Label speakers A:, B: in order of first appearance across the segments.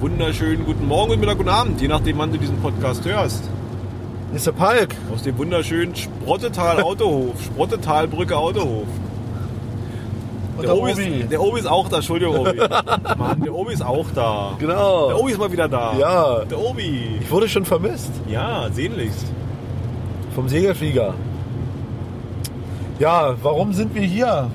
A: wunderschönen guten Morgen, guten Mittag, guten Abend, je nachdem, wann du diesen Podcast hörst.
B: Ist der Palk.
A: Aus dem wunderschönen Sprottetal Autohof, Sprottetalbrücke Autohof.
B: Und
A: Der Obi, Ist, der Obi ist auch da, Entschuldigung, Obi. Mann, der Obi ist auch da. Der
B: Genau.
A: Obi ist mal wieder da.
B: Ja.
A: Der Obi.
B: Ich wurde schon vermisst.
A: Ja, sehnlichst.
B: Vom Segelflieger. Ja, warum sind wir hier?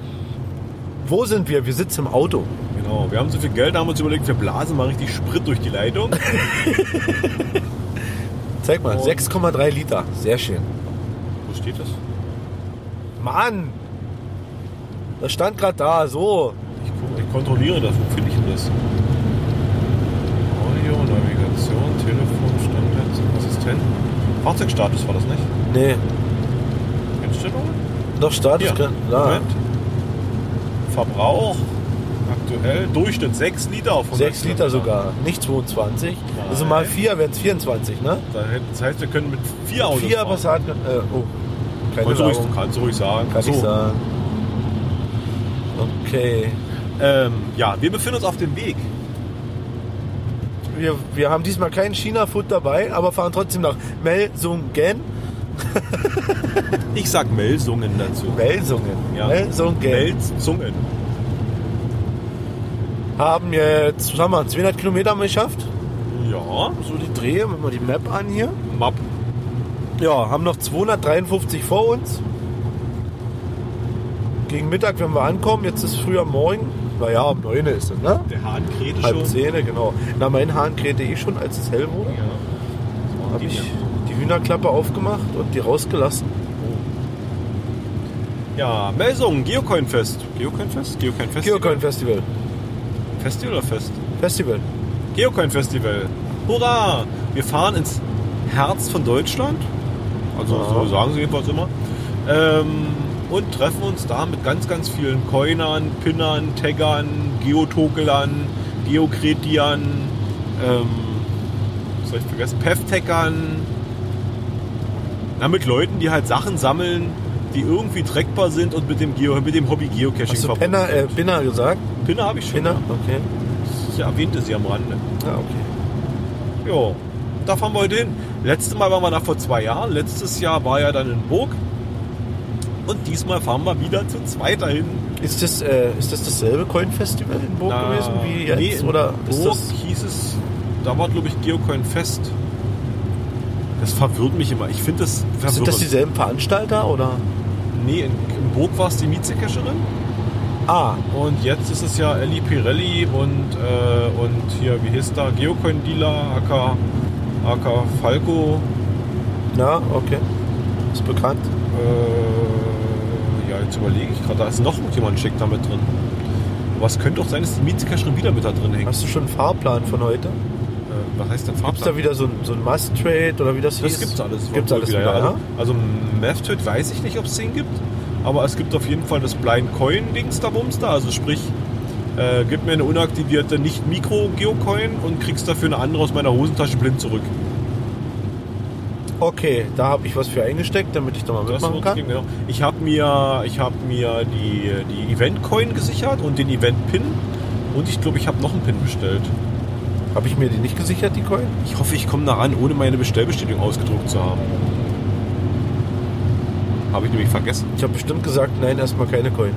B: Wo sind wir? Wir sitzen im Auto.
A: Genau, wir haben so viel Geld, da haben wir uns überlegt, wir blasen mal richtig Sprit durch die Leitung.
B: Zeig mal,
A: Oh.
B: 6,3 Liter. Sehr schön.
A: Wo steht das?
B: Mann! Das stand gerade da, so.
A: Ich, guck, ich kontrolliere das. Wo finde ich denn das? Audio, Navigation, Telefon, Standard, Assistent. Fahrzeugstatus war das nicht?
B: Nee,
A: Einstellungen?
B: noch Status.
A: Hier,
B: kann- Da.
A: Moment. Verbrauch aktuell Durchschnitt 6 Liter auf 100
B: 6 Liter sogar. Nicht 22. Also mal 4 wären es 24, ne?
A: Da hätten- Das heißt, wir können mit 4 Autos
B: 4
A: fahren.
B: Passat. Äh, oh. Keine
A: Kannst du ruhig,
B: Werbung.
A: kannst du ruhig sagen.
B: Genau. Kann
A: Also so,
B: ich sagen. Okay.
A: Ähm, ja, wir befinden uns auf dem Weg.
B: Wir, wir haben diesmal kein China-Food dabei, aber fahren trotzdem nach Melsungen.
A: Ich sag Melsungen dazu.
B: Melsungen.
A: Ja.
B: Melsungen.
A: Melzungen.
B: haben jetzt, was haben wir, 200 Kilometer haben wir geschafft.
A: Ja,
B: So die Drehe, machen wir die Map an hier.
A: Map.
B: Ja, haben noch 253 vor uns. Gegen Mittag, wenn wir ankommen, jetzt ist früh am Morgen. Naja, um 9 ist es, ne?
A: Der Hahn krähte
B: Halb
A: schon.
B: 10, genau. Na, mein Hahn krähte eh schon, als es hell wurde.
A: Ja. Das waren
B: Habe
A: die
B: ich
A: hier.
B: die Hühnerklappe aufgemacht und die rausgelassen.
A: Ja, Melsungen, Geocoin-Fest. Geocoin-Fest? Geocoin-Fest?
B: Geocoin Festival.
A: Festival oder Fest?
B: Festival.
A: Geocoin-Festival. Hurra! Wir fahren ins Herz von Deutschland. Also
B: Ja.
A: so sagen sie jedenfalls immer. Ähm, und treffen uns da mit ganz, ganz vielen Coinern, Pinnern, Taggern, Geotokelern, Geokretiern, ähm, was hab ich vergessen, Pevtackern. Na, mit Leuten, die halt Sachen sammeln, die irgendwie trackbar sind und mit dem, Geo, mit dem Hobby Geocaching
B: Hast du Penner, äh,
A: sind.
B: Pinner gesagt?
A: Pinner habe ich schon.
B: Pinner? Okay.
A: Ich erwähnte sie am Rande.
B: Ja, okay.
A: Ja, da fahren wir heute hin. Letztes Mal waren wir da vor zwei Jahren. Letztes Jahr war ja dann in Burg. Und diesmal fahren wir wieder zu zweit dahin.
B: Ist das, äh, ist das dasselbe Coin Festival in Burg
A: Na,
B: gewesen wie jetzt?
A: nee, in
B: Oder ist
A: Burg
B: das,
A: hieß es, da war glaube ich Geocoin Fest. Das verwirrt mich immer. Ich finde das
B: sind das
A: verwirrend.
B: dieselben Veranstalter oder?
A: nee, in, in Burg war es die Mietzekäscherin.
B: Ah,
A: Und jetzt ist es ja Ellie Pirelli und, äh, und hier, wie hieß da, Geocoin Dealer, aka, aka Falco.
B: na, okay. Ist bekannt.
A: Äh, ja, jetzt überlege ich gerade, da ist noch jemand schick da mit drin. Aber es könnte auch sein, dass die Mietziker schon wieder mit da drin hängt.
B: Hast du schon einen Fahrplan von heute?
A: Äh, was heißt denn
B: Gibt's da
A: Fahrplan?
B: wieder so ein, so ein Must-Trade oder wie das
A: das
B: hieß?
A: gibt's alles.
B: Gibt's
A: Wohl
B: alles wieder, ja?
A: Also, also Method weiß ich nicht, ob es den gibt. Aber es gibt auf jeden Fall das Blind Coin Dings da Bums da. Also sprich, äh, gib mir eine unaktivierte Nicht-Mikro-Geocoin und kriegst dafür eine andere aus meiner Hosentasche blind zurück.
B: Okay, da habe ich was für eingesteckt, damit ich da mal
A: Das
B: mitmachen
A: wird's
B: kann.
A: geben, genau. Ich habe mir, ich hab mir die, die Event-Coin gesichert und den Event-Pin. Und ich glaube, ich habe noch einen Pin bestellt.
B: Habe ich mir die nicht gesichert, die Coin?
A: Ich hoffe, ich komme daran, ohne meine Bestellbestätigung ausgedruckt zu haben. Habe ich nämlich vergessen.
B: Ich habe bestimmt gesagt, nein, erstmal keine Coin.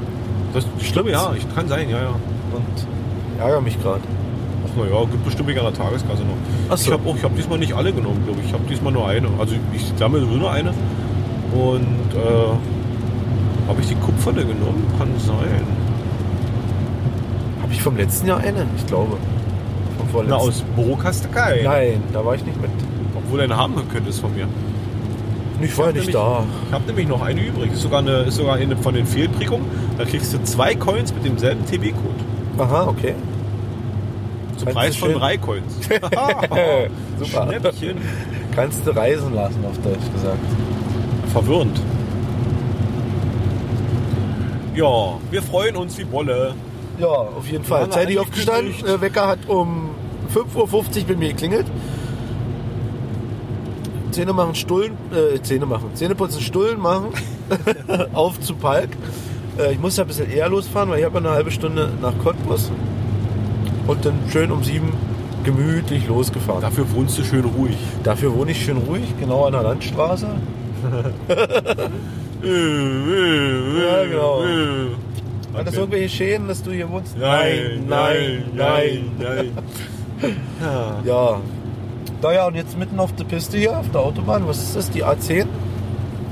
A: Das stimmt, ja. Ich kann sein, ja, ja.
B: Und ärgere mich gerade.
A: Ach na ja, gibt bestimmt wegen an der Tageskasse noch.
B: Ach so.
A: Ich habe oh, ich hab diesmal nicht alle genommen, glaube ich. Ich habe diesmal nur eine. Also ich sammle sowieso nur eine. Und äh, habe ich die kupferne genommen? Kann sein.
B: Habe ich vom letzten Jahr eine? Ich glaube. Vom
A: Na,
B: vorletzten.
A: aus Burg hast du keinen.
B: Nein, da war ich nicht mit.
A: Obwohl er eine haben könntest von mir.
B: Ich war nicht
A: nämlich,
B: da.
A: Ich habe nämlich noch eine übrig. Ist sogar eine, ist sogar eine von den Fehlprägungen. Da kriegst du zwei Coins mit demselben TB-Code.
B: Aha, okay.
A: Zum
B: Meinst
A: Preis
B: du
A: von
B: schön?
A: drei Coins.
B: Super.
A: Schnäppchen.
B: Kannst du reisen lassen, auf Deutsch gesagt.
A: Verwirrend. Ja, wir freuen uns wie Bolle.
B: Ja, auf jeden Fall.
A: Alle
B: Zeitig aufgestanden.
A: angekündigt.
B: Der Wecker hat um 5.50 Uhr bei mir geklingelt. Zähne machen, Stullen, äh, Zähne machen. Zähne putzen, Stullen machen. auf zu Palk. Äh, ich muss ja ein bisschen eher losfahren, weil ich habe ja eine halbe Stunde nach Cottbus. Und dann schön um sieben gemütlich losgefahren.
A: Dafür wohnst du schön ruhig.
B: Dafür wohne ich schön ruhig, genau an der Landstraße.
A: Äh, Ja,
B: genau. Hat das
A: äh. Okay.
B: irgendwelche Schäden, dass du hier wohnst?
A: Nein, nein, nein, nein. Ja.
B: Ja. Naja, und jetzt mitten auf der Piste hier, auf der Autobahn, was ist das, die A10?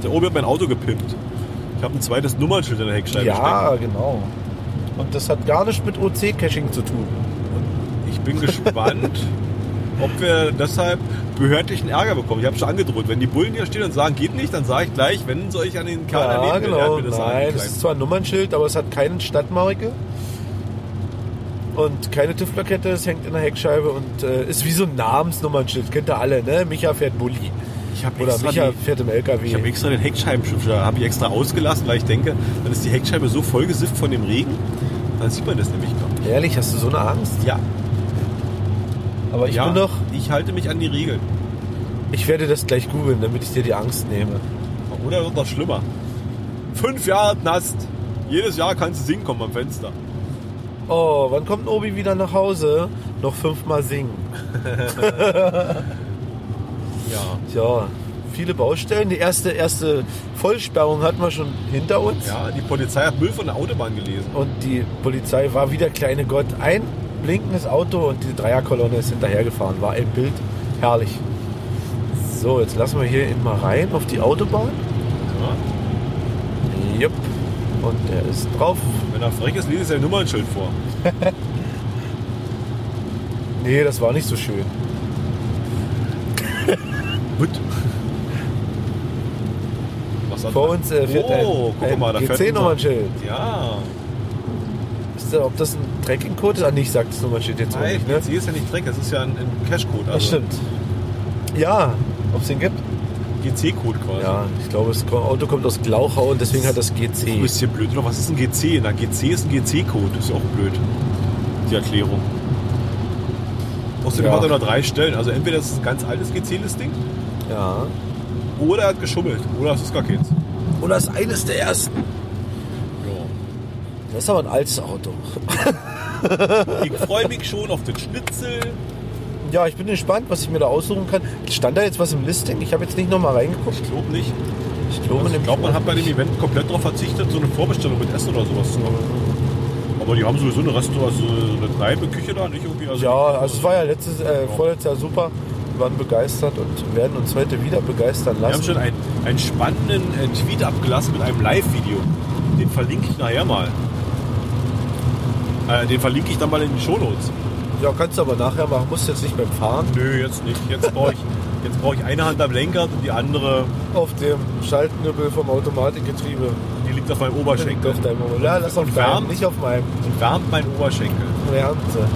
A: Der Obi hat mein Auto gepimpt. Ich habe ein zweites Nummernschild in der Heckscheibe
B: ja, genau. Und das hat gar nichts mit OC-Caching zu tun.
A: stecken. Ich bin gespannt, ob wir deshalb behördlichen Ärger bekommen. Ich habe schon angedroht. Wenn die Bullen hier stehen und sagen, geht nicht, dann sage ich gleich, wenn soll ich an den Kerl
B: ja,
A: daneben, der hat
B: genau.
A: mir das
B: Nein, es
A: angeklebt.
B: ist zwar ein Nummernschild, aber es hat keine Stadtmarke. Und keine TÜV-Plakette, es hängt in der Heckscheibe und äh, ist wie so ein Namensnummernschild. Kennt ihr alle, ne? Micha fährt Bulli.
A: Ich habe
B: Oder
A: extra,
B: Micha
A: die-
B: fährt im
A: ich hab
B: LKW.
A: extra den Heckscheibenschiffer habe ich extra ausgelassen, weil ich denke, dann ist die Scheibe so vollgesifft von dem Regen, dann sieht man das nämlich gar nicht.
B: Ehrlich, hast du so eine Angst?
A: Ja,
B: Aber ich
A: ja,
B: bin doch,
A: ich halte mich an die Regeln.
B: ich werde das gleich googeln, damit ich dir die Angst nehme.
A: Oder wird noch schlimmer. Fünf Jahre Nast. Jedes Jahr kannst du singen kommen am Fenster.
B: Oh, wann kommt Obi wieder nach Hause? Noch fünfmal singen.
A: Ja.
B: Tja, viele Baustellen. Die erste, erste Vollsperrung hatten wir schon hinter uns.
A: Ja, die Polizei hat Müll von der Autobahn gelesen.
B: Und die Polizei war wieder kleine Gott. Ein blinkendes Auto und die Dreierkolonne ist hinterhergefahren. War ein Bild herrlich. So, jetzt lassen wir hier eben mal rein auf die Autobahn.
A: Ja.
B: Jupp. Und der ist drauf.
A: Wenn er frech ist, lese ich sein Nummernschild vor.
B: Nee, das war nicht so schön.
A: Gut. Was hat
B: Vor uns äh, fährt
A: Oh,
B: ein,
A: guck
B: ein
A: mal, da fährt unser-
B: G10-Nummernschild.
A: Ja.
B: Ist da- Ob das ein Trekkingcode ist? Ah, nicht, sagt das Nummernschild jetzt auch
A: Nein,
B: nicht, ne?
A: GC ist ja nicht Dreck, das ist ja ein, ein Cashcode.
B: Das
A: Also
B: stimmt. Ja, ob es den gibt?
A: GC-Code quasi.
B: Ja, ich glaube, das Auto kommt aus Glauchau und deswegen hat das
A: Ist ein
B: GC.
A: bisschen blöd. Oder was ist ein GC? Na, GC ist ein GC-Code. Ist ja auch blöd. Die Erklärung. Außerdem
B: Ja.
A: hat er nur drei Stellen. Also entweder ist es ein ganz altes GC-Listing
B: Ja.
A: oder er hat geschummelt. Oder es ist gar keins.
B: Oder ist eines der ersten. Das ist aber ein altes Auto.
A: Ja. Ich freue mich schon auf den Schnitzel.
B: Ja, ich bin gespannt, was ich mir da aussuchen kann. Stand da jetzt was im Listing? Ich habe jetzt nicht nochmal reingeguckt.
A: Ich glaube nicht.
B: Ich glaube,
A: Also ich
B: nämlich
A: glaube, man
B: auch
A: hat bei dem
B: nicht.
A: Event komplett darauf verzichtet, so eine Vorbestellung mit Essen oder sowas zu machen. Aber die haben sowieso eine Restaurant, also eine Kneipe, Küche da, nicht irgendwie. Also
B: Ja, also es war ja letztes, äh, vorletztes Jahr super. Wir waren begeistert und werden uns heute wieder begeistern
A: Wir haben
B: lassen.
A: schon einen, einen spannenden äh, Tweet abgelassen mit einem Live-Video. Den verlinke ich nachher mal. Äh, den verlinke ich dann mal in den Shownotes.
B: Ja, kannst du aber nachher machen. Musst jetzt nicht beim Fahren.
A: Nö, jetzt nicht. Jetzt brauche ich, jetzt brauche ich eine Hand am Lenkrad und die andere,
B: Auf dem Schaltknüppel vom Automatikgetriebe.
A: die liegt auf meinem
B: Auf
A: Oberschenkel.
B: deinem ja, lass auf
A: Und
B: deinem,
A: wärmt.
B: nicht auf meinem.
A: Die wärmt meinen Oberschenkel.
B: Wärmte.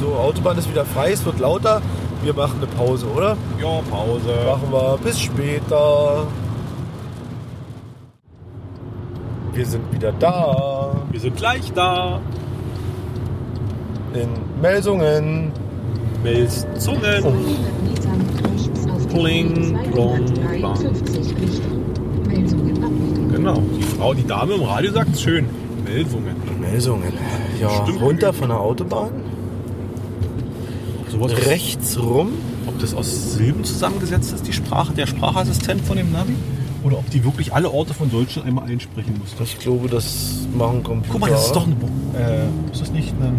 B: So, Autobahn ist wieder frei, es wird lauter. Wir machen eine Pause, oder?
A: Ja, Pause.
B: Machen wir. Bis später. Wir sind wieder da.
A: Wir sind gleich da.
B: In Melsungen.
A: Mels
C: Oh.
A: Zungen.
C: Metern rechts auf die
A: Pling, plong, plong.
C: 253 Richtung. Melsungen abbiegen.
A: Genau. Die Frau, die Dame im Radio sagt es schön. Melsungen.
B: Melsungen. Ja,
A: Stimmt.
B: runter von der Autobahn.
A: Sowas
B: Rechts rum.
A: Ob das aus Silben zusammengesetzt ist, die Sprache, der Sprachassistent von dem Navi, oder ob die wirklich alle Orte von Deutschland einmal einsprechen muss. Das,
B: Ich glaube, das machen Computer.
A: guck mal, das ist doch ein. Bo- Äh, ist das nicht ein.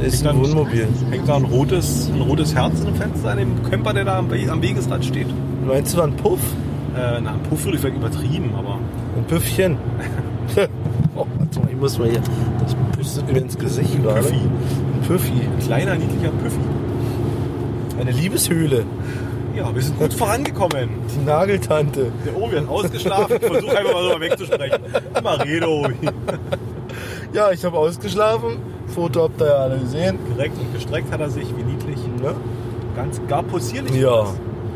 B: Ist
A: Dann-
B: ein Wohnmobil.
A: Hängt da ein rotes, ein rotes Herz in dem Fenster an dem Camper, der da am, We- am Wegesrand steht?
B: Meinst du da ein Puff?
A: Äh, na, ein Puff würde ich vielleicht übertrieben, aber.
B: Ein Püffchen. oh, warte mal, ich muss mal hier. Das pustet mir ins Gesicht gerade.
A: Püffi.
B: Ein Püffi.
A: Ein kleiner, niedlicher Püffi.
B: Eine Liebeshöhle.
A: Ja, wir sind gut vorangekommen.
B: Die Nageltante.
A: Der Obi hat ausgeschlafen. Ich versuche einfach mal so wegzusprechen. Mal rede, Obi.
B: Ja, ich habe ausgeschlafen. Foto habt ihr ja alle gesehen.
A: Direkt und gestreckt hat er sich, wie niedlich.
B: Ne?
A: Ganz gar possierlich. war
B: Ja.
A: das.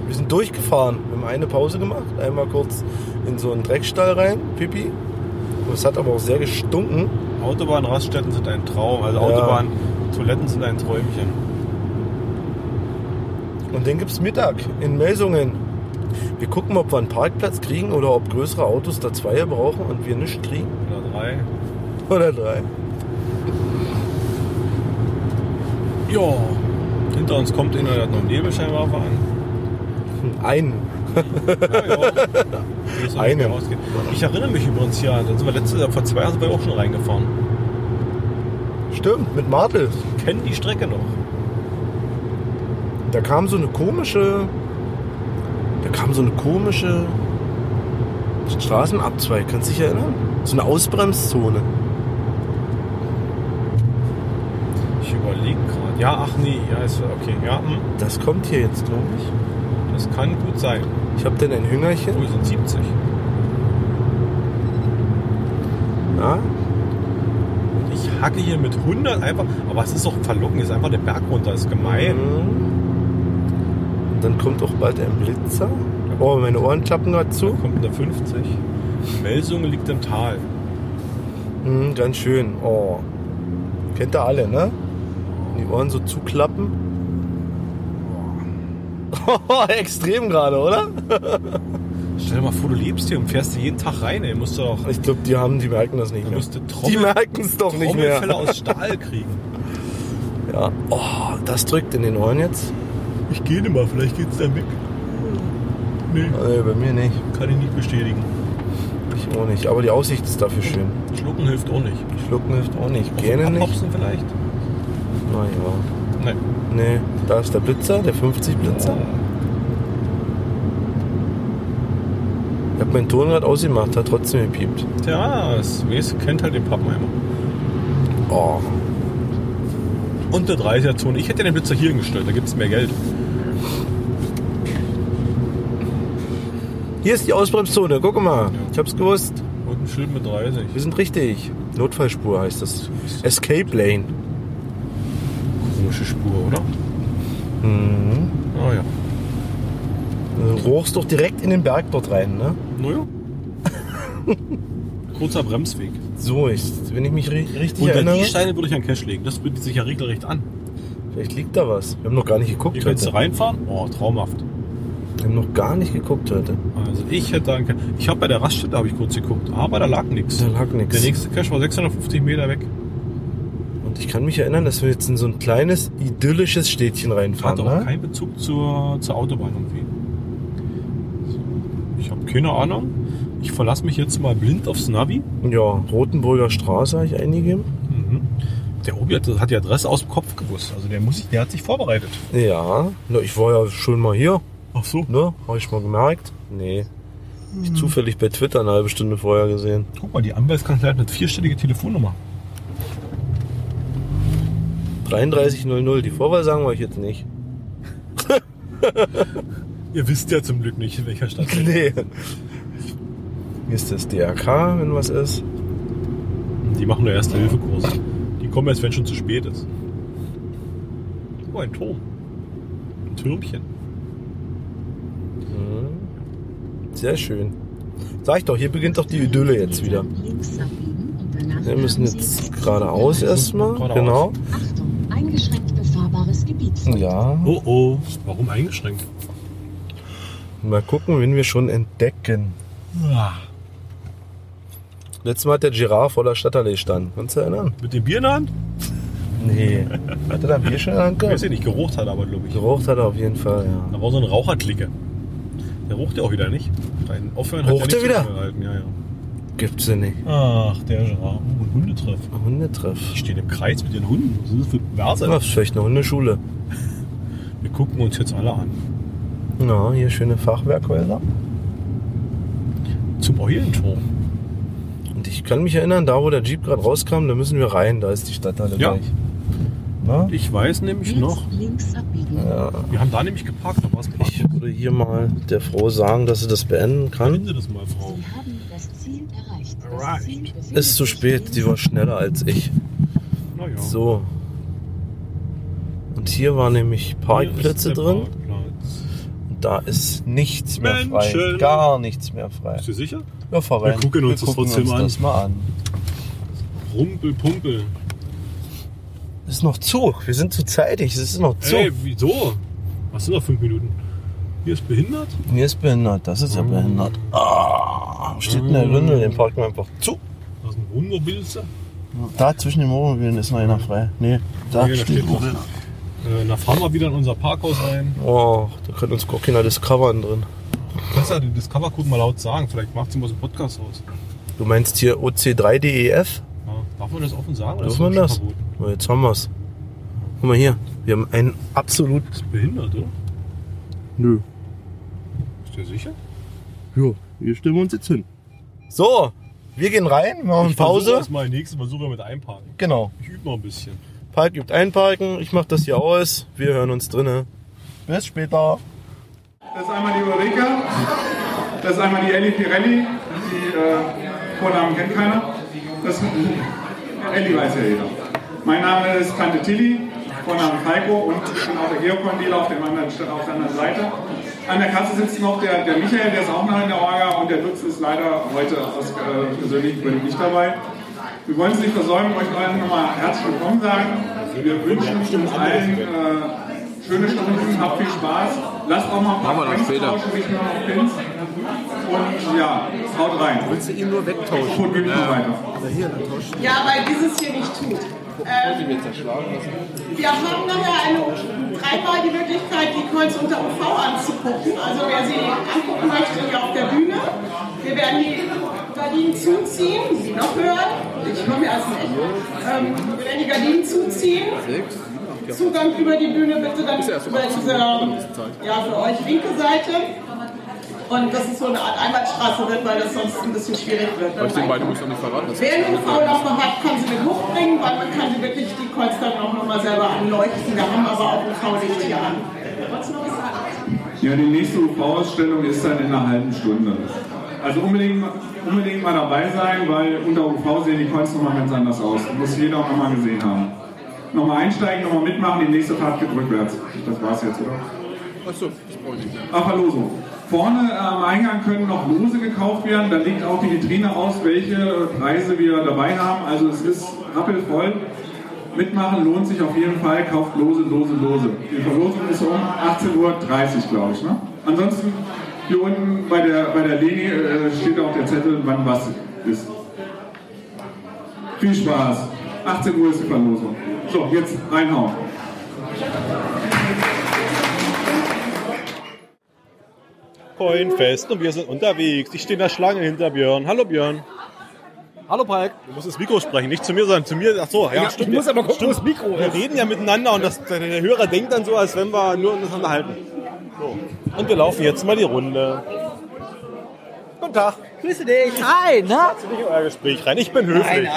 B: Wir sind durchgefahren. Wir haben eine Pause gemacht. Einmal kurz in so einen Dreckstall rein. Pipi. Und Es hat aber auch sehr gestunken.
A: Autobahnraststätten sind ein Traum. Also
B: Ja.
A: Autobahn, Toiletten sind ein Träumchen.
B: Und dann gibt's Mittag in Melsungen. Wir gucken, ob wir einen Parkplatz kriegen oder ob größere Autos da zwei brauchen und wir nicht kriegen.
A: Oder drei.
B: Oder drei.
A: Ja, hinter uns kommt einer, der hat noch einen Nebelscheinwerfer an.
B: Einen.
A: Ja, ja. Ich weiß noch nicht,
B: Einen.
A: wer rausgeht. Ich erinnere mich übrigens hier, dann sind wir letztes Jahr, vor zwei Jahren sind wir auch schon reingefahren.
B: Stimmt, mit Martel.
A: Kennen die Strecke noch.
B: Da kam so eine komische. Da kam so eine komische. Straßenabzweig, kannst du dich erinnern? So eine Ausbremszone.
A: Ich überlege gerade. Ja, ach nee, ja, ist okay. Ja, hm,
B: Das kommt hier jetzt, glaube ich.
A: das kann gut sein.
B: Ich habe denn ein Hüngerchen.
A: Obwohl, sind 70.
B: Ja,
A: Und ich hacke hier mit 100 einfach, aber es ist doch verlockend, hier ist einfach der Berg runter, ist gemein.
B: Mhm. Dann kommt auch bald ein Blitzer. Oh, meine Ohren klappen gerade zu.
A: Da kommt eine 50. Melsungen liegt im Tal.
B: Mhm, ganz schön. Oh. Kennt ihr alle, ne? Die Ohren so zuklappen. Extrem gerade, oder?
A: Stell dir mal vor, du lebst hier und fährst hier jeden Tag rein, ey. Musst du doch
B: Ich glaube, die haben, die merken das nicht
A: Du
B: mehr.
A: müsste Trommel-
B: die merken es doch nicht
A: Trommelfälle
B: mehr.
A: aus Stahl kriegen.
B: Ja. Oh, das drückt in den Ohren jetzt.
A: Ich gehe nicht mal, vielleicht geht's dann weg. Nee,
B: Nee, bei mir nicht.
A: kann ich nicht bestätigen.
B: Ich auch nicht. Aber die Aussicht ist dafür schön.
A: Schlucken hilft auch nicht.
B: Schlucken hilft auch nicht. Gerne nicht.
A: Abhopsen vielleicht?
B: Naja.
A: Nein.
B: Nee, da ist der Blitzer, der 50 Blitzer. Ich habe meinen Tonrad ausgemacht, hat trotzdem gepiept.
A: Tja, das Wes kennt halt den Pappenheimer.
B: Oh.
A: Und der 30er-Zone. Ich hätte den Blitzer hier hingestellt, da gibt's mehr Geld.
B: Hier ist die Ausbremszone, guck mal. Ich hab's gewusst.
A: Und ein Schild mit 30.
B: Wir sind richtig. Notfallspur heißt das. Escape Lane.
A: Komische Spur, oder?
B: Mhm.
A: Ah ja.
B: Du rochst Äh, doch direkt in den Berg dort rein, ne?
A: Naja. Kurzer Bremsweg.
B: So, ich, wenn ich mich ri richtig
A: Unter
B: erinnere.
A: die Steine würde ich einen Cash legen. Das bietet sich ja regelrecht an.
B: Vielleicht liegt da was. Wir haben noch gar nicht geguckt
A: Hier kannst du
B: heute.
A: reinfahren. Oh, traumhaft.
B: Wir haben noch gar nicht geguckt heute.
A: Also ich hätte einen Cash. Ich habe bei der Raststätte habe ich kurz geguckt, Ah, aber da lag nichts.
B: Da lag nix.
A: Der nächste Cash war 650 Meter weg.
B: Und ich kann mich erinnern, dass wir jetzt in so ein kleines, idyllisches Städtchen
A: Hat
B: reinfahren,
A: auch
B: ne?
A: keinen Bezug zur, zur Autobahn irgendwie. Ich habe keine Ahnung. Ich verlasse mich jetzt mal blind aufs Navi. Mhm.
B: Ja, Rotenburger Straße habe ich eingegeben.
A: Der Obi hat, hat die Adresse aus dem Kopf gewusst. Also der, muss sich, der hat sich vorbereitet.
B: Ja, na, ich war ja schon mal hier.
A: Ach so.
B: Ne? Habe ich mal gemerkt? Nee.
A: Hm.
B: Ich zufällig bei Twitter eine halbe Stunde vorher gesehen.
A: Guck mal, die Anwaltskanzlei hat eine vierstellige Telefonnummer.
B: 3300, die Vorwahl sagen wir euch jetzt nicht.
A: Ihr wisst ja zum Glück nicht, in welcher Stadt.
B: Nee. Hier ist das DRK, wenn was ist.
A: Die machen nur Erste-Hilfe-Kurse. Die kommen erst, wenn schon zu spät ist. Oh, ein Turm. Ein Türmchen.
B: Sehr schön. Sag ich doch, hier beginnt doch die Idylle jetzt wieder.
C: Links abbiegen und danach
B: Wir müssen
C: haben Sie
B: jetzt geradeaus erstmal.
A: Geradeaus.
B: Genau.
C: Achtung, eingeschränkt befahrbares Gebiet.
B: Ja.
A: Oh oh. Warum eingeschränkt?
B: Mal gucken, wen wir schon entdecken.
A: Ah,
B: Letztes Mal hat der Girard vor der Stadtallee stand. Kannst du dich erinnern?
A: Mit dem Bier in der Hand?
B: Nee. Hat er da ein Bier schon in der
A: Ich
B: Hand
A: weiß
B: gehabt?
A: ja nicht, gerucht hat aber, glaube ich.
B: Gerucht hat er auf jeden Fall, ja.
A: Da war so eine Raucherklicke. Der roch ja auch wieder nicht. Dein Aufhören
B: Roch
A: hat ja
B: der wieder?
A: Gehalten. Ja, ja.
B: Gibt's denn nicht.
A: Ach, der Gerard. Oh, ein Hundetreff.
B: Hundetreff.
A: Die stehen im Kreis mit ihren Hunden. Was ist das für
B: Ja,
A: Perverse?
B: ist vielleicht eine Hundeschule.
A: Wir gucken uns jetzt alle an.
B: Ja, hier schöne Fachwerkhäuser.
A: Zum Eulenturm.
B: Und ich kann mich erinnern, da wo der Jeep gerade rauskam, da müssen wir rein. Da ist die Stadthalle
A: Ja.
B: gleich. Na?
A: Ich weiß nämlich
C: Links,
A: noch,
C: links abbiegen.
B: Ja,
A: wir haben da nämlich geparkt, da war es
B: ich würde hier mal der Frau sagen, dass sie das beenden kann.
A: das mal, Frau.
C: Sie haben das Ziel erreicht.
A: Right.
C: Das Ziel befindet
B: Ist zu
C: sich
B: spät, die war schneller als ich.
A: Naja.
B: So. Und hier waren nämlich Parkplätze drin.
A: Parkplatz.
B: Und da ist nichts mehr frei.
A: Menschen.
B: Gar nichts mehr frei.
A: Bist du sicher?
B: Ja, fahr
A: Wir
B: rein.
A: gucken uns das trotzdem an.
B: das mal an.
A: Rumpel, Pumpel.
B: Ist noch zu. Wir sind zu zeitig. Es ist noch zu.
A: Ey, wieso? Was sind noch fünf Minuten? Hier ist behindert?
B: Mir ist behindert. Das ist ja
A: Mm.
B: behindert. Ah, steht in der Ründel. Den parken wir einfach zu.
A: Das ist ein Wunderbilze.
D: Da zwischen den Wohnmobilen ist noch einer frei. Nee, da
A: Nee, da
D: steht
A: steht noch
D: einer.
A: Äh, da fahren wir wieder in unser Parkhaus ein.
B: Oh, da könnte uns auch keiner discovern drin.
A: Kannst ja den Discover-Code mal laut sagen. Vielleicht macht sie mal so einen Podcast aus.
B: Du meinst hier OC3DEF?
A: Ja. Darf man das offen sagen? oder ist
B: E Dürfen wir
A: schon
B: das?
A: verboten?
B: Na, jetzt haben wir's. Guck mal hier, wir haben einen absolut.
A: Das ist behindert, oder?
D: Nö.
A: Ist der sicher?
D: Jo, wir stimmen uns jetzt hin.
B: So, wir gehen rein, machen
A: Ich versuche
B: Pause.
A: erst mal den nächsten Versuch mit einparken.
B: Genau.
A: Ich übe noch ein bisschen.
B: Park übt einparken, ich mach das hier aus, wir hören uns drinnen.
D: Bis später.
E: Das ist einmal die Ulrike, das ist einmal die Ellie Pirelli, die äh, Vornamen kennt keiner. Das, Ellie weiß ja jeder. Mein Name ist Tante Tilly, Vorname Heiko und ich bin auch der Geokondil auf, dem anderen- auf der anderen Seite. An der Kasse sitzt noch der, der Michael, der ist auch noch in der Orga und der Lutz ist leider heute aus äh, persönlichen Gründen nicht dabei. Wir wollen es nicht versäumen, euch allen nochmal herzlich willkommen sagen. Wir wünschen uns allen äh, schöne Stunden, habt viel Spaß. Lasst auch mal ein paar Pins tauschen, nicht nur noch Pins. Und ja, haut rein. Willst du ihn nur wegtauschen? Gut, gib nur weiter.
F: Ja, weil dieses hier nicht tut. Ähm, wir haben nachher eine, dreimal die Möglichkeit, die Kreuz unter UV anzugucken. Also wer sie angucken möchte, hier auf der Bühne. Wir werden die Gardinen zuziehen, sie noch hören. Ich mache mir erst ein Echo. Ähm, wir werden die Gardinen zuziehen. Zugang über die Bühne bitte dann über diese, ja, für euch linke Seite. Und dass es so eine Art Einbahnstraße wird, weil das sonst ein bisschen schwierig wird. wenn man Wer einen UV-Laufer hat, kann sie mit hochbringen, weil man kann sie wirklich die Kreuz dann auch nochmal selber anleuchten. Wir haben aber auch UV-Licht hier an. Wolltest du noch was sagen?
E: Ja, die nächste UV-Ausstellung ist dann in einer halben Stunde. Also unbedingt, unbedingt mal dabei sein, weil unter UV sehen die Coins nochmal ganz anders aus. Muss jeder auch nochmal gesehen haben. Nochmal einsteigen, nochmal mitmachen, die nächste Fahrt geht rückwärts. Das war's jetzt, oder? Ach, Verlosung. Vorne äh, am Eingang können noch Lose gekauft werden. Da liegt auch die Vitrine aus, welche äh, Preise wir dabei haben. Also es ist rappelvoll. Mitmachen lohnt sich auf jeden Fall. Kauft Lose, Lose, Lose. Die Verlosung ist um 18.30 Uhr, glaube ich. Ne? Ansonsten hier unten bei der, bei der Leni äh, steht auch der Zettel, wann was ist. Viel Spaß. 18 Uhr ist die Verlosung. So, jetzt reinhauen.
A: Coinfest und wir sind unterwegs. Ich stehe in der Schlange hinter Björn. Hallo Björn.
G: Hallo Palk.
A: Du musst ins Mikro sprechen, nicht zu mir, sondern zu mir. Ach so, ja,
G: Ja,
A: stimmt.
G: ich muss aber gucken,
A: stimmt.
G: wo das Mikro
A: Wir
G: ist.
A: reden ja miteinander und das, der der Hörer denkt dann so, als wenn wir nur uns unterhalten. So. Und wir laufen jetzt mal die Runde. Guten Tag.
G: Grüße dich. Hi, na?
A: Nicht in euer Gespräch rein. Ich bin höflich.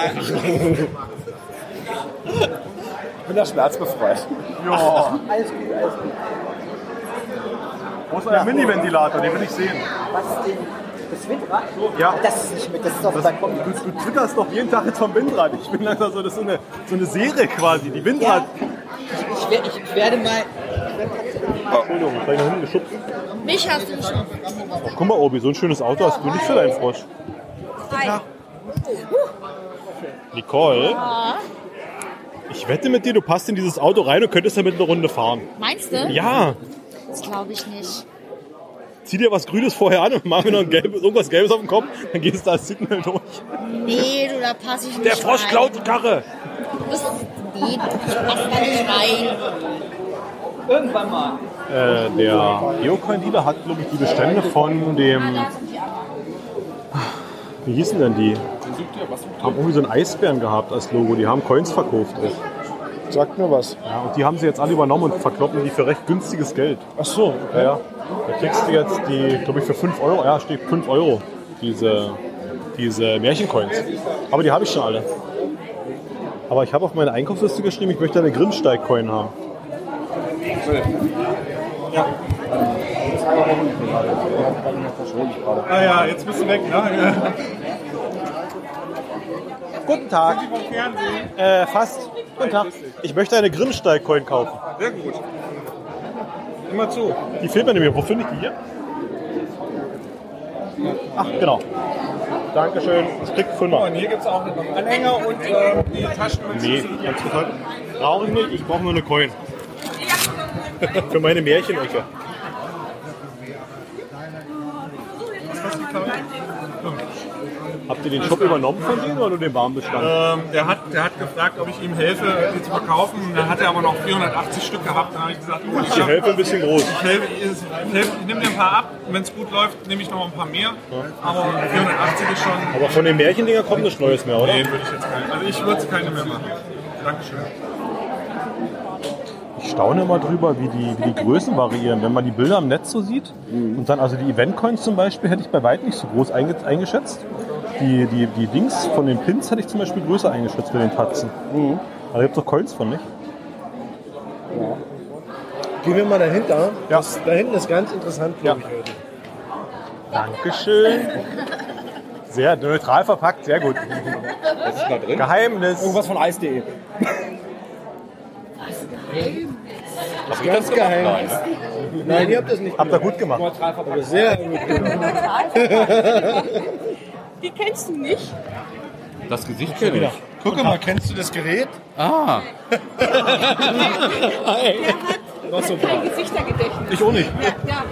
G: Ich bin da schmerzbefreit.
A: Ja.
G: Alles gut, alles gut.
A: Wo ist euer Mini-Ventilator? Den will ich sehen.
G: Was ist denn? Das Windrad?
A: Ja.
G: Das ist nicht mit, das ist auf dem Balkon.
A: Du, du twitterst doch jeden Tag jetzt vom Windrad. Ich bin langsam so, das ist so eine, so eine Serie quasi. Die Windrad.
G: Ich, wer- ich werde mal.
A: Entschuldigung, ich bin nach hinten geschubst.
H: Mich hast du schon.
A: Oh, guck mal, Obi, so ein schönes Auto hast du nicht für deinen Frosch.
H: Hi.
A: Nicole, ich wette mit dir, du passt in dieses Auto rein und könntest damit eine Runde fahren.
H: Meinst du?
A: Ja,
H: Das glaube ich nicht.
A: zieh dir was Grünes vorher an und mach mir noch ein gelbes, irgendwas Gelbes auf den Kopf, dann gehst du als Signal durch.
H: Nee, du, da passe ich nicht
A: Der Frosch
H: rein.
A: klaut die Karre.
H: Das, nee, ich passe da nicht rein.
G: Irgendwann mal.
A: Äh, der Geocoin-Dealer hat, glaube ich, die Bestände von dem, wie hießen denn die? Haben irgendwie so einen Eisbären gehabt als Logo. Die haben Coins verkauft. Auch.
B: Sagt mir was.
A: Ja, und die haben sie jetzt alle übernommen und verkloppen die für recht günstiges Geld.
B: Ach so,
A: Ja, ja. Da kriegst du jetzt die, glaube ich, für 5 Euro, ja, steht 5 Euro, diese, diese Märchencoins. Aber die habe ich schon alle. Aber ich habe auf meine Einkaufsliste geschrieben, ich möchte eine Grimsteig-Coin haben.
E: Ah ja, jetzt bist du weg, ne?
A: Guten Tag. Äh, fast. Guten Tag. Ich möchte eine Grimsteig-Coin kaufen.
E: Sehr gut. Immer zu.
A: Die fehlt mir nämlich. Wo finde ich die hier? Ach, genau. Dankeschön. Ich krieg Fünfer.
E: Oh, hier gibt es auch einen Anhänger und äh, die Taschen mit
A: Nee, ganz total. Brauche ich nicht, ich brauche nur eine Coin. Für meine Märchenecke. Habt ihr den Shop übernommen von denen oder nur den
E: Äh.
A: Warenbestand?
I: Ähm, der, hat, der hat gefragt, ob ich ihm helfe, die zu verkaufen. Und Dann hat er aber noch 480 Stück gehabt. Dann habe ich gesagt, oh, ich
A: Die Hilfe ein bisschen groß.
I: Ich, helfe, ich, helfe, ich nehme dir ein paar ab. Wenn es gut läuft, nehme ich noch ein paar mehr. Aber 480 ist schon.
A: Aber von den Märchendinger kommt nichts Neues mehr, oder?
I: Nee, würde ich jetzt keine. Also ich würde keine mehr machen. Dankeschön.
A: Ich staune immer drüber, wie die, wie die Größen variieren. Wenn man die Bilder im Netz so sieht und dann, also die Eventcoins zum Beispiel, hätte ich bei weitem nicht so groß einge eingeschätzt. Die, die, die Dings von den Pins hätte ich zum Beispiel größer eingeschätzt bei den Tatzen. Aber da gibt es doch Coins von, nicht?
B: Gehen wir mal dahinter.
A: Ja.
B: Das, da hinten ist ganz interessant, glaube
A: Ja.
B: ich, heute.
A: Dankeschön. Sehr neutral verpackt, sehr gut.
J: Was ist da drin?
A: Geheimnis. Irgendwas von Eis.de.
J: Hab ich das geheim. Nein, ne?
B: Nein, ihr habt das nicht.
A: Habt ihr gut gemacht.
B: Sehr gut.
H: Die kennst du nicht.
J: Das Gesicht kenne ich.
B: Guck mal, kennst du das Gerät?
J: Ah,
H: Der hat, hat kein Gesichtergedächtnis.
A: Ich auch nicht.
H: Ja, ja.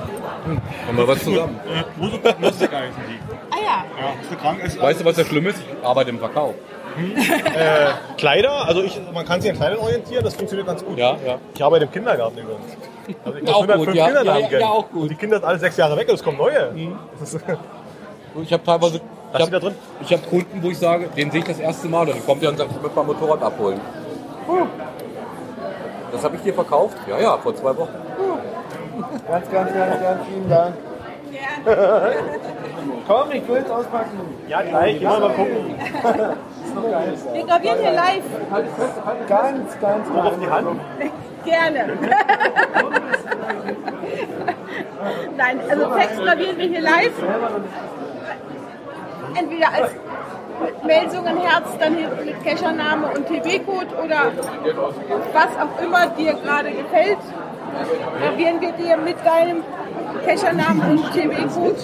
J: haben wir was zusammen.
A: Wo so lustig eigentlich?
H: Ah ja,
A: Ja, so krank ist
J: Weißt du, was das Schlimme ist? Ich arbeite im Verkauf.
A: Kleider, also ich, man kann sich an Kleidern orientieren, das funktioniert ganz gut.
J: Ja, ja.
A: Ich arbeite im Kindergarten übrigens. Also ich muss
J: Auch gut,
A: 105
J: ja.
A: Kinder
J: Ja,
A: haben
J: ja,
A: können.
J: ja, auch gut.
A: Und die Kinder sind alle sechs Jahre weg und es kommen neue. Das ist,
J: Ich habe teilweise.
A: Was
J: Ich
A: steht da drin?
J: habe hab Kunden, wo ich sage, den sehe ich das erste Mal und dann kommt der und sagt, ich möchte mein Motorrad abholen. Hm. Das habe ich dir verkauft? Ja, ja, vor zwei Wochen.
K: Ganz, ganz, ganz, ganz vielen Dank. Komm, ich will es auspacken.
A: ja, gleich. Immer mal gucken.
H: wir gravieren hier live.
K: Ganz, ganz, ganz.
A: Auf die Hand.
H: Gerne. Nein, also Text gravieren wir hier live. Entweder als Melsungen Herz, dann hier mit Cachername und TB-Code oder was auch immer dir gerade gefällt. Gravieren wir dir mit deinem Cachernamen und TB-Code.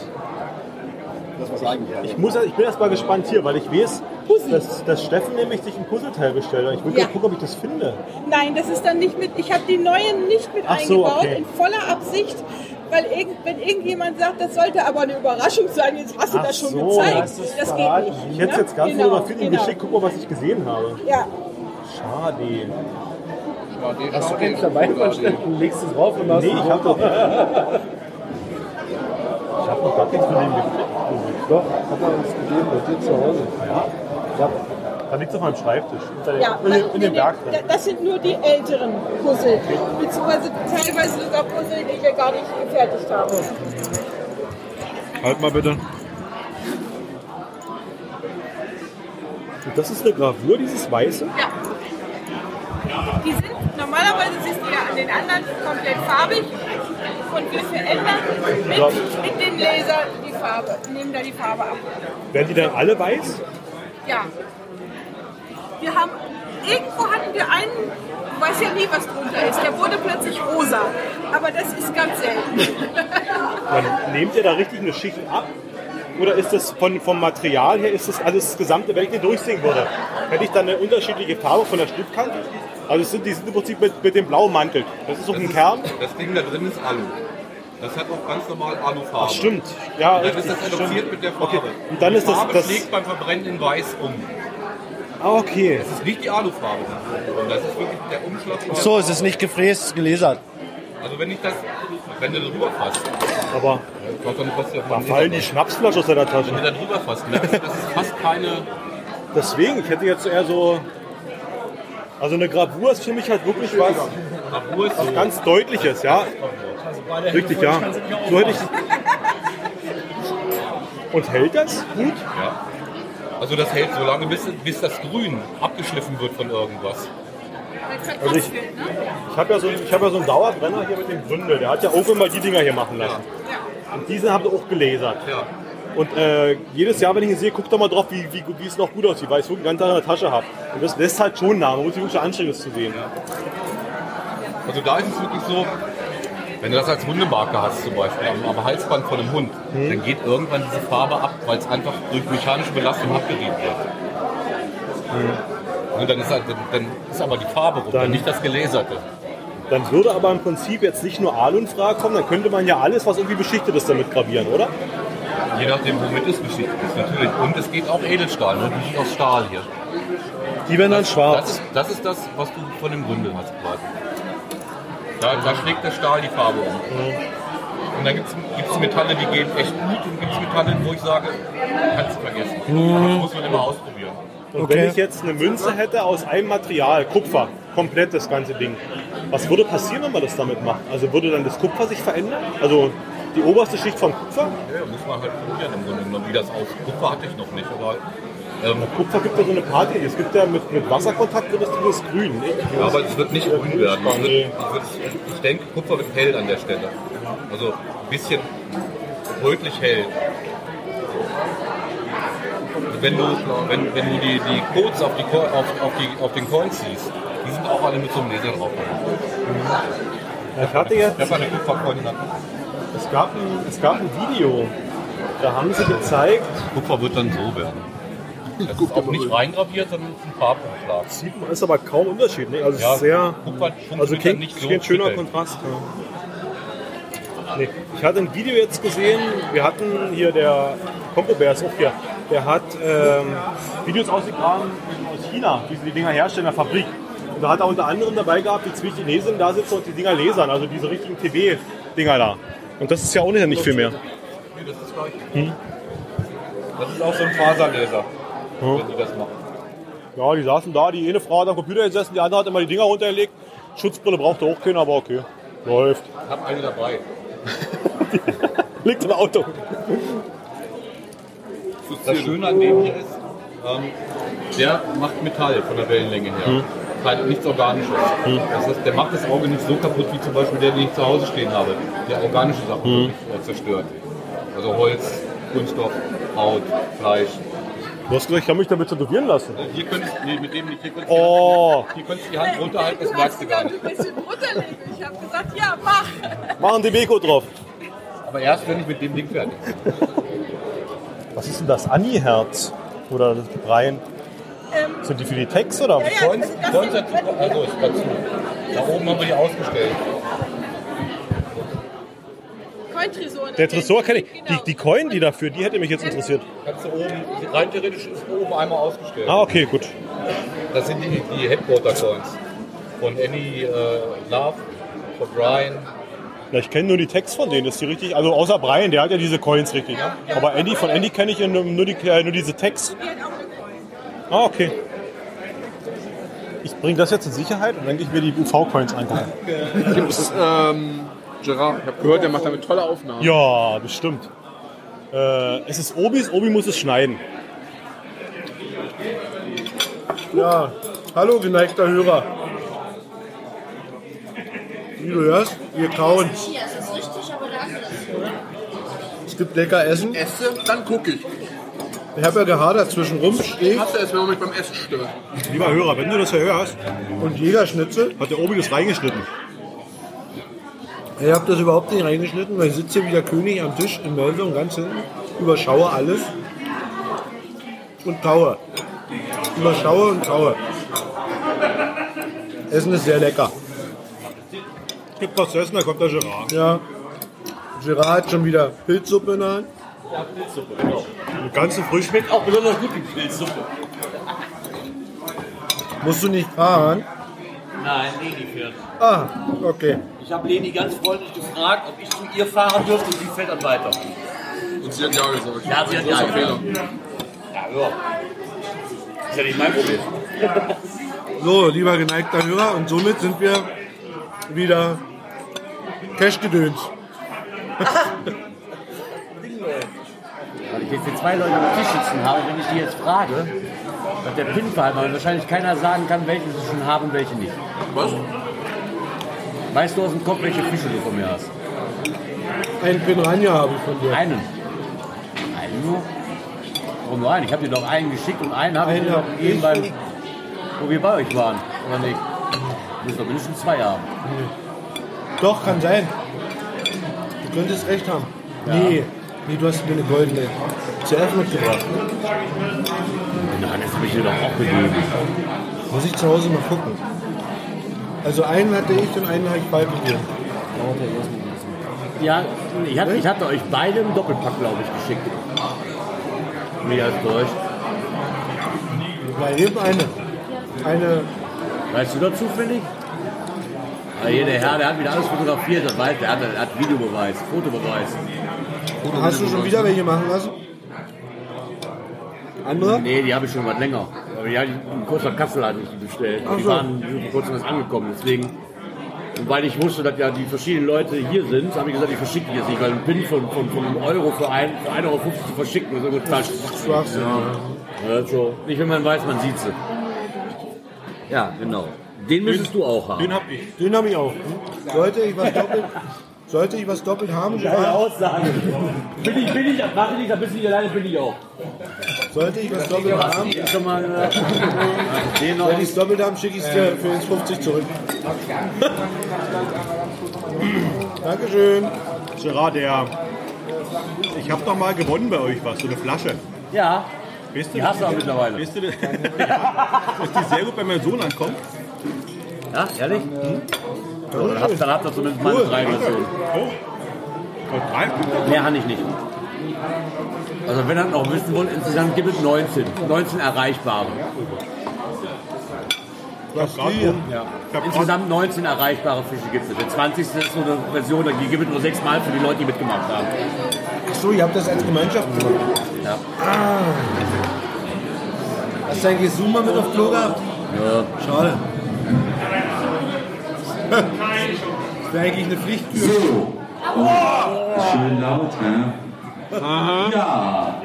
A: Ich, muss, ich bin erst mal gespannt hier, weil ich weiß, dass, dass Steffen nämlich sich ein Puzzleteil bestellt hat. Ich will
H: Ja.
A: gucken, ob ich das finde.
H: Nein, das ist dann nicht mit. Ich habe die neuen nicht mit
A: Ach so,
H: eingebaut,
A: okay.
H: in voller Absicht. Weil irgend, wenn irgendjemand sagt, das sollte aber eine Überraschung sein, jetzt hast du
A: Ach
H: das schon
A: so,
H: gezeigt.
A: hast du es
H: Das geht nicht.
A: Ich hätte es
H: ne?
A: jetzt ganz genau,
H: Genau,
A: über Finden
H: genau.
A: geschickt, guck mal, was ich gesehen habe.
H: Ja,
A: Schade.
J: Ja, den Hast
B: legst es drauf und
A: Nee, ich hab doch. ich hab noch gar nichts von dem gekriegt.
B: Doch, hat er uns gegeben bei dir zu Hause.
A: Da liegt auf meinem Schreibtisch. Unter der,
H: ja.
A: in, dem, in
H: Nee,
A: dem
H: nee,
A: Berg drin.
H: da- Das sind nur die älteren Puzzle, beziehungsweise teilweise sogar Puzzle, die wir gar nicht gefertigt haben.
B: Halt mal bitte.
A: Und Das ist eine Gravur, dieses Weiße.
H: Ja. Die sind, normalerweise siehst du ja an den anderen komplett farbig und wir verändern
A: Ja.
H: mit, mit dem Laser die Farbe, nehmen da die Farbe ab.
A: Werden die dann alle weiß?
H: Ja. Wir haben, irgendwo hatten wir einen, du weißt ja nie, was drunter ist, der wurde plötzlich rosa. Aber das ist ganz selten.
A: Dann nehmt ihr da richtig eine Schicht ab? Oder ist das von, vom Material her, ist das alles das gesamte, wenn ich den durchsehen würde, hätte ich dann eine unterschiedliche Farbe von der Schnittkante? Also es sind, die sind im Prinzip mit, mit dem Blau mantelt. Das ist so ein Kern.
J: Das Ding da drin ist Alu. Das hat auch ganz normal Alufarbe.
A: Ach, stimmt. Ja,
J: Dann
A: richtig,
J: ist das
A: stimmt.
J: reduziert mit der Farbe.
A: Okay. Und dann ist
J: die
A: das-
J: Farbe
A: das-
J: schlägt beim Verbrennen in weiß um.
A: Ah, okay.
J: Das ist nicht die Alufarbe. Und das ist wirklich der Umschlag. von der
K: So, es
J: Farbe.
K: ist nicht gefräst, gelasert.
J: Also wenn ich das, wenn du drüber fasst,
A: Aber
J: das war so eine Kost
A: da fallen die Schnapsflasche aus deiner
J: Wenn
A: Tasche.
J: du da drüber fasst, merkst du, das ist fast keine.
A: Deswegen, ich hätte jetzt eher so... Also eine Gravur ist für mich halt wirklich was
J: Gravur ist so.
A: ganz Deutliches, ja. Richtig, ja. So hätte ich... Und hält das gut?
J: Ja. Also das hält so lange, bis, bis das Grün abgeschliffen wird von irgendwas.
A: Also ich, ich habe ja, so, ich hab ja so einen Dauerbrenner hier mit dem Gründel. Der hat ja auch immer die Dinger hier machen lassen. Und diesen habt ihr auch gelasert.
J: Ja.
A: Und äh, jedes Jahr, wenn ich ihn sehe, guckt doch mal drauf, wie, wie, gut- wie es noch gut aussieht, weil ich es wirklich ganz in der Tasche habe. Und das lässt halt schon nach. Man muss sich wirklich anstrengen, das zu sehen.
J: Also da ist es wirklich so, wenn du das als Hundemarke hast zum Beispiel, am, am Halsband von einem Hund,
A: Mhm.
J: dann geht irgendwann diese Farbe ab, weil es einfach durch mechanische Belastung abgerieben wird. Und dann ist, halt, dann, dann ist aber die Farbe runter,
A: Mhm. Dann-
J: nicht das Gelaserte.
A: Dann würde aber im Prinzip jetzt nicht nur Alu in Frage kommen, dann könnte man ja alles, was irgendwie beschichtet ist, damit gravieren, oder?
J: Je nachdem, womit es beschichtet ist, natürlich. Und es geht auch Edelstahl, ne? die sind aus Stahl hier.
B: Die werden dann
J: Das
B: schwarz.
J: ist, das ist das, was du von dem Gründel hast quasi. Da, da schlägt der Stahl die Farbe um. Und dann gibt es Metalle, die gehen echt gut und gibt es Metalle, wo ich sage, kannst du vergessen. Das muss man immer ausprobieren.
A: Und
B: Okay.
A: wenn ich jetzt eine Münze hätte aus einem Material, Kupfer, komplett das ganze Ding, was würde passieren, wenn man das damit macht? Also würde dann das Kupfer sich verändern? Also die oberste Schicht vom Kupfer?
J: Ja, muss man halt probieren im Grunde genommen, wie das aussieht. Kupfer hatte ich noch nicht, aber ähm,
A: Kupfer gibt ja so eine Party. Es gibt ja mit, mit Wasserkontakt wird das dieses grün. nicht?
J: Ja, aber es wird nicht grün werden. Es wird,
A: Nee.
J: es wird, ich denke, Kupfer wird hell an der Stelle. Also ein bisschen rötlich hell. Also, Wenn du, wenn, wenn du die, die Codes auf, die, Co- auf, auf, die, auf den Coins siehst, die sind auch alle mit so einem Laser drauf.
A: Ja, Ich hatte jetzt
J: Ich habe eine Kupfercoin in der Hand.
A: Es gab, ein, es gab ein Video, da haben sie gezeigt,
J: Kupfer wird dann so werden. Das ist auch nicht reingraviert, sondern es ist ein Farbumschlag.
A: sieht man, ist aber kaum Unterschied. Ne? Also, es
J: Ja,
A: ist sehr.
J: Kupfer
A: Also,
J: funktioniert
A: kein,
J: nicht so.
A: kein schöner
J: prickelnd.
A: Kontrast. Ja. Nee, ich hatte ein Video jetzt gesehen, wir hatten hier der Combo Bear ist auch hier, der hat ähm, Videos ausgegraben aus China, wie sie die Dinger herstellen in der Fabrik. Und da hat er unter anderem dabei gehabt, die zwei Chinesen da sitzen und die Dinger lasern, also diese richtigen TB-Dinger da. Und das ist ja ohnehin nicht viel mehr.
J: Nee, das ist gleich. Das ist auch so ein Faserlaser, wenn die das machen.
A: Ja, die saßen da, die eine Frau hat am Computer gesessen, die andere hat immer die Dinger runtergelegt. Schutzbrille brauchte auch keiner, aber okay. Läuft.
J: Ich habe eine dabei.
A: Liegt im Auto.
J: Das Schöne an dem hier ist, ähm, der macht Metall von der Wellenlänge her. Halt nichts Organisches. Das heißt, der macht das Auge nicht so kaputt wie zum Beispiel der, den ich zu Hause stehen habe, der organische Sachen wirklich, äh, zerstört. Also Holz, Kunststoff, Haut, Fleisch.
A: Du hast gesagt, ich kann mich damit tätowieren lassen.
J: Also Hier könntest du, nee, mit dem nicht, hier könntest,
A: Oh,
J: hier könntest du die Hand runterhalten, das merkst du gar nicht.
H: Du willst ihn runterlegen. Ich habe gesagt, ja, mach.
A: machen die Beko drauf.
J: Aber erst, wenn ich mit dem Ding fertig bin.
A: Was ist denn das? Anni-Herz? Oder das Breien? Sind die für die Text oder?
H: Ähm, Ja, ja,
J: Coins,
H: also das
J: Coins
H: sind-
J: dazu, also ist dazu. Da oben haben wir die ausgestellt.
H: Cointresor.
A: Der Tresor kenne ich. Die,
H: Genau.
A: die Coin, die dafür, die hätte mich jetzt interessiert.
J: Kannst du oben, rein theoretisch ist oben einmal ausgestellt.
A: Ah, okay, gut.
J: Das sind die, die Headquarter Coins. Von Annie äh, Love, von Brian.
A: Na, ich kenne nur die Text von denen, das ist die richtig. Also außer Brian, der hat ja diese Coins richtig. ne? Aber Andy, von Andy kenne ich ja nur, nur, die, äh, nur diese Text.
H: Die hat auch eine Coin.
A: Ah, okay. Ich bringe das jetzt in Sicherheit und dann gehe ich mir die UV-Coins angucken.
L: Gibt's, Äh, ähm, Gerard, ich habe gehört, der macht damit tolle Aufnahmen.
A: Ja, bestimmt. Äh, es ist Obis, Obi muss es schneiden.
B: Ja. Hallo, geneigter Hörer. Wie du hörst, wir kauen.
M: Hier, es ist richtig, aber der andere ist
B: Es gibt lecker Essen.
L: Esse, dann gucke ich.
B: Ich habe ja gehadert zwischen Rumpsteak
L: Hasse es, wenn man mich beim Essen stört.
A: Lieber Hörer, wenn du das hier hörst,
B: und Jägerschnitzel.
A: hat der Obi das reingeschnitten.
B: Ich habe das überhaupt nicht reingeschnitten, weil ich sitze hier wie der König am Tisch in Melsung ganz hinten, überschaue alles und kaue. Überschaue und kaue. Essen ist sehr lecker.
A: Gibt was zu essen, da kommt der Gerard.
B: Ja. Gerard hat schon wieder Pilzsuppe in der Hand.
A: Im ganzen Frühstück.
J: Auch besonders gut gegrillt, Suppe.
B: Musst du nicht fahren?
N: Nein, Leni fährt.
B: Ah, okay.
N: Ich habe Leni ganz freundlich gefragt, ob ich zu ihr fahren dürfte und sie fährt dann weiter.
L: Und sie hat ja gesagt.
N: Ja, sie hat Ja gesagt.
L: Fehler.
N: Ja, ja. Ist ja nicht mein Problem.
B: So, lieber geneigter Hörer, und somit sind wir wieder Cash-Gedöns.
N: Weil ich jetzt hier zwei Leute am Tisch sitzen habe, wenn ich die jetzt frage, was der PIN war, weil wahrscheinlich keiner sagen kann, welche sie schon haben und welche nicht.
L: Was?
N: Weißt du aus dem Kopf, welche Fische du von mir hast?
B: Ein Piranha habe ich von dir.
N: Einen. Einen nur? Warum nur einen? Ich habe dir doch einen geschickt und einen habe ich dir
B: Einen
N: noch
B: hab
N: gegeben,
B: ich.
N: beim, wo wir bei euch waren, oder nicht? Du musst doch mindestens zwei haben.
B: Doch, kann sein. Du könntest recht haben. Nee, nee, du hast mir eine goldene zuerst mitgebracht.
N: Nein, das habe ich dir doch auch gegeben.
B: Muss ich zu Hause mal gucken. Also einen hatte ich und einen habe ich beigegeben.
J: Ja, ich, hab, ich hatte euch beide einen Doppelpack, glaube ich, geschickt. Mega durch.
O: Bei jedem eine. Eine.
J: Weißt du da zufällig? Ah, hier der Herr, der hat wieder alles fotografiert, das weiß, der hat, der hat Videobeweis, Fotobeweis.
B: Hast du schon wieder welche machen lassen? Andere?
J: Nee, die habe ich schon was länger. Aber die habe ich in kurzer Kassel hatte ich die bestellt.
B: Ach
J: die
B: so.
J: waren super kurz erst angekommen. Deswegen, und weil ich wusste, dass ja die verschiedenen Leute hier sind, habe ich gesagt, ich verschicke die jetzt nicht, weil ein Pin von, von, von einem Euro für, ein, für 1,50 Euro zu verschicken ist irgendwie total
B: Schwachsinn.
J: Ja. Also, nicht wenn man weiß, man sieht sie. Ja, genau. Den müsstest du auch haben.
B: den
J: hab ich.
B: Den habe ich auch. Sollte ich was doppelt, sollte ich was doppelt haben?
J: Deine Aussage. Bin ich, bin ich, warte nicht, da bist du nicht alleine, bin ich auch.
B: Sollte ich was doppelt
J: Ja,
B: haben?
J: ich schon mal, äh, den noch.
B: Wenn ich es doppelt habe, schicke ich es dir für uns 50 zurück.
A: Dankeschön. Gerard, der. Ich habe doch mal gewonnen bei euch was, so eine Flasche.
J: Ja.
A: Weißt
J: Die hast du auch mittlerweile.
A: Weißt du, dass die sehr gut bei meinem Sohn ankommt?
J: Ja, ehrlich? So, dann habt dann habt ihr zumindest meine drei Versionen.
A: Oh.
J: Mehr habe ich nicht. Also wenn ihr noch wissen wollt, insgesamt gibt es 19. 19 erreichbare.
A: Was
J: Ja. Insgesamt 19 erreichbare Fische gibt es. Der 20. ist so eine Version, die gibt es nur sechsmal für die Leute, die mitgemacht haben.
B: Achso, ihr habt das als Gemeinschaft gemacht.
J: Ja.
B: Ah. Hast du dein Gesuma mit auf Klo gehabt?
J: Ja.
B: Schade. Das wäre eigentlich eine Pflichttür. So.
E: Oh. Schön laut, ne? Ja.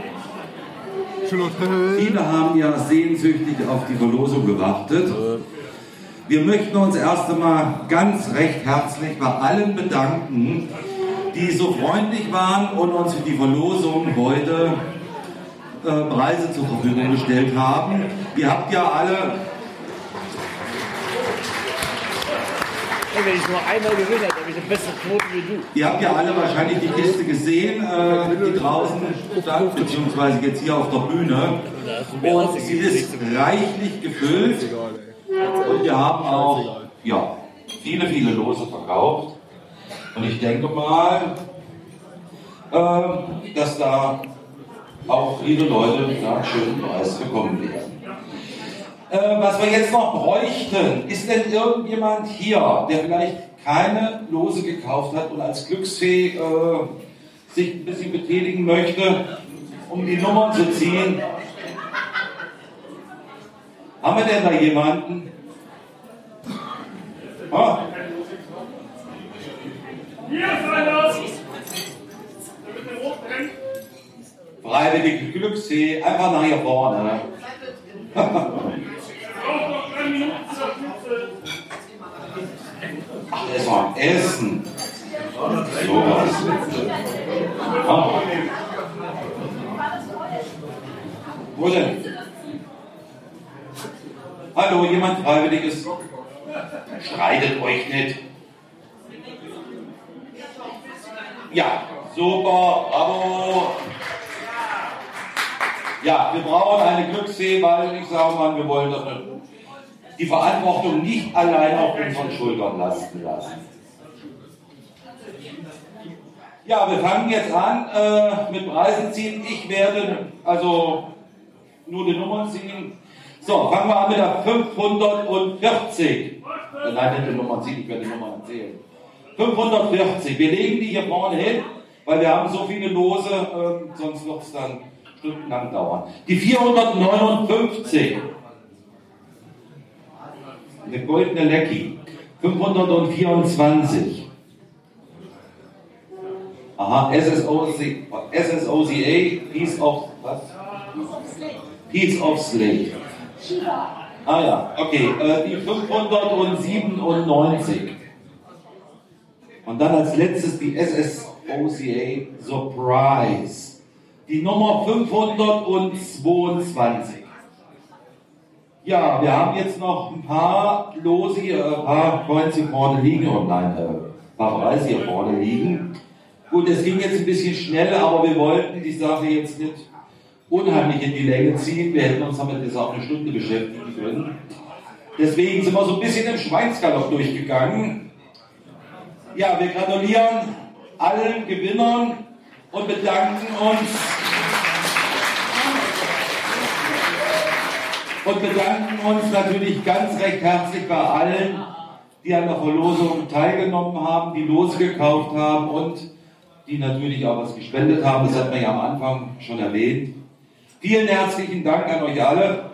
E: Viele haben ja sehnsüchtig auf die Verlosung gewartet. Wir möchten uns erst einmal ganz recht herzlich bei allen bedanken, die so freundlich waren und uns für die Verlosung heute äh, Preise zur Verfügung gestellt haben. Ihr habt ja alle
J: Ey, wenn ich nur einmal gewinne, dann habe ich den besten Quoten wie du.
E: Ihr habt ja alle wahrscheinlich die Kiste gesehen, äh, die draußen stand, beziehungsweise jetzt hier auf der Bühne. Und sie ist reichlich gefüllt. Und wir haben auch ja, viele, viele Lose verkauft. Und ich denke mal, ähm, dass da auch viele Leute mit einem schönen Preis gekommen wären. Äh, was wir jetzt noch bräuchten, ist denn irgendjemand hier, der vielleicht keine Lose gekauft hat und als Glücksfee äh, sich ein bisschen betätigen möchte, um die Nummern zu ziehen? Haben wir denn da jemanden? Ah,
P: Hier ist einer! Damit der Rot brennt.
E: freiwillige Glücksfee, einfach nach hier vorne. ne?
P: Braucht noch drei Minuten zur Pizza.
E: Ach, das war am Essen. So was. Ah. Wo denn? Hallo, jemand Freiwilliges? Streitet euch nicht. Ja, super, bravo. Ja, wir brauchen eine Glücksfee, weil ich sage mal, wir wollen doch nicht die Verantwortung nicht allein auf unseren Schultern lasten lassen. Ja, wir fangen jetzt an äh, mit Preisen ziehen. Ich werde also nur die Nummern ziehen. So, fangen wir an mit der 540. Äh, Nein, nicht die Nummern ziehen, ich werde die Nummern erzählen. 540. Wir legen die hier vorne hin, weil wir haben so viele Lose, ähm, sonst wird es dann stundenlang dauern. Die 459. Eine goldene Lecki. 524. Aha, SSOC, SSOCA, Piece of, was? Piece of Slate. Ah ja, okay, äh, die 597. Und dann als letztes die SSOCA Surprise. Die Nummer 522. Ja, wir haben jetzt noch ein paar Lose, hier, äh, ein paar Coins hier vorne liegen und nein, äh, ein paar Preise hier vorne liegen. Gut, es ging jetzt ein bisschen schnell, aber wir wollten die Sache jetzt nicht unheimlich in die Länge ziehen. Wir hätten uns damit jetzt auch eine Stunde beschäftigen können. Deswegen sind wir so ein bisschen im Schweinsgalopp durchgegangen. Ja, wir gratulieren allen Gewinnern und bedanken uns und bedanken uns natürlich ganz recht herzlich bei allen, die an der Verlosung teilgenommen haben, die Lose gekauft haben und die natürlich auch was gespendet haben. Das hat man ja am Anfang schon erwähnt. Vielen herzlichen Dank an euch alle.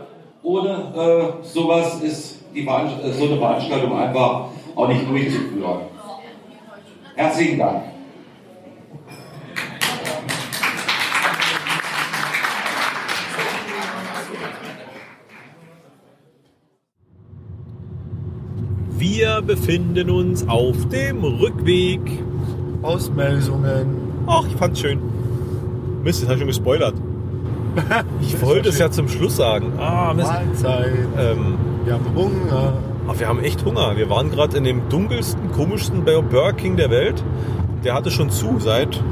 E: Ohne äh, sowas ist die Veranst- äh, so eine Veranstaltung einfach auch nicht durchzuführen. Herzlichen Dank.
A: Wir befinden uns auf dem Rückweg.
B: Aus Melsungen.
A: Ach, ich fand's schön. Mist, jetzt hab ich schon gespoilert. ich wollte es ja zum Schluss sagen. Ah, Mist.
B: Mahlzeit.
A: Ähm,
B: wir haben Hunger.
A: Ah, wir haben echt Hunger. Wir waren gerade in dem dunkelsten, komischsten Burger King der Welt. Der hatte schon zu seit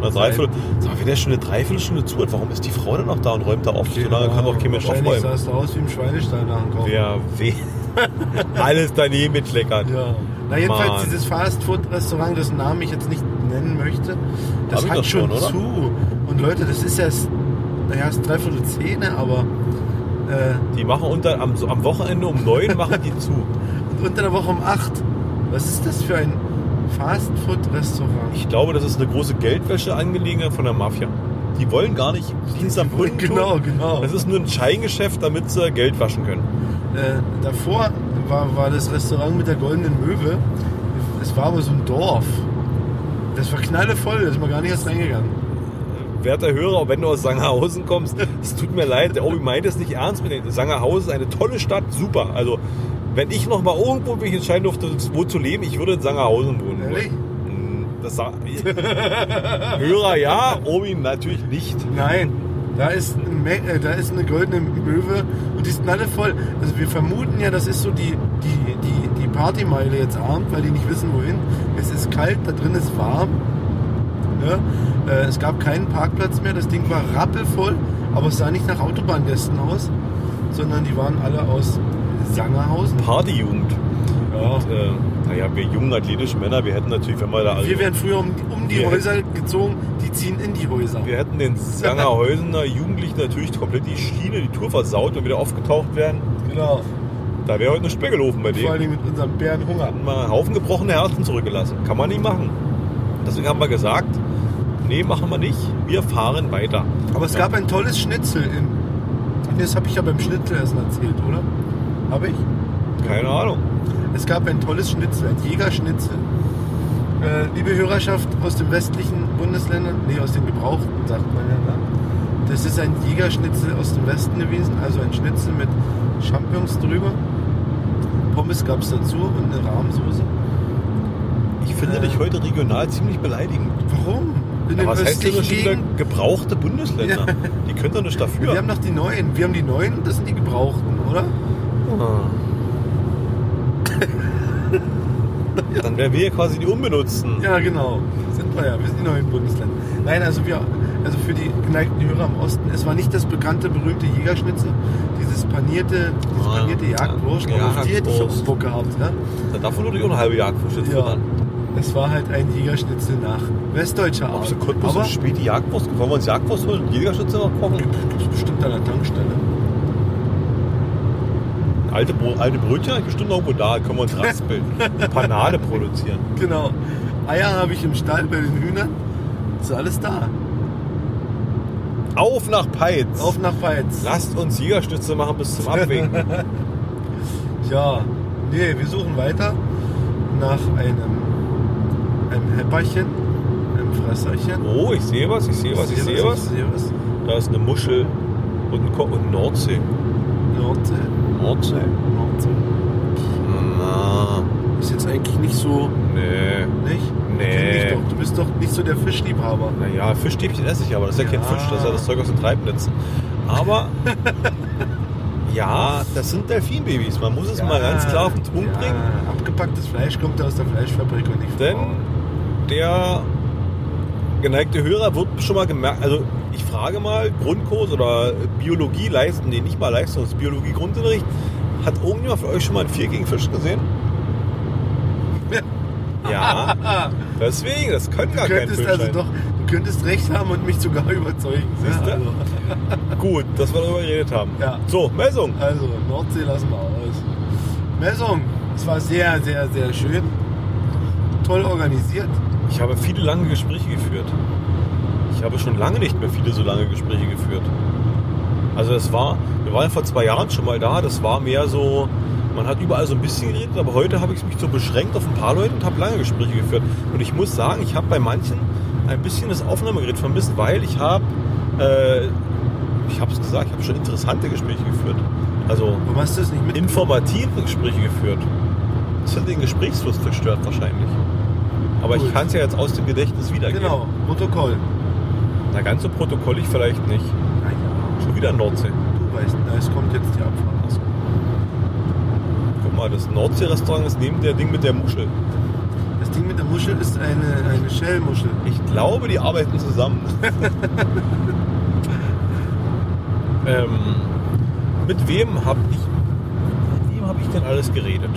A: einer Dreiviertel. Sag mal, wenn der schon eine Dreiviertelstunde zu hat, warum ist die Frau dann noch da und räumt da auf? so lange kann doch kein Mensch
B: Genau. Wahrscheinlich
A: aufräumen.
B: sah es da aus wie im Schweinestall nach dem Kochen.
A: Ja, weh. Alles daneben mitleckert.
B: Ja. Na jedenfalls
A: Mann.
B: dieses Fast-Food-Restaurant, dessen Namen ich jetzt nicht nennen möchte,
A: Hab
B: das
A: ich
B: hat
A: doch schon,
B: schon,
A: oder?
B: zu. Und Leute, das ist ja, s- naja, es ist dreiviertel Zähne, aber
A: Die machen unter, am, am Wochenende um neun machen die zu.
B: und unter der Woche um 8. Was ist das für ein Fast-Food-Restaurant?
A: Ich glaube, das ist eine große Geldwäscheangelegenheit von der Mafia. Die wollen gar nicht Dienst am Kunden. tun.
B: Genau, genau.
A: Das ist nur ein Scheingeschäft, damit sie Geld waschen können.
B: Äh, davor war, war das Restaurant mit der Goldenen Möwe. Es war aber so ein Dorf. Das war knallevoll, da ist man gar nicht erst reingegangen.
A: Werter Hörer, auch wenn du aus Sangerhausen kommst, es tut mir leid, der Obi meint es nicht ernst mit dem. Sangerhausen ist eine tolle Stadt, super. Also, wenn ich noch mal irgendwo mich entscheiden durfte, wo zu leben, ich würde in Sangerhausen wohnen.
B: Ehrlich?
A: Das sa- Hörer ja, Obi natürlich nicht.
B: Nein, da ist, ein Me- äh, da ist eine goldene Möwe und die ist knallevoll. Also wir vermuten ja, das ist so die, die, die, die Partymeile jetzt abend, weil die nicht wissen, wohin. Es ist kalt, da drin ist warm. Ne? Äh, Es gab keinen Parkplatz mehr, das Ding war rappelvoll, aber es sah nicht nach Autobahngästen aus, sondern die waren alle aus Sangerhausen.
A: Partyjugend. Und, äh, naja, wir jungen athletischen Männer, wir hätten natürlich, wenn wir da alle.
B: Wir wären früher um, um die
A: Wir
B: Häuser gezogen, die ziehen in die Häuser.
A: Wir hätten den Sangerhäusener Jugendlichen natürlich komplett die Schiene, die Tour versaut und wieder aufgetaucht werden.
B: Genau.
A: Da wäre heute eine Spinne gelaufen bei
B: Vor allem
A: denen.
B: mit unserem Bärenhunger.
A: Hatten wir einen Haufen gebrochene Herzen zurückgelassen. Kann man nicht machen. Deswegen haben wir gesagt, nee, machen wir nicht. Wir fahren weiter.
B: Aber es
A: Ja.
B: gab ein tolles Schnitzel in. Nee, Das habe ich ja beim Schnitzelessen erzählt, oder? Habe ich?
A: Keine Ahnung.
B: Es gab ein tolles Schnitzel, ein Jägerschnitzel. Äh, liebe Hörerschaft aus den westlichen Bundesländern, nee, aus den gebrauchten, sagt man ja, ne? Das ist ein Jägerschnitzel aus dem Westen gewesen, also ein Schnitzel mit Champignons drüber. Pommes gab es dazu und eine Rahmsoße.
A: Ich finde dich heute regional ziemlich beleidigend.
B: Warum? In
A: Ja,
B: den
A: was heißt denn
B: östlichen
A: schon wieder
B: Gegenden-
A: gebrauchte Bundesländer? Die können doch nicht dafür.
B: Wir haben doch die neuen. Wir haben die neuen und das sind die gebrauchten, oder?
A: Dann wären wir ja quasi die Unbenutzten.
B: Ja, genau. Sind wir ja. Wir sind die neuen Bundesländer. Nein, also wir, also für die geneigten Hörer im Osten, es war nicht das bekannte, berühmte Jägerschnitzel, dieses panierte, diese panierte Jagdwurst,
A: ja,
B: aber die hätte ich
A: Jagdwurst.
B: auch Bock gehabt, ne?
A: Da darf man doch nicht auch eine halbe Jagdwurst jetzt
B: Ja.
A: futtern.
B: Es war halt ein Jägerschnitzel nach westdeutscher Art.
A: Absolut. Konnten wir so spät die Jagdwurst gefahren? Wollen wir uns Jagdwurst holen und Jägerschütze noch kochen?
B: Gibt es bestimmt an der Tankstelle.
A: Alte, Bro- alte Brötchen habe ich bestimmt irgendwo da. Können wir uns raspeln. Panade produzieren.
B: Genau. Eier habe ich im Stall bei den Hühnern. Ist alles da.
A: Auf nach Peitz.
B: Auf nach Peitz.
A: Lasst uns Jägerschnitze machen bis zum Abwinken.
B: Ja, nee, wir suchen weiter nach einem, einem Häpperchen, einem Fresserchen.
A: Oh, ich sehe was, ich sehe was, ich sehe was.
B: Ich sehe was.
A: Da ist eine Muschel und ein Kopf und eine Nordsee.
B: Nordsee.
A: Nordsee.
B: Nordsee.
A: Na,
B: Ist jetzt eigentlich nicht so,
A: nee.
B: nicht?
A: Nee.
B: Kenn dich doch. Du bist doch nicht so der Fischliebhaber.
A: Naja, Fischstäbchen esse ich aber. Das ist ja, kein
B: Ja.
A: Fisch, das ist ja das Zeug aus den Treibnetzen. Aber ja, das sind Delfinbabys. Man muss es mal ganz klar auf den Punkt
B: ja.
A: bringen.
B: Abgepacktes Fleisch kommt aus der Fleischfabrik und nicht vom
A: Denn
B: Bauern.
A: der geneigte Hörer wird schon mal gemerkt, also ich frage mal, Grundkurs oder Biologie leisten, nee, nicht mal Leistung, das ist Biologie Grundunterricht. Hat irgendjemand von euch schon mal einen Viergingfisch gesehen? Ja, deswegen, das kann gar
B: du
A: kein
B: könntest
A: Film
B: also
A: sein.
B: doch, du könntest recht haben und mich sogar überzeugen.
A: Siehst du?
B: Ja, also,
A: Gut, dass wir darüber geredet haben.
B: ja.
A: So, Messung.
B: Also, Nordsee lassen wir aus. Messung, es war sehr, sehr, sehr schön. Toll organisiert.
A: Ich habe viele lange Gespräche geführt. Ich habe schon lange nicht mehr viele so lange Gespräche geführt. Also es war, wir waren vor zwei Jahren schon mal da, das war mehr so, man hat überall so ein bisschen geredet, aber heute habe ich mich so beschränkt auf ein paar Leute und habe lange Gespräche geführt. Und ich muss sagen, ich habe bei manchen ein bisschen das Aufnahmegerät vermisst, weil ich habe, äh, ich habe es gesagt, ich habe schon interessante Gespräche geführt. Also informative Gespräche geführt. Das hat den Gesprächslust zerstört wahrscheinlich. Aber ich kann es ja jetzt aus dem Gedächtnis wiedergeben. Genau,
B: Protokoll.
A: Na, ganz so protokollig vielleicht nicht. Schon wieder Nordsee.
B: Du weißt, na, es kommt jetzt die Abfahrt.
A: Guck mal, das Nordsee-Restaurant ist neben der Ding mit der Muschel.
B: Das Ding mit der Muschel ist eine, eine Shellmuschel.
A: Ich glaube, die arbeiten zusammen. ähm, mit wem habe ich, mit wem hab ich denn alles geredet?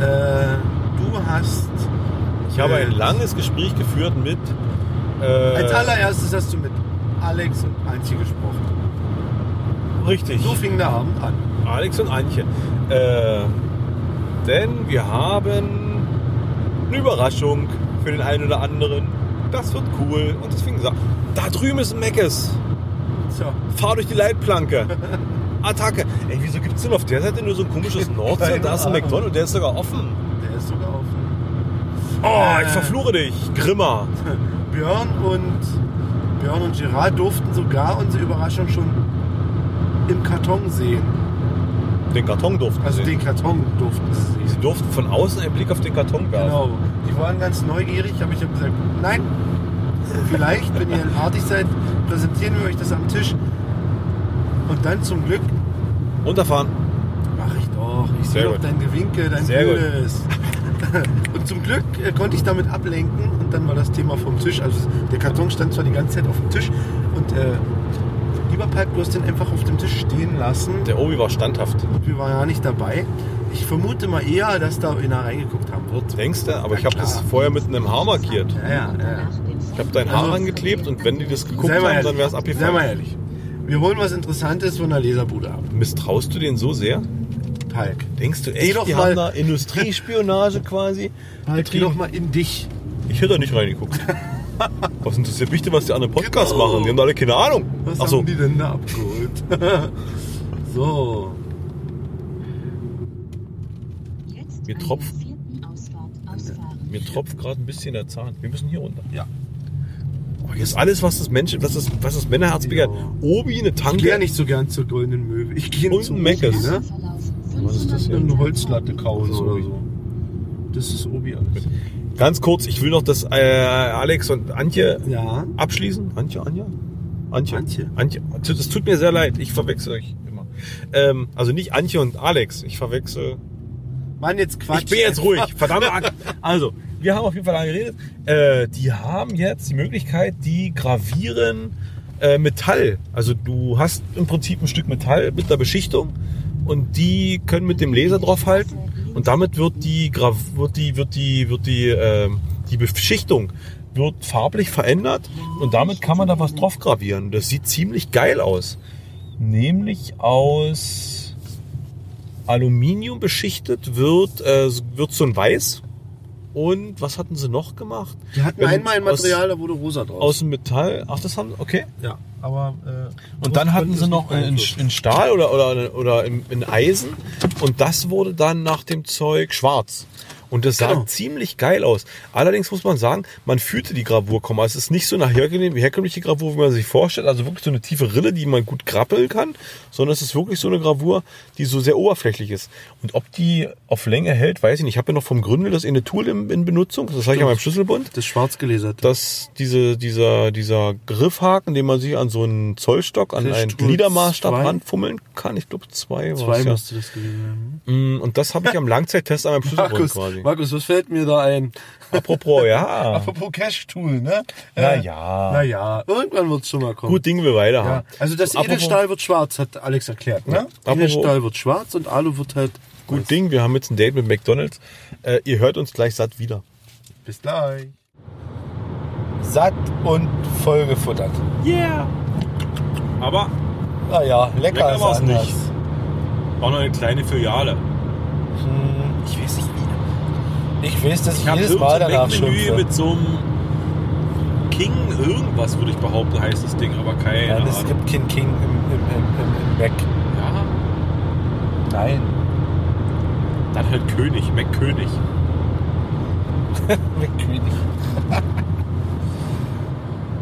B: Äh, du hast.
A: Ich habe
B: äh,
A: ein langes Gespräch geführt mit. äh,
B: Als allererstes hast du mit Alex und Antje gesprochen.
A: Richtig. So
B: fing der Abend an.
A: Alex und Antje. Äh, denn wir haben eine Überraschung für den einen oder anderen. Das wird cool. Und deswegen gesagt, da drüben ist ein Meckes. Fahr durch die Leitplanke. Attacke. Ey, wieso gibt es denn auf der Seite nur so ein komisches Nordsee?
B: Keine
A: Da ist ein
B: Ahnung.
A: McDonald's, der ist sogar offen.
B: Der ist sogar offen. Äh.
A: Oh, ich verfluche dich, Grimmer.
B: Björn und Björn und Gerard durften sogar unsere Überraschung schon im Karton sehen.
A: Den Karton durften
B: Also
A: sie.
B: den Karton durften sie.
A: Sie durften von außen einen Blick auf den Karton werfen.
B: Genau. Die waren ganz neugierig, aber ich habe gesagt, nein, vielleicht, wenn ihr artig seid, präsentieren wir euch das am Tisch. Und dann zum Glück Genau.
A: Runterfahren.
B: Mach ich doch. Ich
A: Sehr
B: sehe doch
A: gut.
B: dein Gewinke, dein
A: Sehr gut.
B: Blödes. Und zum Glück äh, konnte ich damit ablenken und dann war das Thema vom Tisch. Also der Karton stand zwar die ganze Zeit auf dem Tisch und äh, lieber Palk, du hast den einfach auf dem Tisch stehen lassen.
A: Der Obi war standhaft.
B: Wir waren ja nicht dabei. Ich vermute mal eher, dass da einer reingeguckt haben wird.
A: Denkst du? Aber ich habe das vorher mit einem Haar markiert.
B: Ja, ja, ja.
A: Ich habe dein Haar angeklebt und wenn die das geguckt
B: Sei
A: haben,
B: Also, mal
A: dann
B: ehrlich.
A: wäre es abgefallen.
B: Sei mal ehrlich. Wir wollen was Interessantes von der Leserbude ab.
A: Misstraust du den so sehr?
B: Palk.
A: Denkst du
B: Geh
A: echt,
B: doch
A: die
B: mal-
A: haben da Industriespionage quasi?
B: Palk, geh doch mal in dich.
A: Ich hätte da nicht reingeguckt. was interessiert mich denn, was die anderen Podcasts machen? Die haben da alle keine Ahnung.
B: Genau. Was
A: Ach so.
B: haben die denn da abgeholt? so.
A: Mir tropft. Mir tropft gerade ein bisschen der Zahn. Wir müssen hier runter. Ja. Oh, hier ist alles, was das Mensch, was das, was das Männerherz begehrt. Obi, eine Tanke.
B: Ich gehe nicht so gern zur Goldenen Möwe. Ich gehe
A: Und
B: zu
A: ein Meckes.
B: Ne?
A: Was ist das hier?
B: Eine Holzlatte kaufen oder so. Das ist Obi alles.
A: Ganz kurz, ich will noch das äh, Alex und Antje
B: Ja.
A: abschließen. Antje, Anja? Antje. Antje. Antje. Das tut mir sehr leid, ich verwechsel euch immer. Ähm, also nicht Antje und Alex, ich verwechsel.
B: Mann, jetzt Quatsch.
A: Ich bin jetzt ruhig, verdammt. Also, wir haben auf jeden Fall lange geredet. Äh, die haben jetzt die Möglichkeit, die gravieren äh, Metall. Also du hast im Prinzip ein Stück Metall mit einer Beschichtung und die können mit dem Laser draufhalten und damit wird die Grav wird die wird die wird die ähm, die Beschichtung wird farblich verändert und damit kann man da was drauf gravieren. Das sieht ziemlich geil aus. Nämlich aus Aluminium beschichtet wird, äh, wird so ein Weiß. Und was hatten sie noch gemacht?
B: Die hatten
A: Wenn-
B: einmal ein
A: aus-
B: Material, da wurde rosa draus.
A: Aus dem Metall. Ach, das haben okay.
B: ja, aber. Äh,
A: Und dann hatten sie noch in,
B: beeinflussen.
A: in Stahl oder, oder, oder in, in Eisen. Und das wurde dann nach dem Zeug schwarz. Und das sah ziemlich geil aus. Allerdings muss man sagen, man fühlte die Gravur kommen. Also es ist nicht so eine herkömmliche herkömmliche Gravur, wie man sich vorstellt. Also wirklich so eine tiefe Rille, die man gut krabbeln kann. Sondern es ist wirklich so eine Gravur, die so sehr oberflächlich ist. Und ob die auf Länge hält, weiß ich nicht. Ich habe ja noch vom Gründel das eine Tool in, in Benutzung. Das habe ich ja meinem Schlüsselbund.
B: Das schwarz gelasert.
A: Dass diese, dieser, dieser Griffhaken, den man sich an so einen Zollstock, an
B: Vielleicht
A: einen
B: Tool
A: Gliedermaßstab
B: zwei?
A: ranfummeln kann. Ich glaube, zwei war's,
B: Zwei
A: ja.
B: müsste das gewesen sein.
A: Mm, Und das habe ich am Langzeittest an meinem Schlüsselbund
B: Markus,
A: quasi.
B: Markus, was fällt mir da ein?
A: Apropos, ja.
B: Apropos Cash-Tool, ne?
A: Na
B: Äh,
A: ja.
B: Naja, irgendwann wird es schon mal kommen.
A: Gut Ding wir weiter
B: Ja,
A: haben.
B: also das
A: Apropos-
B: Edelstahl wird schwarz, hat Alex erklärt. Ne?
A: Ja.
B: Edelstahl wird schwarz und Alu wird halt
A: Gut Ding, wir haben jetzt ein Date mit McDonalds. Äh, ihr hört uns gleich satt wieder.
B: Bis gleich. Satt und vollgefuttert.
A: Yeah! Aber
B: Naja, lecker,
A: lecker
B: ist
A: war's
B: anders.
A: nicht. War noch eine kleine Filiale.
B: Ich weiß nicht wie. Ich weiß, dass ich,
A: hab
B: jedes
A: irgend
B: Mal
A: so ein
B: danach
A: Menü
B: schimpfe.
A: mit so einem King irgendwas, würde ich behaupten, heißt das Ding, aber keine
B: Nein, es
A: Ahnung.
B: gibt kein King im, im, im, im, im Mac.
A: Ja.
B: Nein.
A: Dann halt König, McKönig.
B: McKönig.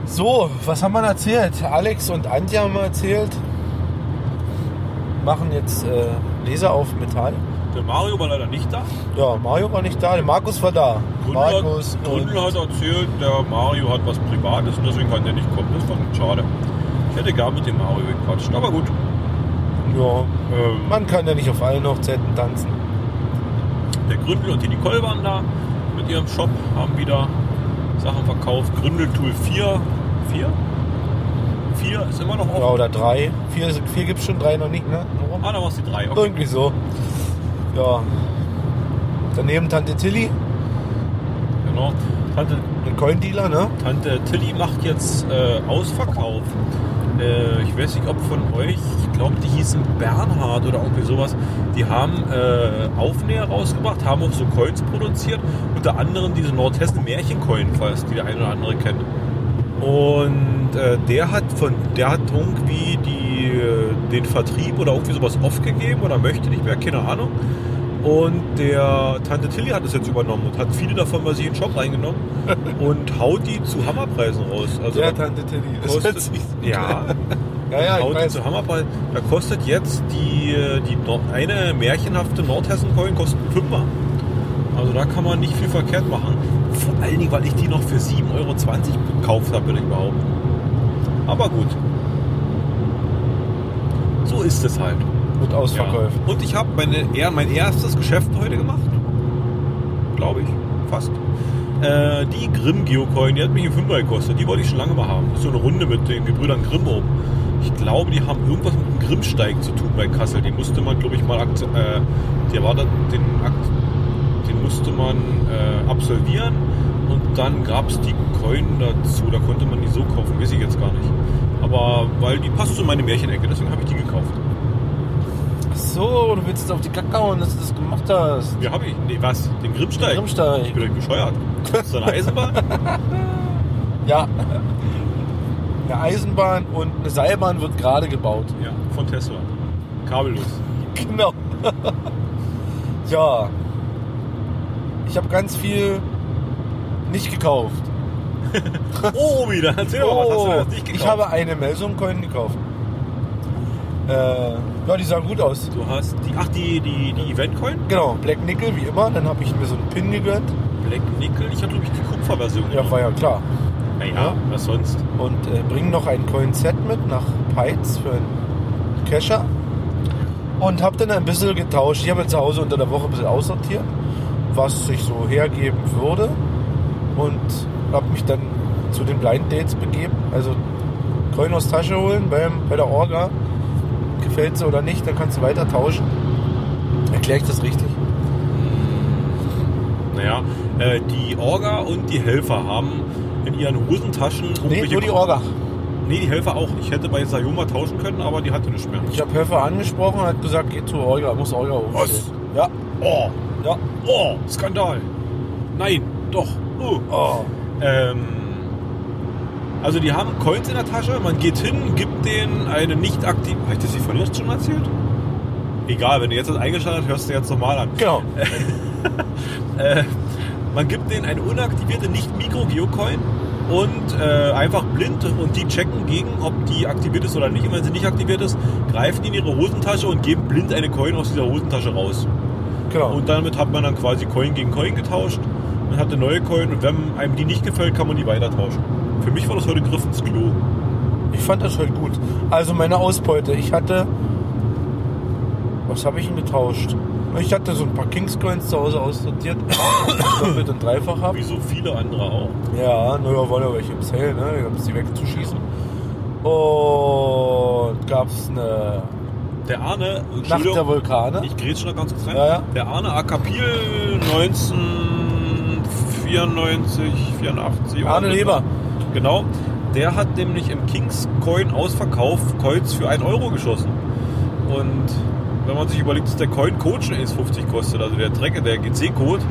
B: So, was haben wir denn erzählt? Alex und Antje haben wir erzählt. Machen jetzt äh, Laser auf Metall.
A: Der Mario war leider nicht da.
B: Ja, Mario war nicht da, der Markus war da.
A: Gründel
B: Markus
A: hat,
B: und
A: Gründel hat erzählt, der Mario hat was Privates und deswegen kann der nicht kommen. Das fand ich schade. Ich hätte gern mit dem Mario gequatscht, aber gut. Ähm,
B: ja, man kann ja nicht auf allen Hochzeiten tanzen.
A: Der Gründel und die Nicole waren da mit ihrem Shop, haben wieder Sachen verkauft. Gründel Tool 4. 4? 4 ist immer noch offen.
B: Ja, oder drei. Vier, vier gibt es schon, drei noch nicht, ne?
A: Ah, da war es die 3. Okay.
B: Irgendwie so. Ja. Daneben Tante Tilly.
A: Genau. Tante,
B: ein Coin-Dealer, ne?
A: Tante Tilly macht jetzt äh, Ausverkauf. Äh, ich weiß nicht, ob von euch, ich glaube, die hießen Bernhard oder irgendwie sowas. Die haben äh, Aufnäher rausgebracht, haben auch so Coins produziert. Unter anderem diese Nordhessen-Märchen-Coin, falls die der eine oder andere kennt. Und äh, der hat von der hat irgendwie die, äh, den Vertrieb oder irgendwie sowas aufgegeben oder möchte nicht mehr, keine Ahnung. Und der Tante Tilly hat es jetzt übernommen und hat viele davon bei sich in den Shop reingenommen und haut die zu Hammerpreisen raus. Also
B: Ja, Tante Tilly. Das
A: Kostet,
B: hört sich-
A: ja,
B: Ja, ja, ich
A: haut die
B: weiß.
A: zu Hammerpreisen. Da kostet jetzt die, äh, die Nord- eine märchenhafte Nordhessen-Coin kostet einen Fünfer. Also da kann man nicht viel verkehrt machen. Vor allen Dingen, weil ich die noch für 7,20 Euro gekauft habe, würde ich behaupten. Aber gut. So ist es halt.
B: Mit Ausverkäufen.
A: Und ich habe meine, eher mein erstes Geschäft heute gemacht. Glaube ich. Fast. Äh, die Grimm Geocoin, die hat mich einen Fünfer gekostet. Die wollte ich schon lange mal haben. Das ist so eine Runde mit den Gebrüdern Grimm oben. Ich glaube, die haben irgendwas mit dem Grimmsteig zu tun bei Kassel. Die musste man, glaube ich, mal akt äh, die war da, den Akt den musste man äh, absolvieren und dann gab es die Coin dazu. Da konnte man die so kaufen, weiß ich jetzt gar nicht. Aber weil die passt zu meiner Märchenecke, deswegen habe ich die gekauft.
B: Ach so, du willst auf die Kacke hauen, dass du das gemacht hast.
A: Ja, habe ich. Nee, was? Den Grimmsteig?
B: Grimmsteig.
A: Ich bin euch bescheuert. Ist da eine Eisenbahn?
B: Ja. Eine Eisenbahn und eine Seilbahn wird gerade gebaut.
A: ja, von Tesla. Kabellos.
B: Genau. ja. Ich habe ganz viel nicht gekauft.
A: oh, wieder. Erzähl doch mal, was hast du denn jetzt nicht gekauft?
B: Ich habe eine Melsum-Coin gekauft. Äh, ja, die sahen gut aus.
A: Du hast die, ach, die, die, die Eventcoin?
B: Genau, Black Nickel wie immer. Dann habe ich mir so einen Pin gegönnt.
A: Black Nickel? Ich habe, glaube ich, die Kupferversion.
B: Ja, war ja klar.
A: Naja, was sonst?
B: Und äh, bringen noch ein Coin-Set mit nach Peitz für einen Kescher. Und habe dann ein bisschen getauscht. Ich habe jetzt zu Hause unter der Woche ein bisschen aussortiert, was sich so hergeben würde. Und habe mich dann zu den Blind Dates begeben. Also Coin aus Tasche holen beim, bei der Orga. Gefällt sie oder nicht, dann kannst du weiter tauschen. Erkläre ich das richtig?
A: Naja, äh, die Orga und die Helfer haben in ihren Hosentaschen
B: Nee, nur die Orga.
A: Nee, die Helfer auch. Ich hätte bei Sayoma tauschen können, aber die hatte nicht mehr.
B: Ich habe Höfer angesprochen und hat gesagt, geh zu Olga, muss Olga holen.
A: Was?
B: Ja.
A: Oh.
B: Ja.
A: Oh, Skandal. Nein, doch. Oh. Ähm, also die haben Coins in der Tasche, man geht hin, gibt denen eine nicht aktiv... Habe ich das hier vorhin schon erzählt? Egal, wenn du jetzt das eingeschaltet hast, hörst du jetzt normal an.
B: Genau.
A: äh, man gibt denen eine unaktivierte Nicht-Mikro-Geocoin und äh, einfach blind und die checken gegen, ob die aktiviert ist oder nicht. Und wenn sie nicht aktiviert ist, greifen die in ihre Hosentasche und geben blind eine Coin aus dieser Hosentasche raus.
B: Genau.
A: Und damit hat man dann quasi Coin gegen Coin getauscht. Man hatte neue Coin und wenn einem die nicht gefällt, kann man die weiter tauschen. Für mich war das heute Griff ins Klo.
B: Ich fand das heute gut. Also meine Ausbeute. Ich hatte. Was habe ich denn getauscht? Ich hatte so ein paar Kingscoins zu Hause aussortiert. Doppelt und dreifach habe.
A: Wie so viele andere auch.
B: Ja, naja, waren ja welche im Sale, ne? Ich hab's die wegzuschießen. Und gab's eine.
A: Der Arne,
B: Nacht der Vulkane.
A: Ich grätsch noch ganz kurz rein.
B: Ja, ja.
A: Der Arne Akapil 1994 94, 84. oder
B: Arne
A: so.
B: Leber.
A: Genau. Der hat nämlich im Kings Coin Ausverkauf Coins für 1 Euro geschossen. Und wenn man sich überlegt, dass der Coin Code schon 1,50 kostet, also der Trecke, der GC-Code,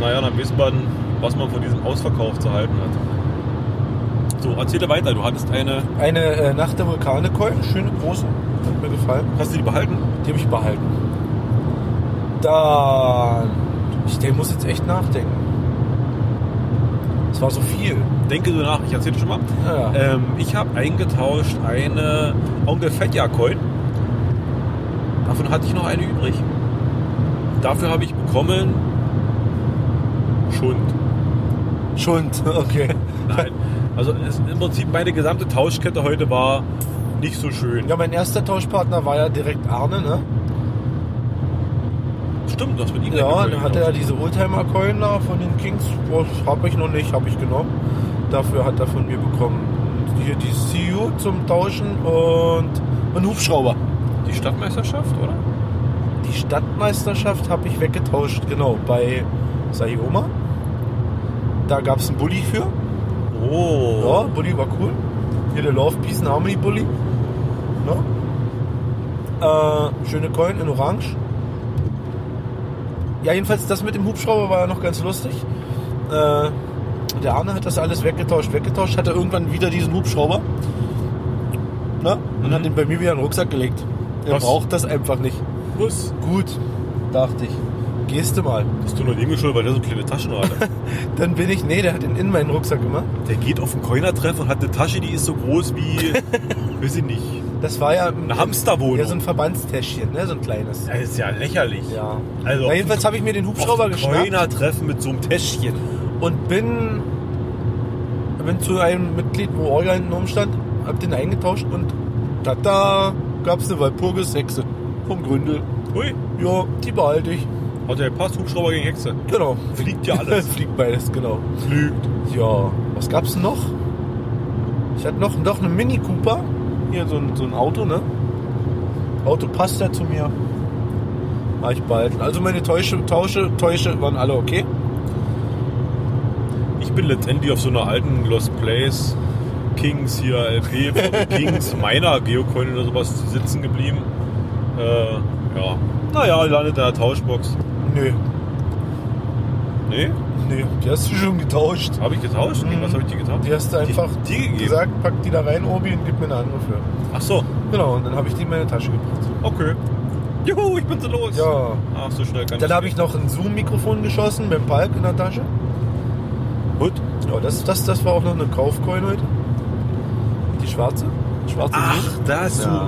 A: naja, dann weiß man, was man von diesem Ausverkauf zu halten hat. So, erzähle weiter. Du hattest eine.
B: Eine äh, Nacht der Vulkane Coin, schöne große, hat mir gefallen.
A: Hast du die behalten?
B: Die habe ich behalten. Dann. Ich der muss jetzt echt nachdenken. Es war so viel.
A: Denke so nach, ich erzähle schon mal. Ähm, ich habe eingetauscht eine Onkel Fetja Coin. Davon hatte ich noch eine übrig. Dafür habe ich bekommen Schund.
B: Schund, Äh, okay.
A: Nein. Also es, im Prinzip meine gesamte Tauschkette heute war nicht so schön.
B: Ja, mein erster Tauschpartner war ja direkt Arne, ne?
A: Stimmt, das mit ihm
B: Ja, dann hatte er diese Oldtimer-Coin da von den Kings. Was habe ich noch nicht, habe ich genommen. Dafür hat er von mir bekommen. Hier die CU zum Tauschen und einen Hubschrauber.
A: Die Stadtmeisterschaft, oder?
B: Die Stadtmeisterschaft habe ich weggetauscht, genau, bei Sayoma. Da gab es einen Bulli für.
A: Oh.
B: Ja, Bulli war cool. Hier der Love Peace and Harmony Bulli. Ne? Äh, schöne Coin in Orange. Ja, jedenfalls das mit dem Hubschrauber war ja noch ganz lustig. Äh, der Arne hat das alles weggetauscht, weggetauscht, hatte irgendwann wieder diesen Hubschrauber. Ne? Und hat den bei mir wieder in den Rucksack gelegt. Er
A: Mhm. Was?
B: braucht das einfach nicht.
A: Muss.
B: Gut, dachte ich. Gehst du mal.
A: Bist du nur dem geschuldet, weil der so kleine Taschen hatte.
B: Dann bin ich, nee, der hat ihn in meinen Rucksack gemacht.
A: der geht auf den Coiner-Treff und hat eine Tasche, die ist so groß wie, weiß ich nicht,
B: Das war ja
A: eine Hamsterwohnung.
B: Ja, so ein Verbandstäschchen, ne? so ein kleines.
A: Das ist ja lächerlich.
B: Ja.
A: Also
B: Na, jedenfalls habe ich mir den Hubschrauber geschnappt.
A: Treffen mit so einem Täschchen.
B: und bin, bin zu einem Mitglied, wo Orga hinten rumstand, hab den eingetauscht und tada, gab's eine Walpurgis Hexe vom Gründel.
A: Hui.
B: Ja, die behalte ich.
A: Hat der passt Hubschrauber gegen Hexe.
B: Genau.
A: Fliegt ja alles.
B: Fliegt beides, genau.
A: Lügt.
B: Ja, was gab's denn noch? Ich hatte noch, noch eine Mini Cooper. Hier so ein, so ein Auto, ne? Auto passt ja zu mir. Habe ich behalten. Also meine Täusche, Tausche, Täusche waren alle okay.
A: Ich bin letztendlich auf so einer alten Lost Place Kings hier, LP von den Kings, meiner Geocoin oder sowas sitzen geblieben. Äh, ja. Naja, landet in der Tauschbox.
B: Nö.
A: Nee?
B: Nee, die hast du schon getauscht.
A: Habe ich getauscht?
B: Mhm.
A: Gegen Was habe ich dir getauscht?
B: Die hast du einfach
A: die gegeben?
B: gesagt, pack die da rein, Obi, und gib mir eine andere für.
A: Ach so.
B: Genau, und dann habe ich die in meine Tasche gebracht.
A: Okay. Juhu, ich bin so los.
B: Ja.
A: Ach, so schnell kann
B: Dann habe ich noch ein Zoom-Mikrofon geschossen mit dem Palk in der Tasche.
A: Gut.
B: Ja, das, das, das war auch noch eine Kaufcoin heute. Die schwarze. Schwarze
A: Ach,
B: Zoom.
A: das
B: Ja.
A: Zoom.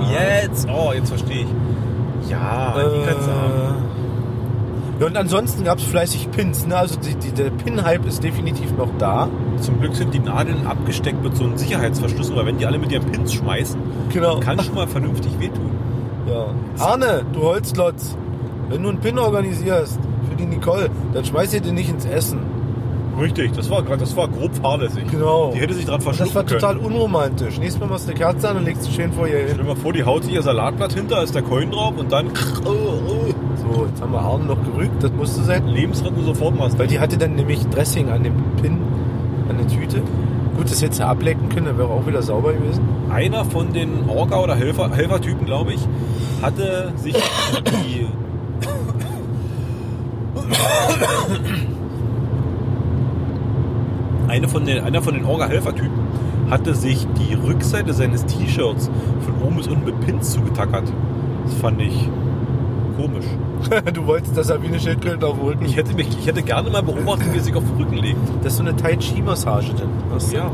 A: Jetzt. Oh, jetzt verstehe ich. Ja,
B: Äh,
A: die kannst du haben.
B: Ja, und ansonsten gab es fleißig Pins. Ne? Also die, die, der Pin-Hype ist definitiv noch da.
A: Zum Glück sind die Nadeln abgesteckt mit so einem Sicherheitsverschluss, weil wenn die alle mit ihren Pins schmeißen,
B: Genau.
A: kann schon mal vernünftig wehtun.
B: Ja. Arne, du Holzlotz, wenn du einen Pin organisierst für die Nicole, dann schmeiß ihr den nicht ins Essen.
A: Richtig, das war, grad- das war grob fahrlässig.
B: Genau.
A: Die hätte sich dran verschlucken
B: Das war
A: können.
B: total unromantisch. Nächstes Mal machst du eine Kerze an und legst sie schön vor ihr hin.
A: Stell dir mal vor, die haut sich ihr Salatblatt hinter, ist der Coin drauf und dann oh, oh,
B: So, jetzt haben wir Arne noch gerügt, das musste sein.
A: Lebensretten sofort machst.
B: Weil die hatte dann nämlich Dressing an dem Pin, an der Tüte. Gut, das hätte sie ablecken können, dann wäre auch wieder sauber gewesen.
A: Einer von den Orga- oder Helfer, Helfertypen, glaube ich, hatte sich die... Eine von den, einer von den Orga-Helfertypen hatte sich die Rückseite seines T-Shirts von oben bis unten mit Pins zugetackert. Das fand ich komisch.
B: du wolltest, dass er wie eine Schildkröte auf dem Rücken
A: Ich hätte, mich, ich hätte gerne mal beobachtet, wie er sich auf den Rücken legt.
B: Das ist so eine Tai Chi-Massage denn. Das-
A: Ja.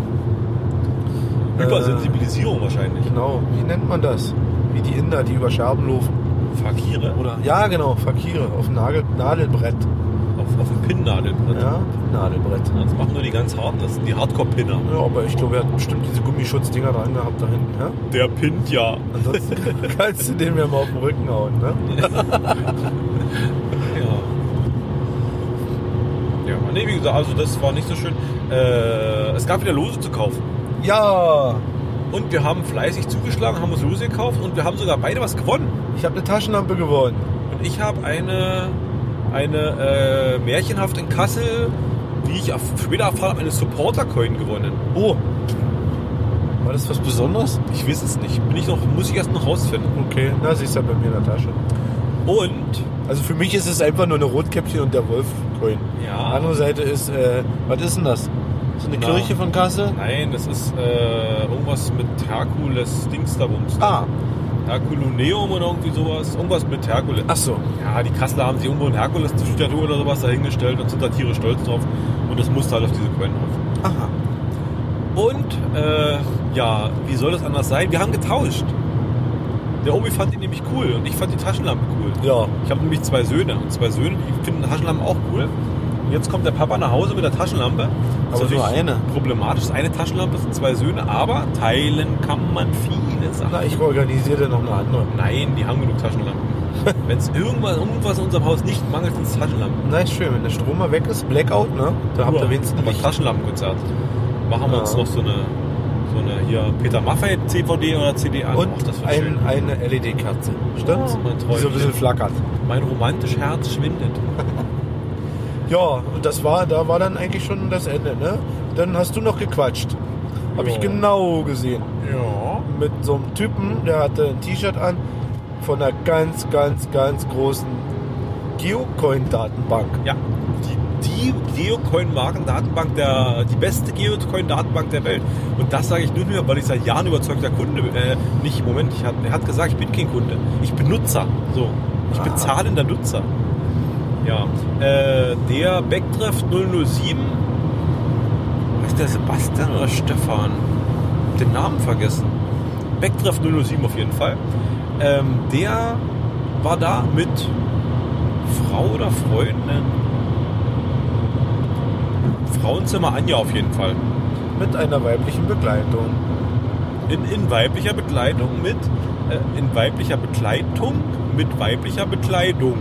A: Äh, Übersensibilisierung wahrscheinlich.
B: Genau, wie nennt man das? Wie die Inder, die über Scherben laufen.
A: Fakire. Oder
B: Ja, genau, Fakire auf dem Nagel, Nadelbrett.
A: auf, auf dem Pinnnadelbrett.
B: Ja, Nadelbrett.
A: Das machen nur die ganz harten, das sind die Hardcore-Pinner.
B: Ja, aber ich glaube, er hat bestimmt diese Gummischutzdinger dran gehabt da hinten. Ja?
A: Der pinnt ja.
B: Ansonsten kannst du den mir mal auf den Rücken hauen. Ne?
A: Ja. Ja, nee, wie gesagt, also das war nicht so schön. Äh, es gab wieder Lose zu kaufen.
B: Ja,
A: Und wir haben fleißig zugeschlagen, haben uns Lose gekauft und wir haben sogar beide was gewonnen.
B: ich habe eine Taschenlampe gewonnen.
A: Und ich habe eine, eine äh, Märchenhaft in Kassel, wie ich erf- später erfahren habe, eine Supporter-Coin gewonnen. Oh. War das was Besonderes? Ich weiß es nicht. Bin ich noch, muss ich erst noch rausfinden.
B: Okay, na siehst du ja bei mir in der Tasche.
A: Und?
B: Also für mich ist es einfach nur eine Rotkäppchen und der Wolf-Coin.
A: Ja.
B: Andere Seite ist, äh, was ist denn das? Ist das eine
A: Na.
B: Kirche von Kassel?
A: Nein, das ist äh, irgendwas mit Herkules Dingsterbums. Ah. Herkuloneum oder irgendwie sowas. Irgendwas mit Herkules. Ach so. Ja, die Kassler haben sich irgendwo ein Herkules zur Statue oder sowas dahingestellt und sind da Tiere stolz drauf. Und das musste halt auf diese Quellen drauf. Aha. Und, äh, ja, wie soll das anders sein? Wir haben getauscht. Der Obi fand ihn nämlich cool und ich fand die Taschenlampe cool. Ja. Ich habe nämlich zwei Söhne und zwei Söhne, die finden Taschenlampen auch cool. Und jetzt kommt der Papa nach Hause mit der Taschenlampe.
B: Aber nur
A: natürlich
B: eine.
A: Problematisch. Eine Taschenlampe sind zwei Söhne, aber teilen kann man viele Sachen. Na, ich organisiere noch eine andere. Nein, die haben genug Taschenlampen. Wenn es irgendwas, irgendwas in unserem Haus nicht mangelt, sind es Taschenlampen.
B: Na ist schön, wenn der Strom mal weg ist, Blackout, ne? Da habt ihr wenigstens
A: Aber Taschenlampenkonzert. Machen wir uns noch so eine, so eine hier Peter Maffay CVD oder CD an.
B: Und
A: Ach, das wird
B: ein,
A: schön.
B: eine LED-Kerze. Stimmt's?
A: Mein
B: Die so ein bisschen
A: Träumchen.
B: flackert.
A: Mein romantisches Herz schwindet.
B: Ja, und das war, da war dann eigentlich schon das Ende, ne? Dann hast du noch gequatscht. Habe ich genau gesehen.
A: Ja.
B: Mit so einem Typen, der hatte ein T-Shirt an von einer ganz, ganz, ganz großen Geocoin-Datenbank.
A: Ja. Die, die Geocoin-Markendatenbank, der, die beste Geocoin-Datenbank der Welt. Und das sage ich nur mehr, weil ich seit Jahren überzeugter Kunde bin. Äh, nicht, Moment, ich hat, er hat gesagt, ich bin kein Kunde. Ich bin Nutzer. So. Ich bin zahlender Nutzer. Ja. Äh, der Backtreff 007. Was ist der Sebastian oder Stefan? Den Namen vergessen. Backtreff 007 auf jeden Fall. Ähm, der war da mit Frau oder Freundin? Frauenzimmer Anja auf jeden Fall.
B: Mit einer weiblichen Begleitung.
A: In, in weiblicher Begleitung mit, äh, in weiblicher Begleitung mit weiblicher Bekleidung.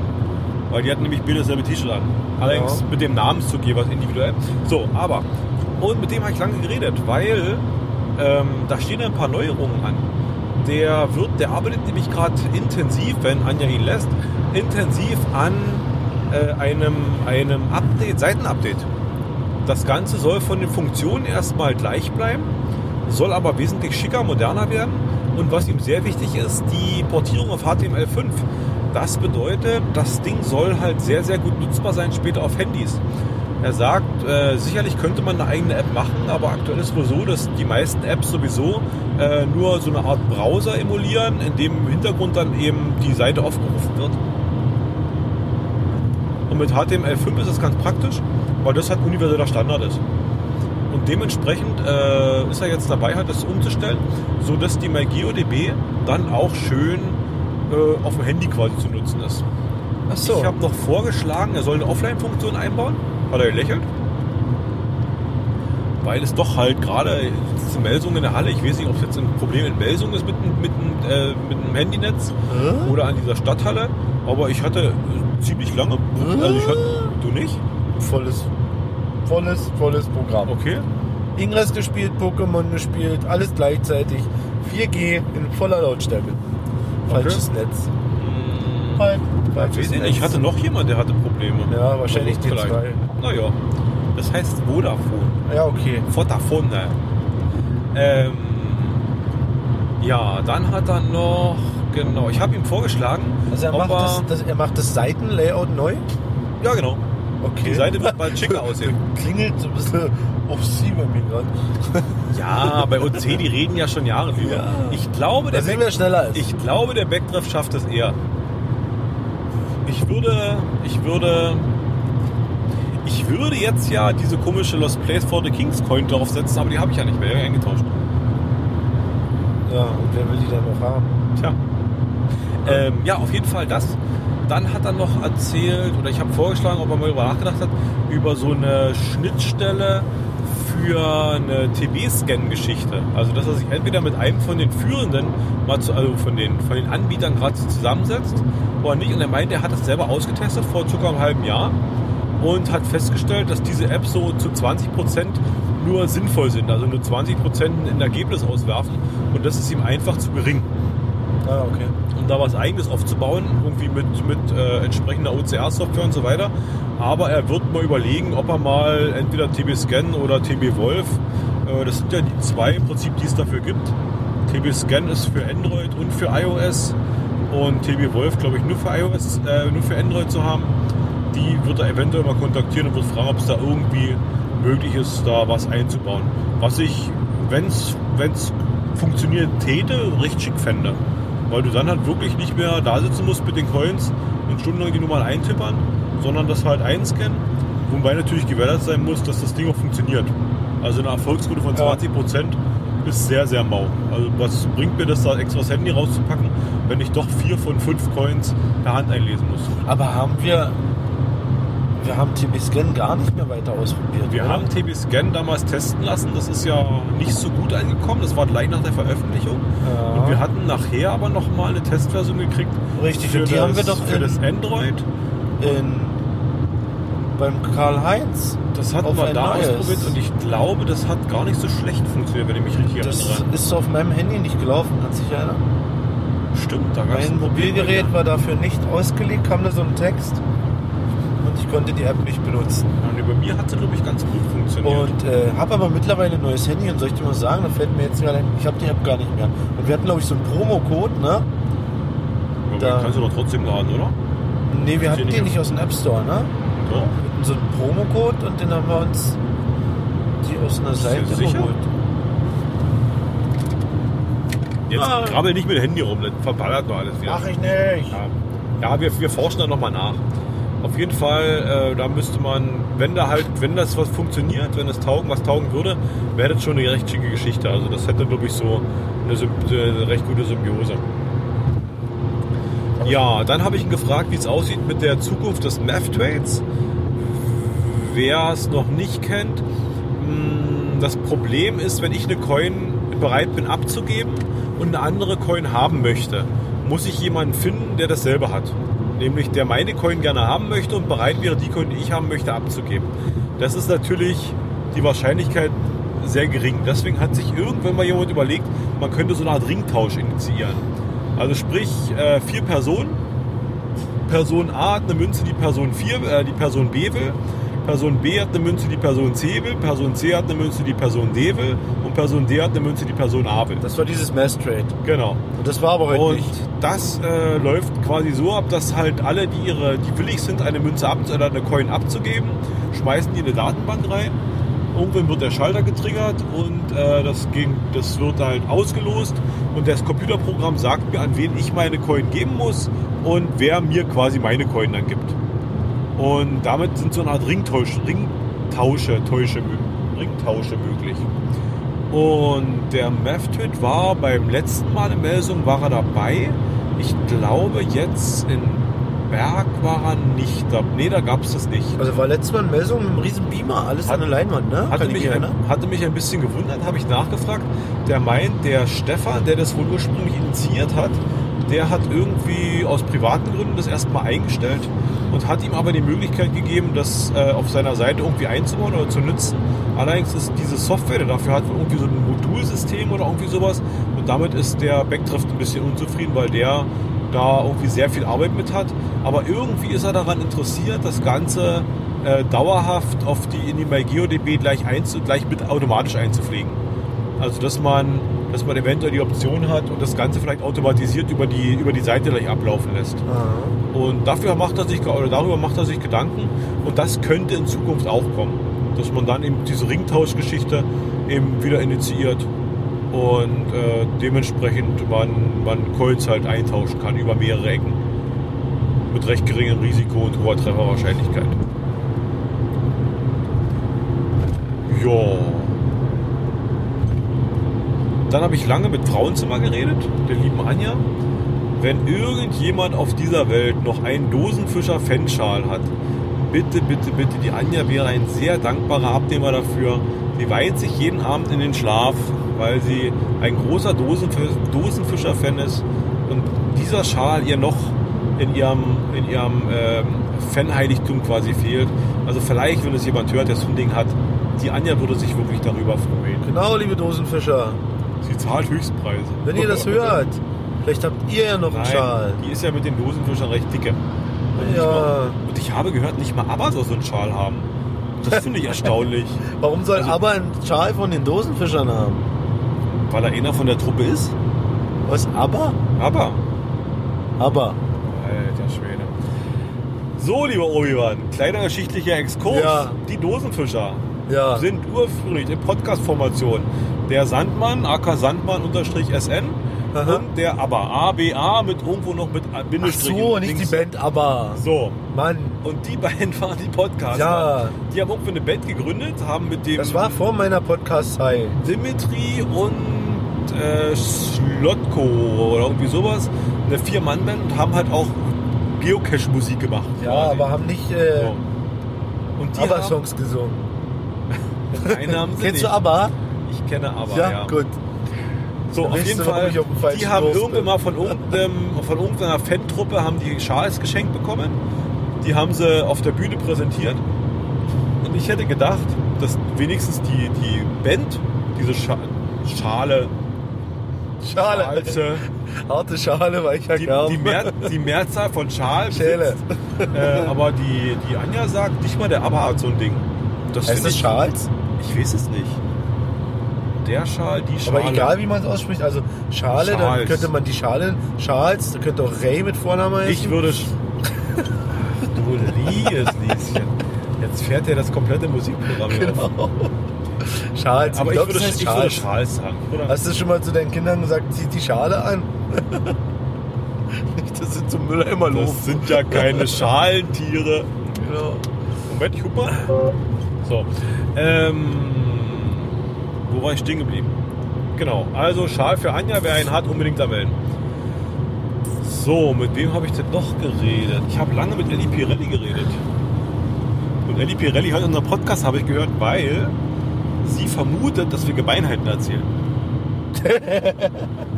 A: Weil die hatten nämlich beide dasselbe T-Shirt an. Allerdings
B: Ja.
A: mit dem Namenszug jeweils individuell. So, aber. Und mit dem habe ich lange geredet, weil ähm, da stehen ein paar Neuerungen an. Der wird, der arbeitet nämlich gerade intensiv, wenn Anja ihn lässt, intensiv an äh, einem, einem Update, Seitenupdate. Das Ganze soll von den Funktionen erstmal gleich bleiben, soll aber wesentlich schicker, moderner werden. Und was ihm sehr wichtig ist, die Portierung auf HTML5. Das bedeutet, das Ding soll halt sehr, sehr gut nutzbar sein später auf Handys. Er sagt, äh, sicherlich könnte man eine eigene App machen, aber aktuell ist wohl so, dass die meisten Apps sowieso äh, nur so eine Art Browser emulieren, in dem im Hintergrund dann eben die Seite aufgerufen wird. Und mit HTML5 ist das ganz praktisch, weil das halt universeller Standard ist. Und dementsprechend äh, ist er jetzt dabei, halt das umzustellen, sodass die MyGeoDB dann auch schön äh, auf dem Handy quasi zu nutzen ist. Ach so. Ich habe noch vorgeschlagen, er soll eine Offline-Funktion einbauen. Hat er gelächelt? Weil es doch halt gerade jetzt in Melsung in der Halle, ich weiß nicht, ob es jetzt ein Problem in Melsung ist mit, dem- mit, dem, äh, mit dem Handynetz oder an dieser Stadthalle, aber ich hatte äh, ziemlich lange. Also ich hatte, du nicht?
B: Volles, volles, volles Programm.
A: Okay.
B: Ingress gespielt, Pokémon gespielt, alles gleichzeitig. 4G in voller Lautstärke. Falsches Netz.
A: Hm.
B: Falsch, falsches
A: Weiß ich nicht, ich hatte noch jemand, der hatte Probleme.
B: Ja, wahrscheinlich die
A: Vielleicht.
B: zwei.
A: Naja, das heißt Vodafone.
B: Ja, okay.
A: Vodafone, ne? Ähm, ja, dann hat er noch, genau, ich habe ihm vorgeschlagen,
B: Also er
A: ob
B: macht,
A: er-
B: das, das, er macht das Seitenlayout neu?
A: Ja, genau.
B: Okay.
A: Die Seite wird bald schicker aussehen.
B: Klingelt so ein bisschen auf sie bei mir gerade.
A: Ja, bei OC, die reden ja schon Jahre drüber. Ich glaube, der
B: Da sind
A: Back-
B: wir schneller als-
A: Ich glaube, der Backdraft schafft es eher. Ich würde, ich würde, ich würde jetzt ja diese komische Lost Place for the Kings Coin draufsetzen, aber die habe ich ja nicht mehr die habe ich eingetauscht.
B: Ja, und wer will die dann noch haben?
A: Tja. Ähm, ja, auf jeden Fall das. Dann hat er noch erzählt, oder ich habe vorgeschlagen, ob er mal darüber nachgedacht hat, über so eine Schnittstelle für eine TB-Scan-Geschichte. Also, dass er sich entweder mit einem von den Führenden, mal zu, also von den, von den Anbietern gerade so zusammensetzt oder nicht. Und er meinte, er hat das selber ausgetestet vor circa einem halben Jahr und hat festgestellt, dass diese Apps so zu 20 Prozent nur sinnvoll sind, also nur 20 Prozent ein Ergebnis auswerfen und das ist ihm einfach zu gering. Ah, okay. Um da was Eigenes aufzubauen, irgendwie mit, mit äh, entsprechender OCR-Software und so weiter. Aber er wird mal überlegen, ob er mal entweder TB Scan oder TB Wolf, äh, das sind ja die zwei im Prinzip, die es dafür gibt. TB Scan ist für Android und für iOS und TB Wolf, glaube ich, nur für iOS, äh, nur für Android zu haben. Die wird er eventuell mal kontaktieren und wird fragen, ob es da irgendwie möglich ist, da was einzubauen. Was ich, wenn es funktioniert täte, recht schick fände. Weil du dann halt wirklich nicht mehr da sitzen musst mit den Coins und stundenlang die Nummern eintippern, sondern das halt einscannen. Wobei natürlich gewährleistet sein muss, dass das Ding auch funktioniert. Also eine Erfolgsquote von 20% ist sehr, sehr mau. Also was bringt mir das da extra das Handy rauszupacken, wenn ich doch vier von fünf Coins per Hand einlesen muss?
K: Aber haben wir. Wir haben TB-Scan gar nicht mehr weiter ausprobiert.
A: Wir
K: oder?
A: haben TB-Scan damals testen lassen. Das ist ja nicht so gut angekommen. Das war gleich nach der Veröffentlichung. Und wir hatten nachher aber nochmal eine Testversion gekriegt.
K: Richtig,
A: für
K: und die
A: das,
K: haben wir doch
A: für
K: in-
A: das Android.
K: beim Karl-Heinz.
A: Das hatten
K: auf
A: wir
K: ein
A: da
K: neues.
A: ausprobiert und ich glaube, das hat gar nicht so schlecht funktioniert, wenn ich mich richtig
K: Das
A: erinnere.
K: ist auf meinem Handy nicht gelaufen, kann sich einer.
A: Stimmt, da gab's
K: Mein
A: ein Problem bei
K: Mobilgerät war dafür nicht ausgelegt, kam da so ein Text und ich konnte die App nicht benutzen.
A: Und über mir hat sie, glaube ich, ganz gut funktioniert.
K: Und äh, habe aber mittlerweile ein neues Handy und soll ich dir mal sagen, da fällt mir jetzt gerade ein, ich habe die App gar nicht mehr. Und wir hatten, glaube ich, so einen Promocode, ne?
A: Aber den kannst du doch trotzdem laden, oder?
K: Ne, wir
A: Ist
K: hatten
A: hier
K: den nicht
A: nicht-
K: aus dem App Store, ne?
A: Doch.
K: Wir hatten so einen Promocode und den haben wir uns die aus einer
A: Bist du
K: Seite
A: sicher?
K: geholt.
A: Jetzt
K: Ah.
A: krabbel nicht mit dem Handy rum, das verballert nur alles wieder.
K: Mach ich nicht.
A: Ja, ja wir, wir forschen da nochmal nach. Auf jeden Fall, äh, da müsste man, wenn da halt, wenn das was funktioniert, wenn das taugen, was taugen würde, wäre das schon eine recht schicke Geschichte. Also das hätte, glaube ich, so eine, Symb äh, eine recht gute Symbiose. Ja, dann habe ich ihn gefragt, wie es aussieht mit der Zukunft des Math Trades. Wer es noch nicht kennt, mh, das Problem ist, wenn ich eine Coin bereit bin abzugeben und eine andere Coin haben möchte, muss ich jemanden finden, der dasselbe hat. Nämlich der meine Coin gerne haben möchte und bereit wäre, die Coin, die ich haben möchte, abzugeben. Das ist natürlich die Wahrscheinlichkeit sehr gering. Deswegen hat sich irgendwann mal jemand überlegt, man könnte so eine Art Ringtausch initiieren. Also sprich, äh, vier Personen Person A hat eine Münze, die Person 4, äh, die Person B will. Person B hat eine Münze, die Person C will. Person C hat eine Münze, die Person D will. Und Person D hat eine Münze, die Person A will.
K: Das war dieses Mass Trade.
A: Genau.
K: Und das war aber heute
A: Und
K: nicht.
A: das äh, läuft quasi so ab, dass halt alle, die ihre, die willig sind, eine Münze ab oder eine Coin abzugeben, schmeißen die in eine Datenbank rein. Irgendwann wird der Schalter getriggert und äh, das, ging, das wird halt ausgelost und das Computerprogramm sagt mir, an wen ich meine Coin geben muss und wer mir quasi meine Coin dann gibt. Und damit sind so eine Art Ringtausch, Ringtausche, Täusche, mö- Ringtausche möglich. Und der Method war beim letzten Mal in Melsung war er dabei. Ich glaube jetzt in Berg war er nicht dabei. Nee, da gab es das nicht.
K: Also war letztes Mal in Melsung mit einem riesen Beamer, alles an der Leinwand, ne?
A: Hatte
K: Kann ich
A: mich,
K: mich erinnern.
A: hatte mich ein bisschen gewundert, habe ich nachgefragt. Der meint, der Stefan, der das wohl ursprünglich initiiert hat, der hat irgendwie aus privaten Gründen das erstmal eingestellt und hat ihm aber die Möglichkeit gegeben, das äh, auf seiner Seite irgendwie einzubauen oder zu nutzen. Allerdings ist diese Software, die dafür hat, wohl irgendwie so ein Modulsystem oder irgendwie sowas. Und damit ist der Backdraft ein bisschen unzufrieden, weil der da irgendwie sehr viel Arbeit mit hat. Aber irgendwie ist er daran interessiert, das Ganze äh, dauerhaft auf die in die MyGeoDB gleich, einzu, gleich mit automatisch einzupflegen. Also dass man, dass man eventuell die Option hat und das Ganze vielleicht automatisiert über die, über die Seite gleich ablaufen lässt. Und dafür macht er sich, oder darüber macht er sich Gedanken und das könnte in Zukunft auch kommen. Dass man dann eben diese Ringtauschgeschichte eben wieder initiiert und äh, dementsprechend man, man Coils halt eintauschen kann über mehrere Ecken. Mit recht geringem Risiko und hoher Trefferwahrscheinlichkeit. Ja. Dann habe ich lange mit Frauenzimmer geredet, der lieben Anja. Wenn irgendjemand auf dieser Welt noch einen Dosenfischer Fanschal hat, bitte, bitte, bitte, die Anja wäre ein sehr dankbarer Abnehmer dafür. Sie weint sich jeden Abend in den Schlaf, weil sie ein großer Dosenfi- Dosenfischer-Fan ist und dieser Schal ihr noch in ihrem, in ihrem ähm, Fanheiligtum quasi fehlt. Also vielleicht, wenn es jemand hört, der so ein Ding hat, die Anja würde sich wirklich darüber freuen.
K: Genau, liebe Dosenfischer.
A: Sie zahlt Höchstpreise.
K: Wenn ihr das hört,
B: Vielleicht habt ihr ja noch einen Schal.
A: Die ist ja mit den Dosenfischern recht dicke. Und,
B: Ja.
A: ich mal, und ich habe gehört, nicht mal aber soll so einen Schal haben. Das finde ich erstaunlich.
B: Warum soll
A: Also-
B: aber ein Schal von den Dosenfischern haben?
A: Weil er einer von der Truppe ist.
B: Was? Aber?
A: Aber.
B: Aber.
A: Alter Schwede. So, lieber Obi-Wan, kleiner geschichtlicher Exkurs.
B: Ja.
A: Die Dosenfischer
B: Ja.
A: sind ursprünglich in Podcast-Formation der Sandmann, AK Sandmann-SN und der ABBA, ABA mit irgendwo noch mit Bindestrich.
B: Ach so, nicht die Band ABBA.
A: So.
B: Mann.
A: Und die beiden waren die Podcaster.
B: Ja.
A: Die haben auch für eine Band gegründet, haben mit dem...
B: Das war vor meiner Podcast-Zeit.
A: Dimitri und äh, Schlotko oder irgendwie sowas, eine Vier-Mann-Band und haben halt auch Geocache-Musik gemacht.
B: Ja, aber haben nicht äh, ABBA-Songs gesungen.
A: Nein, haben sie
B: Kennst
A: nicht.
B: du ABBA?
A: Ich kenne aber,
B: Ja,
A: ja.
B: gut.
A: So,
B: Dann
A: auf
B: weißt
A: jeden
B: du, warum
A: Fall,
B: ich auf dem falschen
A: die haben
B: Kurs bin.
A: irgendwann mal von, irgendeinem, von irgendeiner Fan-Truppe haben die Schals geschenkt bekommen. Die haben sie auf der Bühne präsentiert. Und ich hätte gedacht, dass wenigstens die, die Band diese Scha Schale
B: Schale. Harte Schale, weil ich ja
A: die,
B: kaum.
A: die, Mehr, die Mehrzahl von Schal
B: Schäle.
A: besitzt. Äh, aber die, die Anja sagt, nicht mal der Abba hat so ein Ding. Das
B: Heißt
A: find
B: das
A: ich-
B: Schals?
A: Ich weiß es nicht. Der Schal, die Schale.
B: Aber egal wie man es ausspricht, also Schale, dann
A: Charles.
B: könnte man die Schale, Charles, da könnte auch Ray mit Vornamen heißen.
A: Ich würde. sch- Ach, du liebes Lieschen. Jetzt fährt er das komplette Musikprogramm hier auf.
B: Charles,
A: Aber ich,
B: Genau. glaub,
A: würde,
B: das heißt
A: ich würde
B: Charles. Also
A: Schals sagen. Oder?
B: Hast du schon mal zu deinen Kindern gesagt, zieh die Schale an? Nicht, dass sie zum Mülleimer los.
A: Das sind ja keine Schalentiere. Genau. Moment, ich hupe. So. Ähm, wo war ich stehen geblieben? Genau. Also Schal für Anja, wer einen hat, unbedingt anmelden. So, mit wem habe ich denn noch geredet? Ich habe lange mit Elli Pirelli geredet. Und Elli Pirelli hört unseren Podcast, habe ich gehört, weil sie vermutet, dass wir Gemeinheiten erzählen.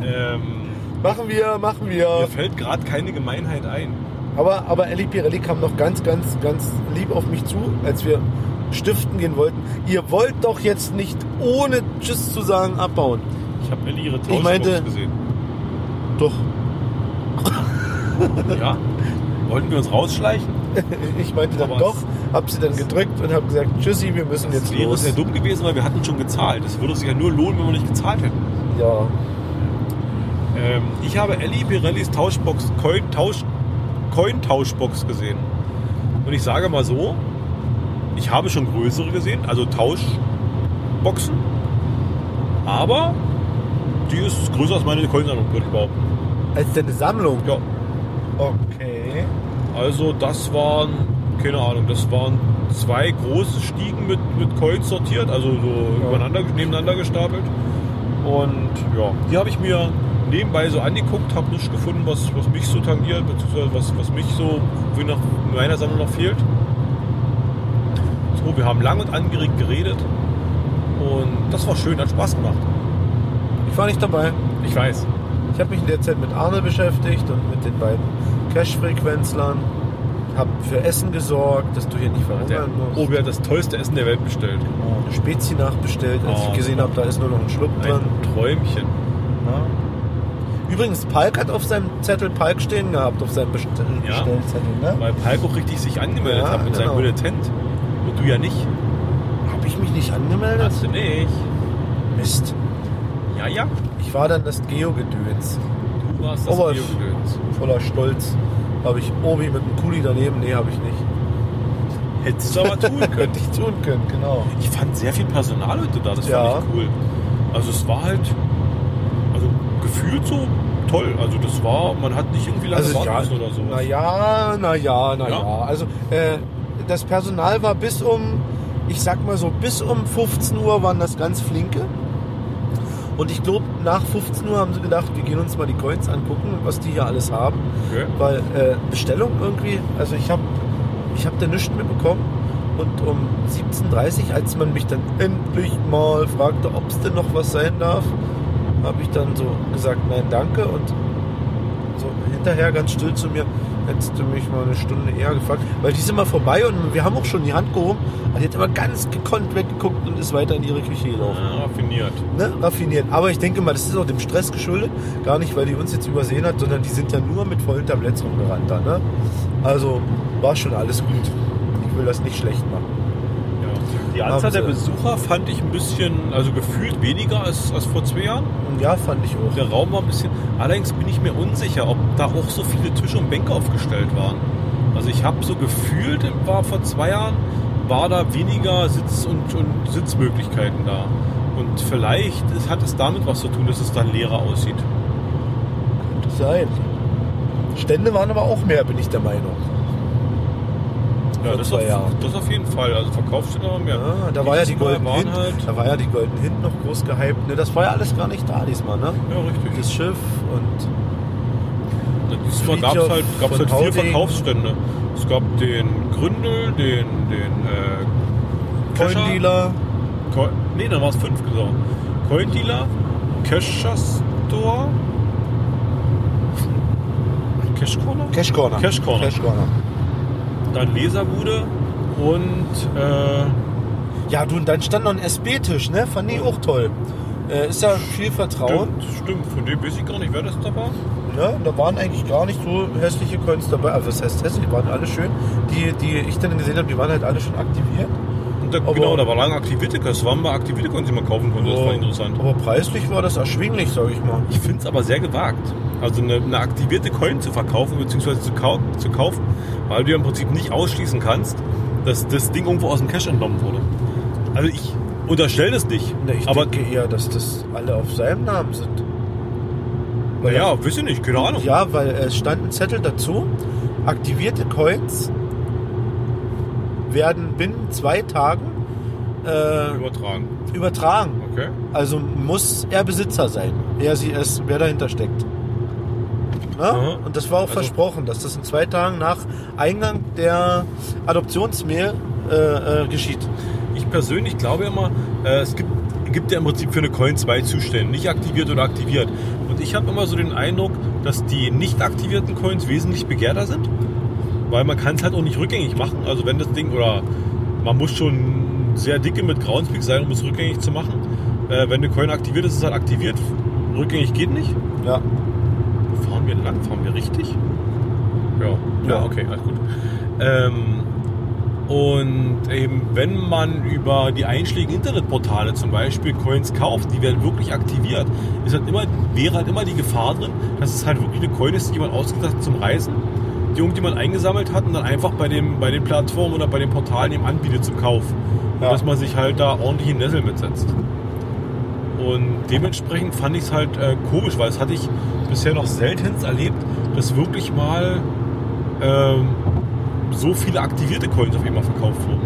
A: ähm,
B: Machen wir, machen wir.
A: mir fällt gerade keine Gemeinheit ein.
B: Aber, aber Elli Pirelli kam noch ganz, ganz, ganz lieb auf mich zu, als wir stiften gehen wollten. Ihr wollt doch jetzt nicht ohne Tschüss zu sagen abbauen.
A: Ich habe Elli ihre
B: Ich meinte-
A: Tauschbox gesehen.
B: Doch,
A: Ja. Wollten wir uns rausschleichen?
B: ich meinte dann doch, hab sie dann gedrückt und hab gesagt, Tschüssi, wir müssen jetzt
A: Das wäre
B: los.
A: sehr dumm gewesen, weil wir hatten schon gezahlt. Es würde sich ja nur lohnen, wenn wir nicht gezahlt hätten.
B: Ja.
A: Ähm, ich habe Elli Pirellis Tauschbox, Coin, Tausch, Coin Tauschbox gesehen. Und ich sage mal so, ich habe schon größere gesehen, also Tauschboxen. Aber die ist größer als meine Coinsammlung, würde ich behaupten.
B: Als deine Sammlung?
A: Ja.
B: Okay.
A: Also das waren, keine Ahnung, das waren zwei große Stiegen mit, mit Coins sortiert, also so übereinander, nebeneinander gestapelt. Und ja, die habe ich mir nebenbei so angeguckt, habe nichts gefunden, was, was mich so tangiert, beziehungsweise was, was mich so wie nach meiner Sammlung noch fehlt. So, wir haben lang und angeregt geredet und das war schön, hat Spaß gemacht.
B: Ich war nicht dabei.
A: Ich weiß.
B: Ich habe mich in der Zeit mit Arne beschäftigt und mit den beiden Cash-Frequenzlern. Hab für Essen gesorgt, dass du hier nicht
A: Der
B: verhungern musst.
A: Obi hat das teuerste Essen der Welt bestellt.
B: Eine Spezi nachbestellt, als
A: Oh.
B: ich gesehen habe, da ist nur noch ein Schluck
A: Ein
B: drin.
A: Träumchen.
B: Ja. Übrigens, Palk hat auf seinem Zettel Palk stehen gehabt, auf seinem Bestell
A: Ja.
B: Bestellzettel. Ne?
A: Weil Palko richtig sich angemeldet
B: Ja,
A: hat mit seinem
B: genau.
A: Bulletent. Und du ja nicht.
B: Habe ich mich nicht angemeldet?
A: Hast du nicht.
B: Mist.
A: Ja, ja.
B: Ich war dann das Geo-Gedöns.
A: Du warst das
B: Aber
A: Bier gewöhnt.
B: voller Stolz. Habe ich Obi mit dem Kuli daneben? Nee, habe ich nicht.
A: Hättest du aber tun können.
B: Hätte ich tun können, genau.
A: Ich fand sehr viel Personal heute da. Das
B: Ja.
A: fand ich cool. Also es war halt also gefühlt so toll. Also das war, man hat nicht irgendwie
B: Also
A: lange warten müssen oder so.
B: Naja, naja, naja.
A: Ja.
B: Also äh, das Personal war bis um, ich sag mal so, bis um 15 Uhr waren das ganz flinke. Und ich glaube, nach 15 Uhr haben sie gedacht, wir gehen uns mal die Coins angucken, was die hier alles haben.
A: Okay.
B: Weil äh, Bestellung irgendwie, also ich habe ich hab da nichts mehr bekommen. Und um 17.30 Uhr, als man mich dann endlich mal fragte, ob es denn noch was sein darf, habe ich dann so gesagt, nein, danke. Und so hinterher ganz still zu mir, Hättest du mich mal eine Stunde eher gefragt. Weil die ist immer vorbei und wir haben auch schon die Hand gehoben. Aber die hat immer ganz gekonnt weggeguckt und ist weiter in ihre Küche gelaufen.
A: raffiniert.
B: Ne? Raffiniert. Aber ich denke mal, das ist auch dem Stress geschuldet. Gar nicht, weil die uns jetzt übersehen hat, sondern die sind ja nur mit vollen Tabletts rumgerannt da. Ne? Also war schon alles gut. Ich will das nicht schlecht machen.
A: Die Anzahl
B: Aber-
A: der Besucher fand ich ein bisschen, also gefühlt weniger als, als vor zwei Jahren.
B: Ja, fand ich auch.
A: Der Raum war ein bisschen. Allerdings bin ich mir unsicher, ob da auch so viele Tische und Bänke aufgestellt waren. Also ich habe so gefühlt, war vor zwei Jahren, war da weniger Sitz- und, und Sitzmöglichkeiten da. Und vielleicht ist- hat es damit was zu tun, dass es dann leerer aussieht.
B: Sein. Stände waren aber auch mehr, bin ich der Meinung.
A: Ja,
B: Vor
A: das
B: zwei
A: auf,
B: Jahren.
A: das auf jeden Fall. Also Verkaufsstände haben wir.
B: Ja, da war ja die Golden Hint,
A: halt.
B: da war ja die Golden Hint noch groß gehypt. Ne, das war ja alles gar nicht da diesmal, ne?
A: Ja, richtig.
B: Das Schiff und
A: Diesmal gab es
B: Friedhof
A: halt, gab's
B: von
A: halt vier
B: Hauding.
A: Verkaufsstände. Es gab den Gründel, den, den äh,
B: Coindealer.
A: Co nee, dann war es fünf, genau. Coindealer, Kescher Store, Cash Corner?
B: Cash Corner.
A: Cash Corner.
B: Cash Corner.
A: Dann Leserbude und äh,
B: Ja, du, und dann stand noch ein SB-Tisch, ne? Fand ich auch toll. Äh, ist ja viel Vertrauen.
A: Stimmt, stimmt, von dem weiß ich gar nicht, wer das da war.
B: Ne? Da waren eigentlich gar nicht so hässliche Coins dabei. Also das heißt hässlich, die waren alle schön. Die, die ich dann gesehen habe, die waren halt alle schon aktiviert.
A: Und da, genau, da war lange Aktivitik, das waren mal Aktivitik, die man kaufen konnte, das war interessant.
B: Aber preislich war das erschwinglich, sage ich mal.
A: Ich finde es aber sehr gewagt. Also eine, eine aktivierte Coin zu verkaufen bzw. Zu, kau zu kaufen, weil du ja im Prinzip nicht ausschließen kannst, dass das Ding irgendwo aus dem Cash entnommen wurde. Also ich unterstelle das nicht.
B: Ne, ich
A: aber
B: denke eher, dass das alle auf seinem Namen sind.
A: naja, weiß ich nicht, keine Ahnung.
B: Ja, weil äh, es stand ein Zettel dazu. Aktivierte Coins werden binnen zwei Tagen äh,
A: übertragen.
B: Übertragen.
A: Okay.
B: Also muss er Besitzer sein, er sie es, wer dahinter steckt. Na? Und das war auch
A: Also
B: versprochen, dass das in zwei Tagen nach Eingang der Adoptionsmail äh, äh, geschieht.
A: Ich persönlich glaube immer, äh, es gibt, gibt ja im Prinzip für eine Coin zwei Zustände, nicht aktiviert oder aktiviert. Und ich habe immer so den Eindruck, dass die nicht aktivierten Coins wesentlich begehrter sind, weil man kann es halt auch nicht rückgängig machen. Also wenn das Ding, oder man muss schon sehr dicke mit Groundspeak sein, um es rückgängig zu machen. Äh, wenn eine Coin aktiviert ist, ist es halt aktiviert. Rückgängig geht nicht.
B: Ja.
A: Wo fahren wir denn lang? Fahren wir richtig? Ja, ja, okay, alles gut. Ähm, und eben, wenn man über die einschlägigen Internetportale zum Beispiel Coins kauft, die werden wirklich aktiviert, ist halt immer, wäre halt immer die Gefahr drin, dass es halt wirklich eine Coin ist, die jemand ausgedacht hat zum Reisen, die irgendjemand eingesammelt hat und dann einfach bei, dem, bei den Plattformen oder bei den Portalen eben anbietet zum Kauf. Und dass man sich halt da ordentlich in Nessel mitsetzt. Und dementsprechend fand ich es halt äh, komisch, weil das hatte ich bisher noch selten erlebt, dass wirklich mal ähm, so viele aktivierte Coins auf einmal verkauft wurden.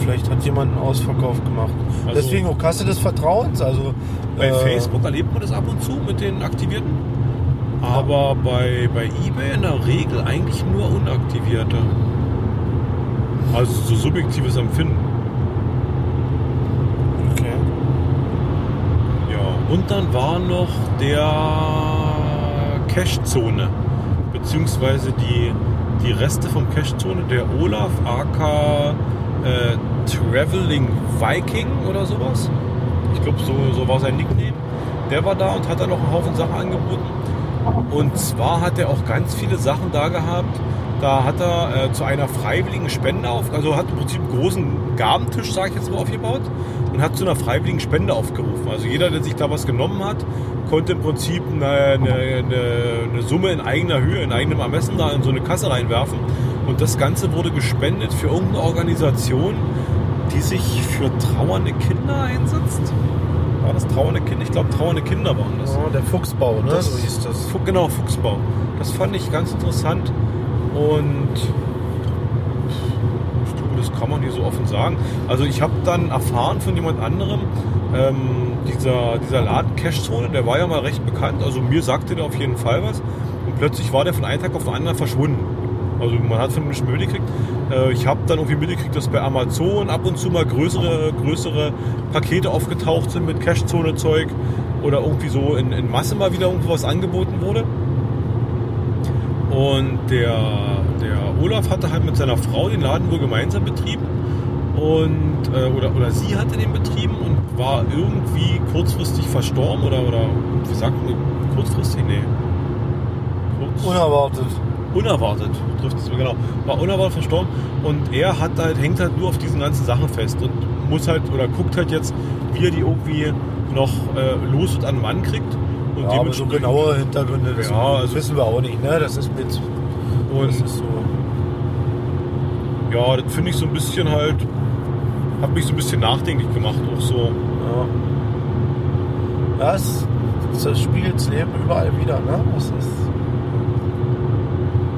B: Vielleicht hat jemand einen Ausverkauf gemacht. Deswegen auch Kasse des Vertrauens. Also
A: Also Bei
B: äh,
A: Facebook erlebt man das ab und zu mit den aktivierten, aber bei, bei eBay in der Regel eigentlich nur unaktivierte. Also so subjektives Empfinden.
B: Okay.
A: Ja, und dann war noch der Cash-Zone, beziehungsweise die, die Reste vom Cash-Zone, der Olaf aka äh, Traveling Viking oder sowas. Ich glaube, so, so war sein Nickname. Der war da und hat dann noch einen Haufen Sachen angeboten. Und zwar hat er auch ganz viele Sachen da gehabt. Da hat er äh, zu einer freiwilligen Spende auf, also hat im Prinzip einen großen Gabentisch, sage ich jetzt mal, aufgebaut und hat zu einer freiwilligen Spende aufgerufen. Also jeder, der sich da was genommen hat, konnte im Prinzip eine, eine, eine, eine Summe in eigener Höhe, in eigenem Ermessen da in so eine Kasse reinwerfen. Und das Ganze wurde gespendet für irgendeine Organisation, die sich für trauernde Kinder einsetzt. War das trauernde Kinder? Ich glaube, trauernde Kinder waren das.
B: der Fuchsbau, ne?
A: Das,
B: So hieß das.
A: Fu- Genau, Fuchsbau. Das fand ich ganz interessant. Und ich glaube, das kann man hier so offen sagen. Also ich habe dann erfahren von jemand anderem, ähm, dieser, dieser Laden Cashzone, der war ja mal recht bekannt. Also mir sagte der auf jeden Fall was. Und plötzlich war der von einem Tag auf den anderen verschwunden. Also man hat von dem nicht mehr mitgekriegt. Äh, Ich habe dann irgendwie mitgekriegt, dass bei Amazon ab und zu mal größere, größere Pakete aufgetaucht sind mit Cashzone-Zeug oder irgendwie so in, in Masse mal wieder irgendwo was angeboten wurde. Und der, der Olaf hatte halt mit seiner Frau den Laden wohl gemeinsam betrieben. Und, äh, oder, oder sie hatte den betrieben und war irgendwie kurzfristig verstorben oder, oder wie sagt man, kurzfristig? Nee. Kurz,
B: Unerwartet.
A: unerwartet, trifft es mir genau, war unerwartet verstorben und er hat halt, hängt halt nur auf diesen ganzen Sachen fest und muss halt oder guckt halt jetzt, wie er die irgendwie noch äh, los und an den Mann kriegt. Und
B: Ja, aber so
A: dementsprechend-
B: genaue Hintergründe, das
A: Ja, also-
B: wissen wir auch nicht. Ne? Das ist mit.
A: Und
B: das ist so.
A: Ja, das finde ich so ein bisschen halt, hat mich so ein bisschen nachdenklich gemacht, auch so.
B: Das, das spiegelt Leben überall wieder. Ne? Das ist,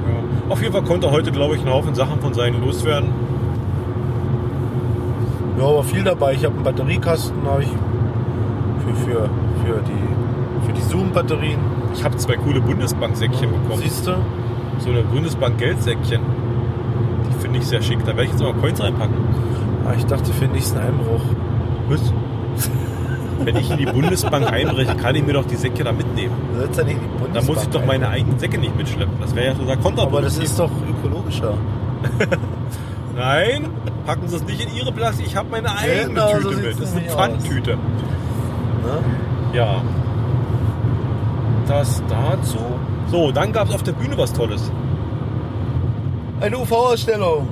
A: Ja. Auf jeden Fall konnte er heute, glaube ich, einen Haufen Sachen von seinen loswerden.
B: ja, aber viel dabei. Ich habe einen Batteriekasten hab ich für, für, für die, für die Zoom-Batterien.
A: Ich habe zwei coole Bundesbank-Säckchen bekommen.
B: Siehst du?
A: So eine Bundesbank-Geldsäckchen. Die finde ich sehr schick. Da werde ich jetzt mal Coins reinpacken.
B: Ah, ich dachte, für den nächsten Einbruch. Was?
A: Wenn ich in die Bundesbank einbreche, kann ich mir doch die Säcke da mitnehmen.
B: Du sollst ja nicht in die
A: Da
B: Bundesbank
A: muss ich doch meine eigenen Säcke nicht mitschleppen. Das wäre ja total kontraproduktiv.
B: Aber das ist doch ökologischer.
A: Nein, packen Sie es nicht in Ihre Plastik. Ich habe meine eigene
B: Genau, so
A: Tüte
B: sieht's
A: mit. Das ist eine
B: nämlich
A: Pfandtüte. Ja. Das dazu. So, dann gab es auf der Bühne was Tolles.
B: Eine UV-Ausstellung.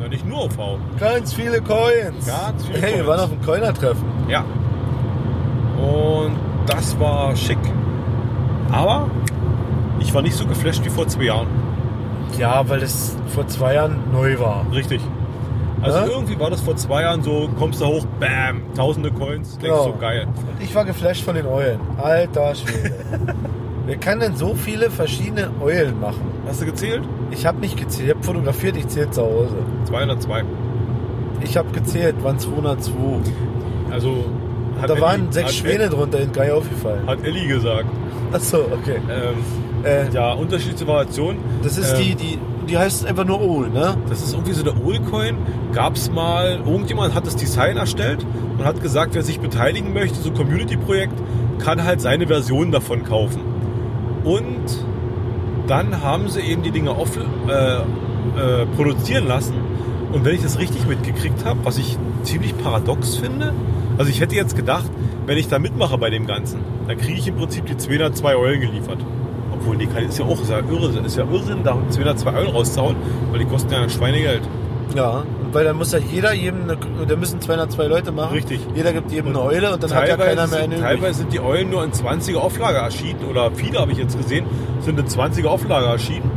A: Na, nicht nur UV.
B: Ganz viele Coins.
A: Ganz viele
B: hey, wir
A: Coins.
B: waren auf dem Coiner-Treffen.
A: Ja. Und das war schick. Aber ich war nicht so geflasht wie vor zwei Jahren.
B: Ja, weil das vor zwei Jahren neu war.
A: Richtig. Also
B: Ja?
A: irgendwie war das vor zwei Jahren so, kommst du hoch, bam, tausende Coins, denkst
B: Genau.
A: so geil.
B: Und ich war geflasht von den Eulen. Alter Schwede. Wer kann denn so viele verschiedene Eulen machen?
A: Hast du gezählt?
B: Ich habe nicht gezählt. Ich habe fotografiert, ich zähle zu Hause.
A: 202.
B: Ich habe gezählt, waren 202.
A: Also
B: Und da waren sechs
A: hat
B: Schwäne drunter, ist gar nicht aufgefallen.
A: Hat Elli gesagt.
B: Achso, okay. Äh,
A: Ähm, ja, ähm. unterschiedliche Variationen.
B: Das ist die, die, die heißt einfach nur Ohl, ne?
A: Das ist irgendwie so der Ohl-Coin. Gab es mal, irgendjemand hat das Design erstellt und hat gesagt, wer sich beteiligen möchte, so Community-Projekt, kann halt seine Version davon kaufen. Und dann haben sie eben die Dinge off, äh, äh, produzieren lassen. Und wenn ich das richtig mitgekriegt habe, was ich ziemlich paradox finde, also ich hätte jetzt gedacht, wenn ich da mitmache bei dem Ganzen, dann kriege ich im Prinzip die 202 Eulen geliefert. Obwohl, nee, kann- ist ja auch ist ja Irrsinn, ist ja Irrsinn, da 202 Eulen rauszuhauen, weil die kosten ja ein Schweinegeld.
B: Ja, weil dann muss ja jeder jedem, eine, da müssen 202 Leute machen. Richtig. Jeder gibt jedem eine Eule und dann hat ja keiner mehr eine
A: sind,
B: übrig.
A: teilweise sind die Eulen nur in 20er Auflage erschienen oder viele habe ich jetzt gesehen, sind in 20er Auflage erschienen.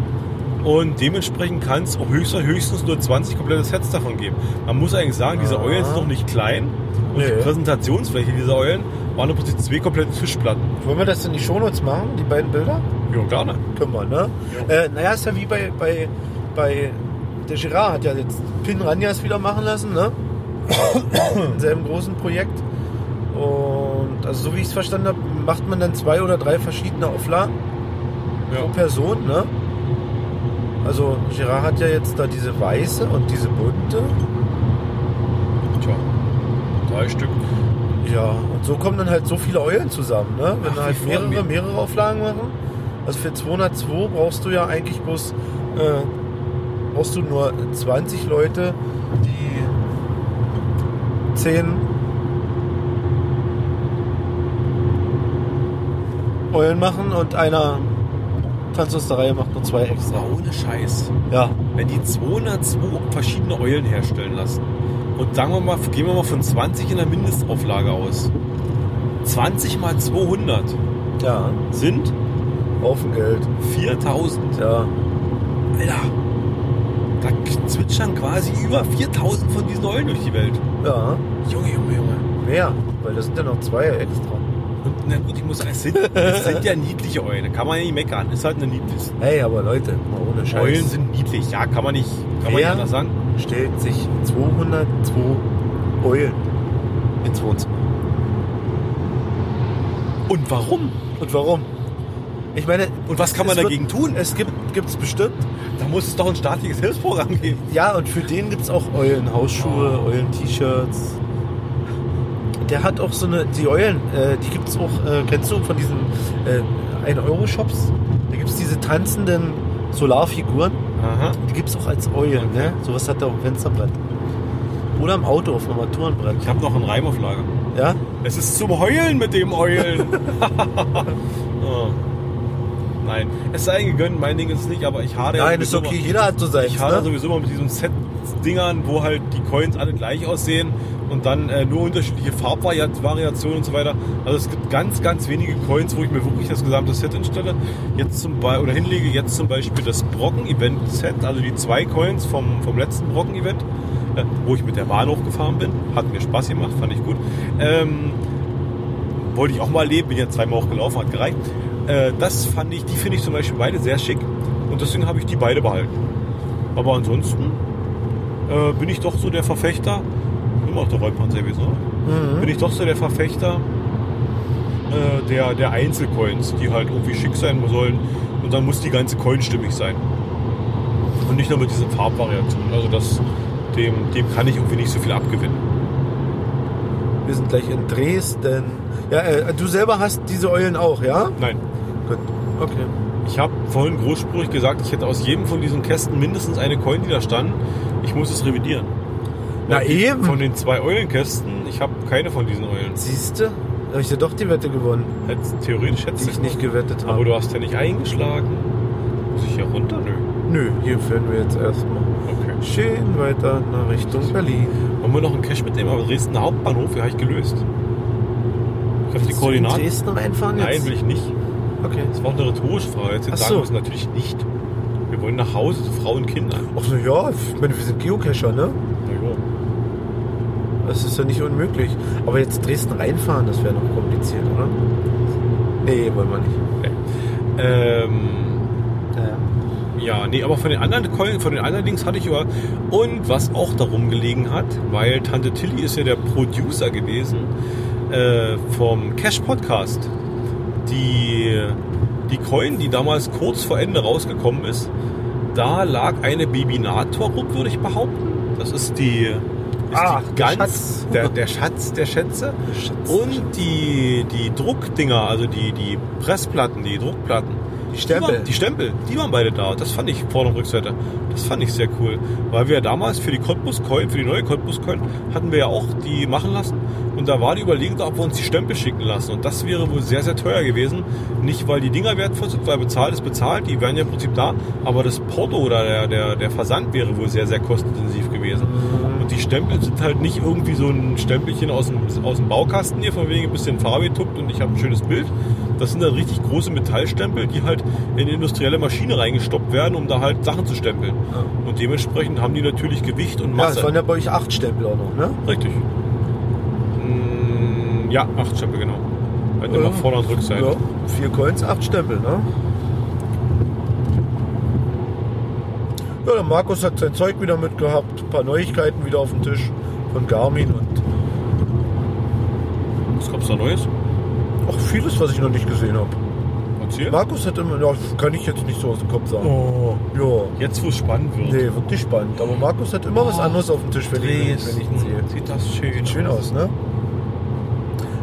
A: Und dementsprechend kann es höchstens, höchstens nur 20 komplette Sets davon geben. Man muss eigentlich sagen, diese Eulen sind noch nicht klein. Und die
B: Nee.
A: Präsentationsfläche dieser Eulen waren im Prinzip zwei komplette Tischplatten.
B: Wollen wir das in die Shownotes machen, die beiden Bilder?
A: Ja, klar, ne?
B: Können wir, ne? Äh, naja, ist ja wie bei, bei, bei der Girard hat ja jetzt Pinranjas wieder machen lassen, ne? Im selben großen Projekt. Und also so wie ich es verstanden habe, macht man dann zwei oder drei verschiedene Auflagen pro Person, ne? Also Girard hat ja jetzt da diese weiße und diese bunte.
A: Tja, drei Stück.
B: Ja, und so kommen dann halt so viele Eulen zusammen, ne? Wenn
A: Ach,
B: du
A: wie
B: halt
A: viel?
B: mehrere, mehrere Auflagen machen. Also für 202 brauchst du ja eigentlich bloß, äh, brauchst du nur 20 Leute, die 10 Eulen machen und einer tanzt aus der Reihe macht nur zwei extra.
A: Ohne Scheiß.
B: Ja.
A: Wenn die 202 verschiedene Eulen herstellen lassen und sagen wir mal, gehen wir mal von 20 in der Mindestauflage aus. 20 mal 200
B: Ja.
A: sind
B: Haufen Geld.
A: 4000.
B: Ja.
A: Alter, da k- zwitschern quasi über 4000 von diesen Eulen durch die Welt.
B: Ja.
A: Junge, Junge, Junge.
B: Mehr, weil da sind ja noch zwei extra.
A: Und na gut, ich muss sagen, es sind, es sind ja niedliche Eulen. Kann man ja nicht meckern. Ist halt eine niedliche.
B: Hey, aber Leute, mal ohne Scheiß.
A: Eulen sind niedlich. Ja, kann man nicht, kann man nicht
B: Wer
A: anders sagen.
B: stellt sich 202 Eulen ins Wohnzimmer?
A: Und warum?
B: Und warum? Ich meine,
A: Und was kann man
B: es wird-
A: dagegen tun?
B: Es gibt es bestimmt.
A: Da muss es doch ein staatliches Hilfsprogramm geben.
B: Ja, und für den gibt es auch Eulen, Hausschuhe,
A: Ah.
B: Eulen, T-Shirts. Der hat auch so eine, die Eulen, äh, die gibt es auch, äh, kennst du von diesen äh, 1-Euro-Shops? Da gibt es es diese tanzenden Solarfiguren. Die gibt es auch als Eulen. Ne? Sowas hat er auf dem Fensterbrett. Oder im Auto auf dem Armaturenbrett.
A: Ich habe noch einen Reim auf Lager.
B: Ja?
A: Es ist zum Heulen mit dem Eulen. oh. Nein, es sei Ihnen gegönnt, mein Ding ist es nicht, aber ich hade
B: Nein, ist
A: sowieso
B: okay,
A: immer-
B: jeder hat so seins,
A: Ich hade
B: ne?
A: sowieso immer mit diesen Set-Dingern, wo halt die Coins alle gleich aussehen und dann äh, nur unterschiedliche Farbvariationen und so weiter. Also es gibt ganz, ganz wenige Coins, wo ich mir wirklich das gesamte Set hinstelle. Jetzt zum Beispiel, oder hinlege jetzt zum Beispiel das Brocken-Event-Set, also die zwei Coins vom, vom letzten Brocken-Event, äh, wo ich mit der Bahn hochgefahren bin. Hat mir Spaß gemacht, fand ich gut. Ähm, wollte ich auch mal leben, bin ja zweimal auch gelaufen, hat gereicht. Äh, das fand ich, die finde ich zum Beispiel beide sehr schick und deswegen habe ich die beide behalten. Aber ansonsten äh, bin ich doch so der Verfechter, immer noch der Reutmann selbst, oder?
B: Mhm.
A: Bin ich doch so der Verfechter äh, der, der Einzelcoins, die halt irgendwie schick sein sollen und dann muss die ganze Coin stimmig sein. Und nicht nur mit diesen Farbvariationen. Also das, dem, dem kann ich irgendwie nicht so viel abgewinnen.
B: Wir sind gleich in Dresden. Ja, äh, du selber hast diese Eulen auch, ja?
A: Nein.
B: Gut, okay.
A: Ich habe vorhin großspurig gesagt, ich hätte aus jedem von diesen Kästen mindestens eine Coin, die da stand. Ich muss es revidieren.
B: Na eben.
A: Von den zwei Eulenkästen, ich habe keine von diesen Eulen.
B: Siehst du? Habe ich ja doch die Wette gewonnen.
A: Jetzt theoretisch hätte
B: die ich nicht gewettet habe.
A: Aber du hast ja nicht eingeschlagen. Muss ich hier runter? Nö.
B: Nö, hier führen wir jetzt erstmal.
A: Okay.
B: Schön weiter nach Richtung Berlin.
A: Wollen wir noch einen Cash mitnehmen? Aber Dresdner Hauptbahnhof, wie habe ich gelöst? Ich habe die
B: Willst du
A: Koordinaten.
B: in Dresden reinfahren jetzt?
A: Nein, will ich nicht.
B: Okay.
A: Das war auch eine rhetorische Frage. Jetzt
B: Ach
A: hätte sagen
B: so.
A: müssen, natürlich nicht. Wir wollen nach Hause zu Frau und Kindern.
B: Ach so, ja, ich meine, wir sind Geocacher, ne?
A: Na ja.
B: Das ist ja nicht unmöglich. Aber jetzt Dresden reinfahren, das wäre noch kompliziert, oder? Nee, wollen wir nicht.
A: Ähm, ja, nee, aber von den anderen Keulen, von den anderen Dings hatte ich über. Und was auch darum gelegen hat, weil Tante Tilly ist ja der Producer gewesen äh, vom Cash Podcast. Die, die Coin, die damals kurz vor Ende rausgekommen ist, da lag eine Bibinator rum, würde ich behaupten. Das ist die, ist die
B: Ach, Ah, der
A: ganz,
B: Schatz.
A: Der, der Schatz der Schätze. Und die, die Druckdinger, also die, die Pressplatten, die Druckplatten. Die
B: Stempel.
A: waren, die Stempel, die waren beide da. Das fand ich Vorder- und Rückseite. Das fand ich sehr cool. Weil wir damals für die Cottbus Coin, für die neue Cottbus Coin, hatten wir ja auch die machen lassen. Und da war die Überlegung, ob wir uns die Stempel schicken lassen. Und das wäre wohl sehr, sehr teuer gewesen. Nicht, weil die Dinger wertvoll sind, weil bezahlt ist bezahlt. Die wären ja im Prinzip da. Aber das Porto oder der, der, der Versand wäre wohl sehr, sehr kostenintensiv gewesen. Und die Stempel sind halt nicht irgendwie so ein Stempelchen aus dem, aus dem Baukasten hier, von wegen ein bisschen Farbe getuppt und ich habe ein schönes Bild. Das sind dann richtig große Metallstempel, die halt in industrielle Maschine reingestoppt werden, um da halt Sachen zu stempeln. Und dementsprechend haben die natürlich Gewicht und
B: Ja,
A: Masse.
B: es waren ja bei euch acht Stempel auch noch, ne?
A: Richtig. Mm, Ja, acht Stempel, genau. Halt immer
B: Ähm,
A: Vorder- und Rückseite.
B: Ja, vier Coins, acht Stempel, ne? Ja, der Markus hat sein Zeug wieder mitgehabt, ein paar Neuigkeiten wieder auf dem Tisch von Garmin und
A: Was gab's da Neues?
B: auch vieles, was ich noch nicht gesehen habe.
A: Erzähl.
B: Markus hat immer, ja, kann ich jetzt nicht so aus dem Kopf sagen.
A: Oh.
B: Ja.
A: Jetzt, wo es spannend wird.
B: Nee, wirklich spannend. Aber Markus hat immer was anderes auf dem Tisch, wenn ich, wenn ich ihn sehe.
A: Sieht das schön
B: Sieht schön aus, ne?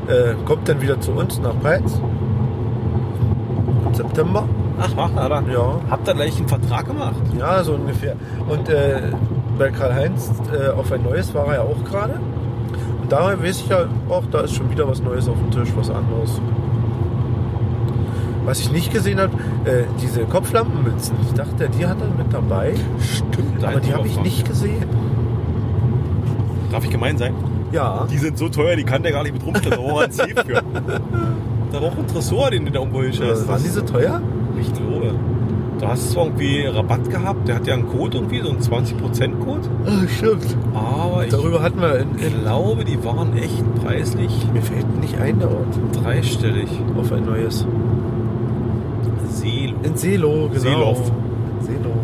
B: Äh, kommt dann wieder zu uns nach Peitz. Im September.
A: Ach, macht er da.
B: Ja.
A: Habt ihr gleich einen Vertrag gemacht?
B: Ja, so ungefähr. Und äh, bei Karl-Heinz äh, auf ein neues war er ja auch gerade. Und daher weiß ich ja auch, da ist schon wieder was Neues auf dem Tisch, was anderes. Was ich nicht gesehen habe, äh, diese Kopflampenmützen. Ich dachte, die hat er mit dabei.
A: Stimmt,
B: aber die habe ich
A: Überfall.
B: nicht gesehen.
A: Darf ich gemein sein?
B: Ja.
A: Die sind so teuer, die kann der gar nicht mit rumstellen. Da braucht er einen Ziel für. Da braucht ein Tresor, den du da irgendwo hinstellst.
B: Äh, waren die so teuer?
A: Ich glaube. Du hast zwar irgendwie Rabatt gehabt, der hat ja einen Code irgendwie, so einen 20%-Code.
B: Ah, stimmt.
A: Aber ich
B: Darüber hatten wir in, in
A: glaube, die waren echt preislich
B: Mir fällt nicht ein der Ort.
A: dreistellig.
B: Auf ein neues.
A: Seelo.
B: In Seelo, genau.
A: Seelow.
B: Seelo.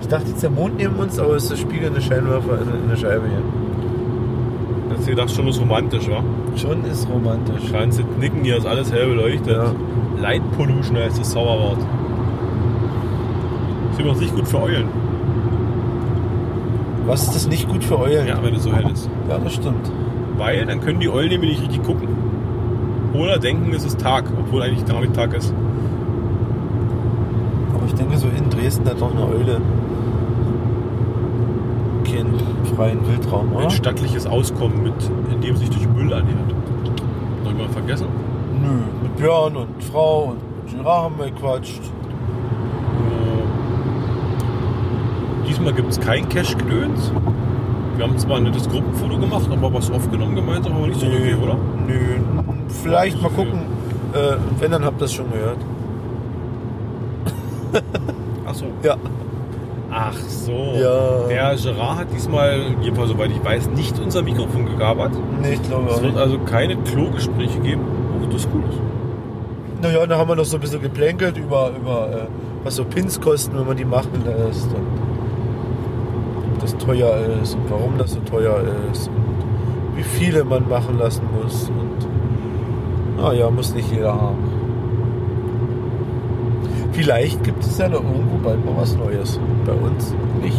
B: Ich dachte jetzt der Mond neben uns, aber es ist das Spiegel in der Scheinwerfer in, in der Scheibe hier.
A: Hast du gedacht, schon ist romantisch, wa?
B: Schon ist romantisch.
A: Ganze Knicken hier ist alles hell beleuchtet. Light Pollution heißt das Zauberwort. Ist übrigens nicht gut für Eulen.
B: Was ist das nicht gut für Eulen?
A: Ja, wenn es so hell ist.
B: Ja, das stimmt.
A: Weil dann können die Eulen nämlich nicht richtig gucken. Oder denken, es ist Tag, obwohl eigentlich gar nicht Tag ist.
B: denke, so in Dresden hat doch eine Eule keinen freien Wildraum, oder?
A: Ein stattliches Auskommen, mit, in dem sich durch Müll ernährt. Noch jemand vergessen?
B: Nö, mit Björn und Frau und mit Girard haben wir gequatscht.
A: Äh, Diesmal gibt es kein Cash-Gedöns. Wir haben zwar ein nettes Gruppenfoto gemacht, aber was aufgenommen gemeinsam, aber nicht so
B: Nö.
A: wirklich, oder?
B: Nö, vielleicht mal gucken. Äh, wenn, dann habt ihr das schon gehört.
A: Ach so.
B: Ja.
A: Ach so.
B: Ja.
A: Der Gerard hat diesmal, jedenfalls soweit ich weiß, nicht unser Mikrofon gegabert.
B: Nee, ich glaube auch
A: Es wird
B: nicht.
A: also keine Klogespräche geben. Oh, das ist cool.
B: Naja, da haben wir noch so ein bisschen geplänkelt über, über äh, was so Pins kosten, wenn man die machen lässt. Und ob das teuer ist und warum das so teuer ist. Und wie viele man machen lassen muss. Und naja, muss nicht jeder haben. Vielleicht gibt es ja noch irgendwo bald mal was Neues. Bei uns nicht.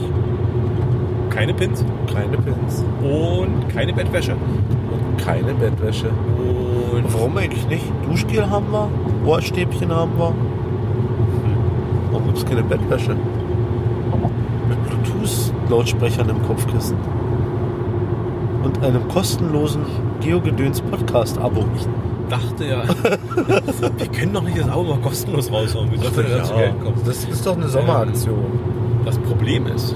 A: Keine Pins?
B: Keine Pins.
A: Und keine Bettwäsche.
B: Und keine Bettwäsche. Und warum eigentlich nicht? Duschgel haben wir, Ohrstäbchen haben wir.
A: Hm.
B: Warum gibt es keine Bettwäsche? Mit Bluetooth-Lautsprechern im Kopfkissen. Und einem kostenlosen Geogedöns-Podcast-Abo.
A: Dachte ja. wir können doch nicht das Auto mal kostenlos raushauen. Wie soll denn das zu
B: Ja.
A: Geld kommen?
B: Das ist doch eine Sommeraktion.
A: Das Problem ist,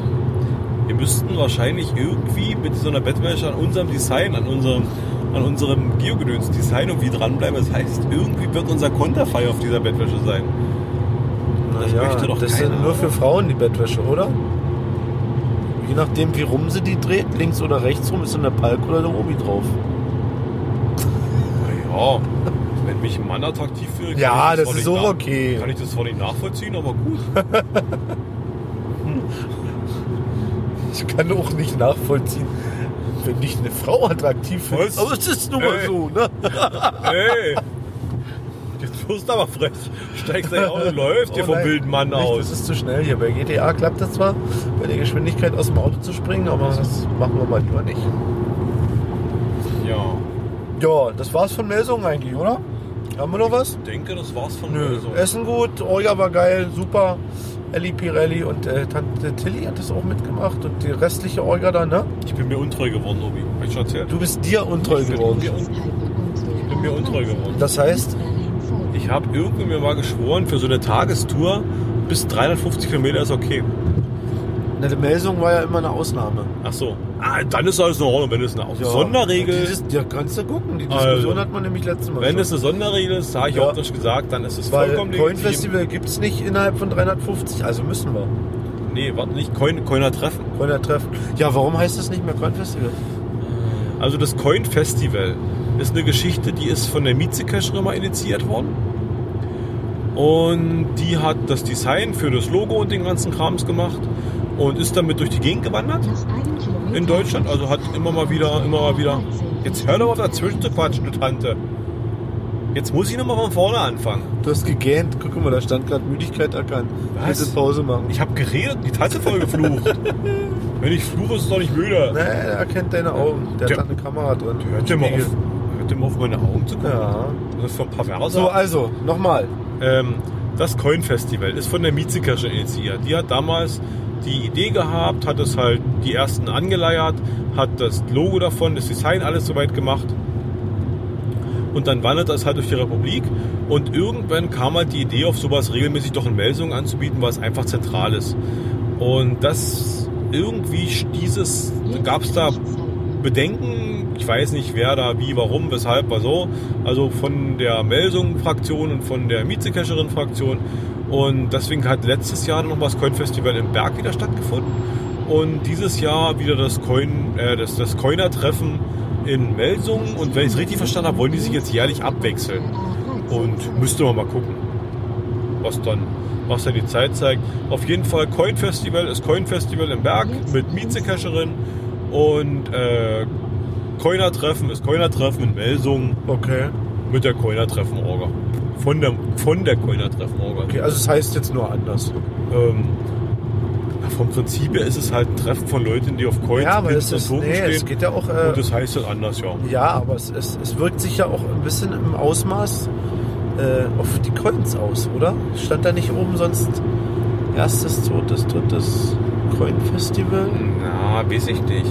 A: wir müssten wahrscheinlich irgendwie mit so einer Bettwäsche an unserem Design, an unserem, an unserem Geogedöns-Design irgendwie dranbleiben. Das heißt, irgendwie wird unser Konterfei auf dieser Bettwäsche sein. Das möchte doch
B: das
A: keiner.
B: sind nur für Frauen die Bettwäsche, oder? Je nachdem, wie rum sie die dreht, links oder rechts rum, ist dann der Palk oder der Obi drauf.
A: Ja, wenn mich ein Mann attraktiv fühlt,
B: Ja,
A: kann ich
B: das
A: zwar
B: ist
A: nicht
B: so
A: nach-
B: okay.
A: Kann ich das zwar nicht nachvollziehen, aber gut.
B: Ich kann auch nicht nachvollziehen, wenn dich eine Frau attraktiv findet.
A: Was?
B: Aber es ist nun mal
A: Ey.
B: so, ne?
A: Ey! Jetzt wirst du aber frech. Steigst gleich auf und läufst dir
B: Oh
A: vom
B: nein,
A: wilden Mann
B: nicht,
A: aus.
B: Das ist zu schnell hier. Bei GTA klappt das zwar, bei der Geschwindigkeit aus dem Auto zu springen, aber das machen wir manchmal nicht.
A: Ja.
B: Ja, das war's von Melsungen eigentlich, oder? Haben wir noch was?
A: Ich denke, das war's von
B: Nö.
A: mir. So.
B: Essen gut, Olga war geil, super. Ellie Pirelli und äh, Tante Tilly hat das auch mitgemacht und die restliche Olga da, ne?
A: Ich bin mir untreu geworden, Obi. Hab ich schon erzählt?
B: Du bist dir untreu geworden.
A: Ich bin mir untreu geworden.
B: Das heißt?
A: Ich habe irgendwie mir mal geschworen, für so eine Tagestour bis 350 Kilometer ist okay.
B: Na, die Melsung war ja immer eine Ausnahme.
A: Ach so. Ah, dann ist alles in Ordnung, wenn es eine Aus-
B: Ja.
A: Sonderregel
B: Die,
A: ist.
B: Dis- ja, kannst du gucken. Die Diskussion
A: Also.
B: hat man nämlich letztes Mal
A: Wenn
B: schon.
A: es eine Sonderregel ist, sage ich
B: Ja.
A: auch das gesagt, dann ist es
B: Weil
A: vollkommen
B: Coin
A: legitim.
B: Festival gibt es nicht innerhalb von 350, also müssen wir.
A: Nee, warte nicht, Coin, Coiner Treffen.
B: Coiner Treffen. Ja, warum heißt das nicht mehr Coin Festival?
A: Also das Coin Festival ist eine Geschichte, die ist von der Mietze Schrömer initiiert worden. Und die hat das Design für das Logo und den ganzen Krams gemacht und ist damit durch die Gegend gewandert in Deutschland. Also hat immer mal wieder, immer mal wieder. Jetzt hör doch auf dazwischen zu quatschen, du Tante. Jetzt muss ich nochmal von vorne anfangen.
B: Du hast gegähnt, guck mal, da stand gerade Müdigkeit erkannt.
A: Was?
B: Bitte Pause machen.
A: Ich habe geredet, die Tante voll geflucht. Wenn ich fluche, ist es doch nicht müde.
B: Nee, er erkennt deine Augen. Der
A: Der-
B: hat eine Kamera drin.
A: Hört ihr mal auf,
B: Spiegel.
A: hört ihr mal auf meine Augen zu gucken?
B: Ja.
A: Das ist doch perverser.
B: So, also, nochmal.
A: Ähm, das Coin Festival ist von der Mietzekersche initiiert. Die hat damals die Idee gehabt, hat es halt die ersten angeleiert, hat das Logo davon, das Design alles soweit gemacht. Und dann wandert das halt durch die Republik. Und irgendwann kam halt die Idee auf, sowas regelmäßig doch in Melsungen anzubieten, weil es einfach zentral ist. Und das irgendwie stieß es,
C: Hm?
A: gab es da Bedenken. Ich weiß nicht, wer da wie, warum, weshalb, war so. Also von der Melsung-Fraktion und von der Mietzekescherin-Fraktion. Und deswegen hat letztes Jahr noch mal das Coin-Festival im Berg wieder stattgefunden. Und dieses Jahr wieder das, Coin, äh, das, das Coiner-Treffen in Melsungen. Und wenn ich es richtig verstanden habe, wollen die sich jetzt jährlich abwechseln. Und müsste man mal gucken, was dann, was dann die Zeit zeigt. Auf jeden Fall Coin Festival ist Coin Festival im Berg mit Mietzekescherin und äh, Coiner Treffen ist Coiner Treffen in Melsungen.
B: Okay.
A: Mit der Coiner Treffen Orga. Von der, von der Coiner Treffen Orga.
B: Okay, also es heißt jetzt nur anders.
A: Ähm, ja, vom Prinzip her ist es halt ein Treffen von Leuten, die auf Coins
B: Ja, aber
A: Pins
B: es
A: und
B: ist-
A: Token
B: nee,
A: stehen.
B: es geht ja auch, äh,
A: und das heißt dann anders, ja.
B: Ja, aber es, es, es wirkt sich ja auch ein bisschen im Ausmaß äh, auf die Coins aus, oder? Stand da nicht oben sonst Erstes, zweites, drittes Coin-Festival?
A: Na, weiß ich nicht.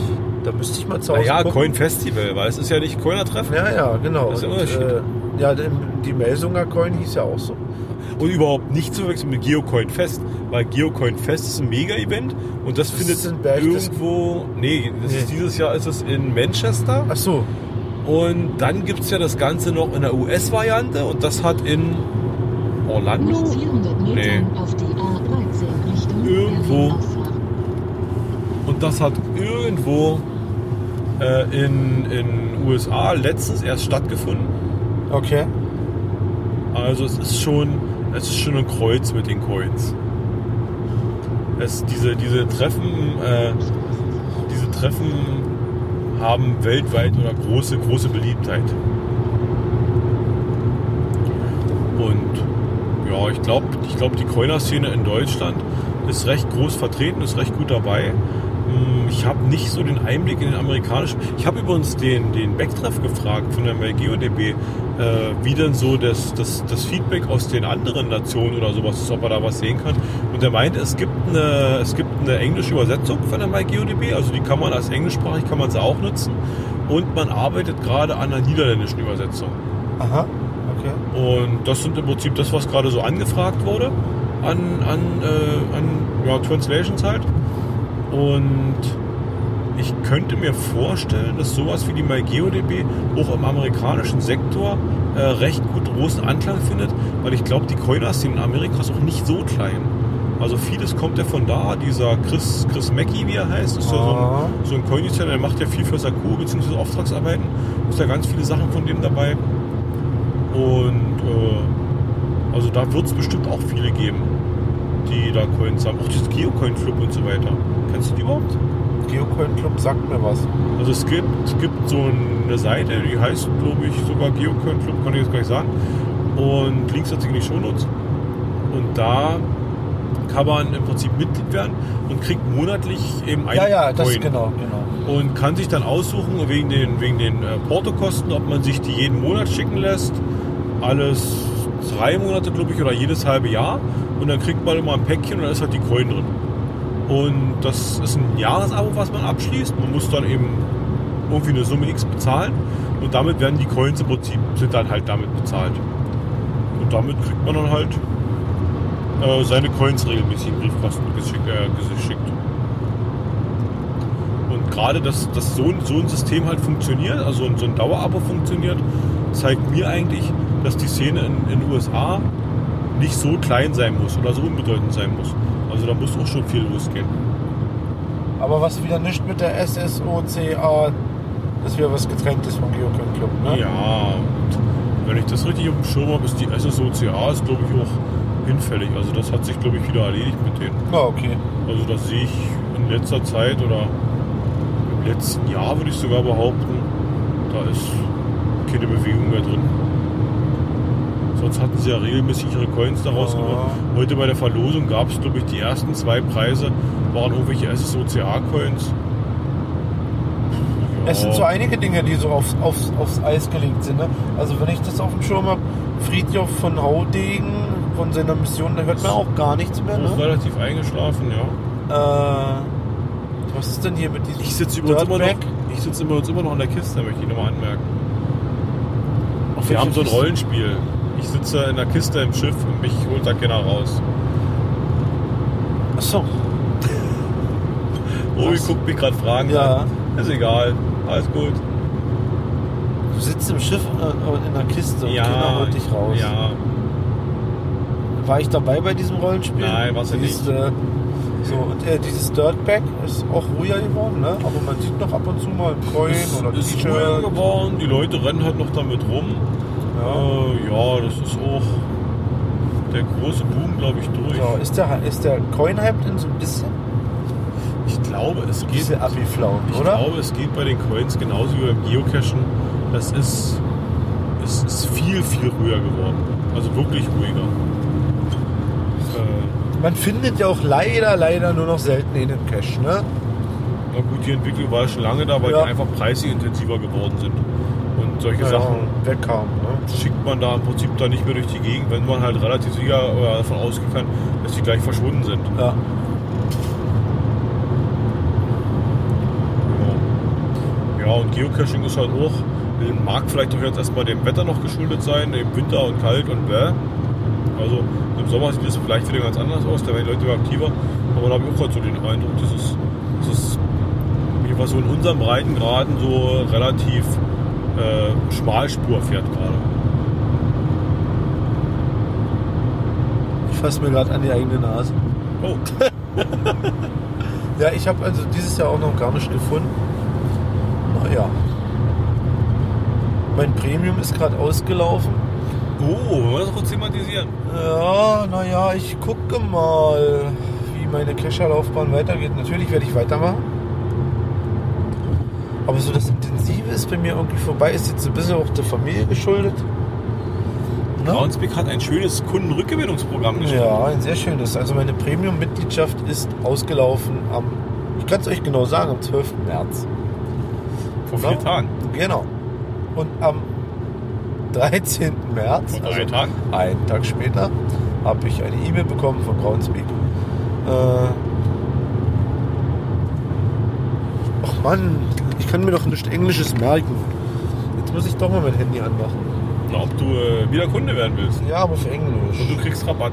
B: Da müsste ich mal zu Hause
A: Naja,
B: gucken.
A: Coin Festival, weil es ist ja nicht Coiner Treffen.
B: Ja, ja, genau.
A: Das ist
B: Und,
A: immer
B: äh, ja, die- die Melsunger Coin hieß ja auch so.
A: Und überhaupt nicht zu wechseln mit Geocoin Fest, weil Geocoin Fest ist ein Mega-Event und das, findet irgendwo. Nee, das ist dieses Jahr ist es in Manchester.
B: Ach so.
A: Und dann gibt es ja das Ganze noch in der US-Variante und das hat in Orlando.
C: Nach 400
A: Nee.
C: Metern auf die A13 Richtung
A: Irgendwo. Und das hat irgendwo äh, in in USA letztens erst stattgefunden.
B: Okay.
A: Also es ist schon, es ist schon ein Kreuz mit den Coins. Es, diese, diese Treffen, äh, diese Treffen haben weltweit oder große, große Beliebtheit. Und ja, ich glaube, ich glaub, die Coiner-Szene in Deutschland ist recht groß vertreten, ist recht gut dabei. Hm, Ich habe nicht so den Einblick in den amerikanischen. Ich habe übrigens den, den Backtreff gefragt von der MLGODB, äh, wie denn so das, das, das Feedback aus den anderen Nationen oder sowas ist, ob er da was sehen kann. Und er meinte, es gibt eine, es gibt eine englische Übersetzung von der MyGeoDB, also die kann man als englischsprachig kann man sie auch nutzen. Und man arbeitet gerade an einer niederländischen Übersetzung.
B: Aha, okay.
A: Und das sind im Prinzip das, was gerade so angefragt wurde an, an, äh, an ja, Translations halt. Und ich könnte mir vorstellen, dass sowas wie die MyGeoDB auch im amerikanischen Sektor äh, recht gut großen Anklang findet, weil ich glaube, die Coiners sind in Amerika auch nicht so klein. Also vieles kommt ja von da. Dieser Chris, Chris Mackey, wie er heißt, ist ja
B: Ah.
A: so ein, so ein Coin-Designer, der macht ja viel für Saku bzw. Auftragsarbeiten. Ist ja ganz viele Sachen von dem dabei. Und äh, also da wird es bestimmt auch viele geben, die da Coins haben. Auch dieses Geocoin Club und so weiter. Kennst du die überhaupt?
B: Geocoin Club sagt mir was.
A: Also es gibt, es gibt so eine Seite, die heißt, glaube ich, sogar Geocoin Club, kann ich jetzt gleich sagen. Und links hat sie in die Shownotes. Und da kann man im Prinzip Mitglied werden und kriegt monatlich eben einen
B: ja, ja, das
A: Coin
B: genau, genau.
A: und kann sich dann aussuchen wegen den, wegen den äh, Portokosten, ob man sich die jeden Monat schicken lässt, alles drei Monate, glaube ich, oder jedes halbe Jahr. Und dann kriegt man immer ein Päckchen und da ist halt die Coin drin. Und das ist ein Jahresabo, was man abschließt. Man muss dann eben irgendwie eine Summe X bezahlen und damit werden die Coins im Prinzip sind dann halt damit bezahlt. Und damit kriegt man dann halt äh, seine Coins regelmäßig in den Briefkasten geschick, äh, geschickt. Und gerade, dass, dass so, ein, so ein System halt funktioniert, also so ein Dauerabo funktioniert, zeigt mir eigentlich, dass die Szene in in den USA nicht so klein sein muss oder so unbedeutend sein muss. Also da muss auch schon viel losgehen.
B: Aber was wieder nicht mit der SSOCA, das wäre was getrenntes vom Geocoin Club, ne?
A: Ja, und wenn ich das richtig auf dem Schirm habe, ist die SSOCA, ist, glaube ich, auch hinfällig. Also das hat sich, glaube ich, wieder erledigt mit denen.
B: Ja, okay.
A: Also das sehe ich in letzter Zeit oder im letzten Jahr, würde ich sogar behaupten, da ist keine Bewegung mehr drin. Sonst hatten sie ja regelmäßig ihre Coins daraus gemacht. Heute bei der Verlosung gab es, glaube ich, die ersten zwei Preise, waren irgendwelche SSOCA-Coins.
B: Es sind so einige Dinge, die so aufs, aufs, aufs Eis gelegt sind. Ne? Also wenn ich das auf dem Schirm habe, Friedjof von Haudegen von seiner Mission, da hört man auch gar nichts mehr. Ne?
A: Auch relativ eingeschlafen,
B: ja. Äh, was ist denn hier mit diesem
A: Ich sitze übrigens immer noch,
B: Dirtbag?
A: ich sitze übrigens immer noch in der Kiste, möchte ich nochmal anmerken.
B: Auf
A: Wir
B: welche
A: haben so ein
B: Kiste?
A: Rollenspiel. Ich sitze in der Kiste im Schiff und mich holt da keiner raus.
B: Achso.
A: Obi guckt mich gerade Fragen an. Ist egal. Alles gut.
B: Du sitzt im Schiff äh, in der Kiste und
A: Ja,
B: keiner holt dich raus.
A: ja.
B: War ich dabei bei diesem Rollenspiel?
A: Nein, warst du nicht.
B: Dieses, Äh, so, und äh, dieses Dirtbag ist auch ruhiger geworden, ne? aber man sieht noch ab und zu mal ein Coin
A: Es
B: oder
A: ist
B: T-Shirt.
A: ruhiger geworden, die Leute rennen halt noch damit rum. Äh, ja das ist auch der große Boom, glaube ich, durch.
B: So, ist der, ist der Coin-Hype denn so ein bisschen?
A: Ich glaube, es geht. Diese
B: abgeflaut,
A: ich
B: oder?
A: glaube, es geht bei den Coins genauso wie beim Geocachen. Das ist, es ist viel, viel ruhiger geworden. Also wirklich ruhiger. Äh,
B: Man findet ja auch leider, leider nur noch selten in dem Cache, ne?
A: Na gut, die Entwicklung war schon lange da, weil
B: Ja.
A: die einfach preisintensiver geworden sind. Und solche
B: Ja,
A: Sachen
B: wegkam. ne?
A: Schickt man da im Prinzip dann nicht mehr durch die Gegend, wenn man halt relativ sicher oder davon ausgehen kann, dass die gleich verschwunden sind.
B: Ja.
A: Ja, und Geocaching ist halt auch, mag vielleicht auch jetzt erstmal dem Wetter noch geschuldet sein, dem Winter und kalt und bäh. Also im Sommer sieht es vielleicht wieder ganz anders aus, da werden die Leute wieder aktiver. Aber da habe ich auch gerade so den Eindruck, dass es, dass es jedenfalls so in unserem Breitengraden so relativ äh, Schmalspur fährt gerade.
B: Ich fasse mir gerade an die eigene Nase.
A: Oh.
B: ja, ich habe also dieses Jahr auch noch gar nicht gefunden. Naja. Mein Premium ist gerade ausgelaufen.
A: Oh, wollen wir das kurz thematisieren?
B: Ja, naja, ich gucke mal, wie meine Kescherlaufbahn weitergeht. Natürlich werde ich weitermachen. Aber so das Intensive ist bei mir irgendwie vorbei. Ist jetzt ein bisschen auch der Familie geschuldet.
A: Braunsbeck hat ein schönes Kundenrückgewinnungsprogramm geschrieben.
B: Ja, ein sehr schönes. Also meine Premium-Mitgliedschaft ist ausgelaufen am, ich kann es euch genau sagen, am 12. März.
A: Vor vier Tagen.
B: Genau. Und am 13. März,
A: Vor drei
B: also
A: Tagen.
B: einen Tag später, habe ich eine E-Mail bekommen von Groundspeed. Äh, ach Mann, ich kann mir doch nichts Englisches merken. Jetzt muss ich doch mal mein Handy anmachen.
A: Na, ob du äh, wieder Kunde werden willst.
B: Ja, aber für Englisch.
A: Und du kriegst Rabatt.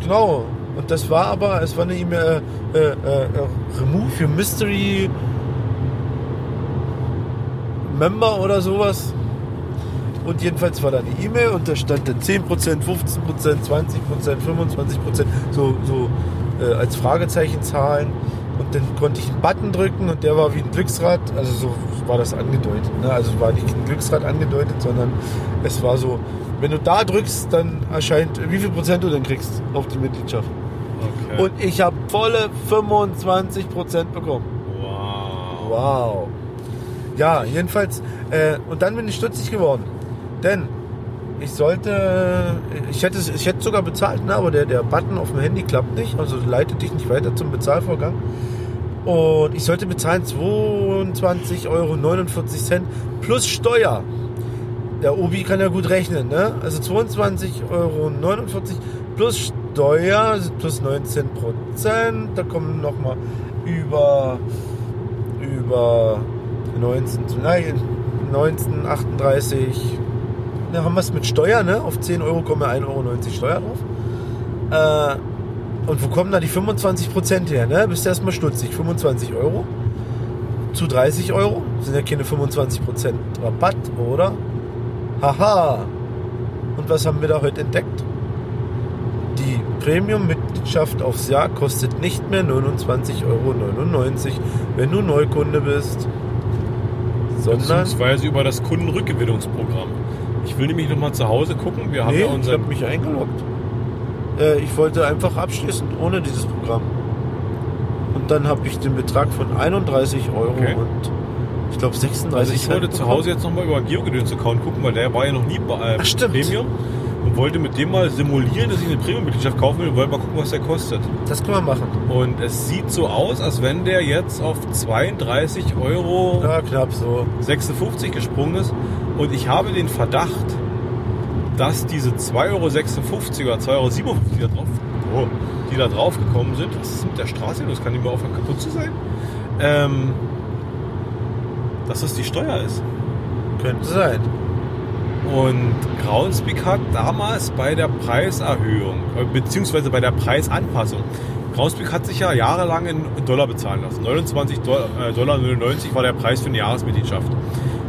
B: Genau. Und das war aber, es war eine E-Mail, äh, äh, äh, Remove Your Mystery Member oder sowas. Und jedenfalls war da die E-Mail und da stand dann 10%, 15%, 20%, 25%, so, so äh, als Fragezeichen Zahlen. Und dann konnte ich einen Button drücken und der war wie ein Glücksrad. Also so war das angedeutet. Ne? Also war nicht ein Glücksrad angedeutet, sondern es war so, wenn du da drückst, dann erscheint, wie viel Prozent du dann kriegst auf die Mitgliedschaft.
A: Okay.
B: Und ich habe volle 25% bekommen.
A: Wow.
B: Wow. Ja, jedenfalls. Äh, und dann bin ich stutzig geworden. Denn ich sollte, ich hätte, es- ich hätte sogar bezahlt, ne? aber der, der Button auf dem Handy klappt nicht, also leitet dich nicht weiter zum Bezahlvorgang. Und ich sollte bezahlen 22,49 Euro plus Steuer. Der Obi kann ja gut rechnen, ne? Also 22,49 Euro plus Steuer, also plus 19 Prozent. Da kommen nochmal über, über 19, zu- nein, 1938. Da haben wir es mit Steuer, ne? Auf 10 Euro kommen ja 1,90 Euro Steuer drauf. Äh, und wo kommen da die 25% her? Ne? Bist du erstmal stutzig. 25 Euro zu 30 Euro sind ja keine 25% Rabatt, oder? Haha! Und was haben wir da heute entdeckt? Die Premium-Mitgliedschaft aufs Jahr kostet nicht mehr 29,99 Euro, wenn du Neukunde bist. Sondern.
A: Beziehungsweise über Also, das Kundenrückgewinnungsprogramm. Ich will nämlich nochmal zu Hause gucken. Wir haben
B: Nee,
A: ja
B: ich
A: unseren.
B: hab mich eingeloggt. Äh, ich wollte einfach abschließen, ohne dieses Programm. Und dann habe ich den Betrag von 31 Euro
A: Okay.
B: und ich glaube 36
A: Also ich
B: Cent
A: wollte zu
B: halt bekommen.
A: Hause jetzt nochmal über den Geogedöns-Account gucken, weil der war ja noch nie bei äh, Premium und wollte mit dem mal simulieren, dass ich eine Premium-Mitgliedschaft kaufen will und wollte mal gucken, was der kostet.
B: Das können wir machen.
A: Und es sieht so aus, als wenn der jetzt auf 32 Euro
B: knapp so
A: 56 gesprungen ist. Und ich habe den Verdacht, dass diese 2,56 Euro oder 2,57 Euro, die da drauf, oh, die da drauf gekommen sind, was ist mit der Straße los? Kann die mal aufhören kaputt zu sein? Ähm, dass das die Steuer ist.
B: Könnte sein.
A: Und Groundspeak hat damals bei der Preiserhöhung, äh, beziehungsweise bei der Preisanpassung, Groundspeak hat sich ja jahrelang in Dollar bezahlen lassen. 29 Dollar, äh, Dollar 99 war der Preis für eine Jahresmitgliedschaft.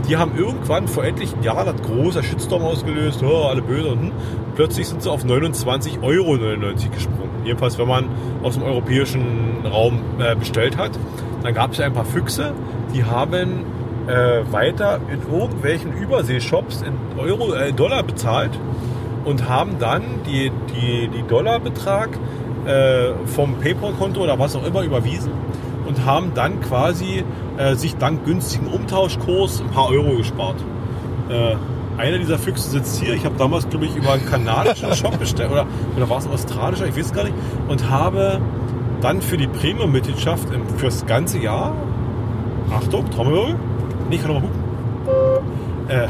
A: Die haben irgendwann vor etlichen Jahren hat großer Shitstorm ausgelöst, oh, alle böse und hm. plötzlich sind sie auf 29,99 Euro gesprungen. Jedenfalls, wenn man aus dem europäischen Raum äh, bestellt hat. Dann gab es ja ein paar Füchse, die haben äh, weiter in irgendwelchen Überseeshops in Euro, äh, Dollar bezahlt und haben dann die, die, die Dollarbetrag äh, vom PayPal-Konto oder was auch immer überwiesen und haben dann quasi äh, sich dank günstigen Umtauschkurs ein paar Euro gespart. Äh, einer dieser Füchse sitzt hier. Ich habe damals, glaube ich, über einen kanadischen Shop bestellt oder, oder war es ein australischer, ich weiß gar nicht, und habe dann für die Premium-Mitgliedschaft im- fürs ganze Jahr Achtung, Trommelwirbel. Nee, ich kann nochmal hupen. Äh,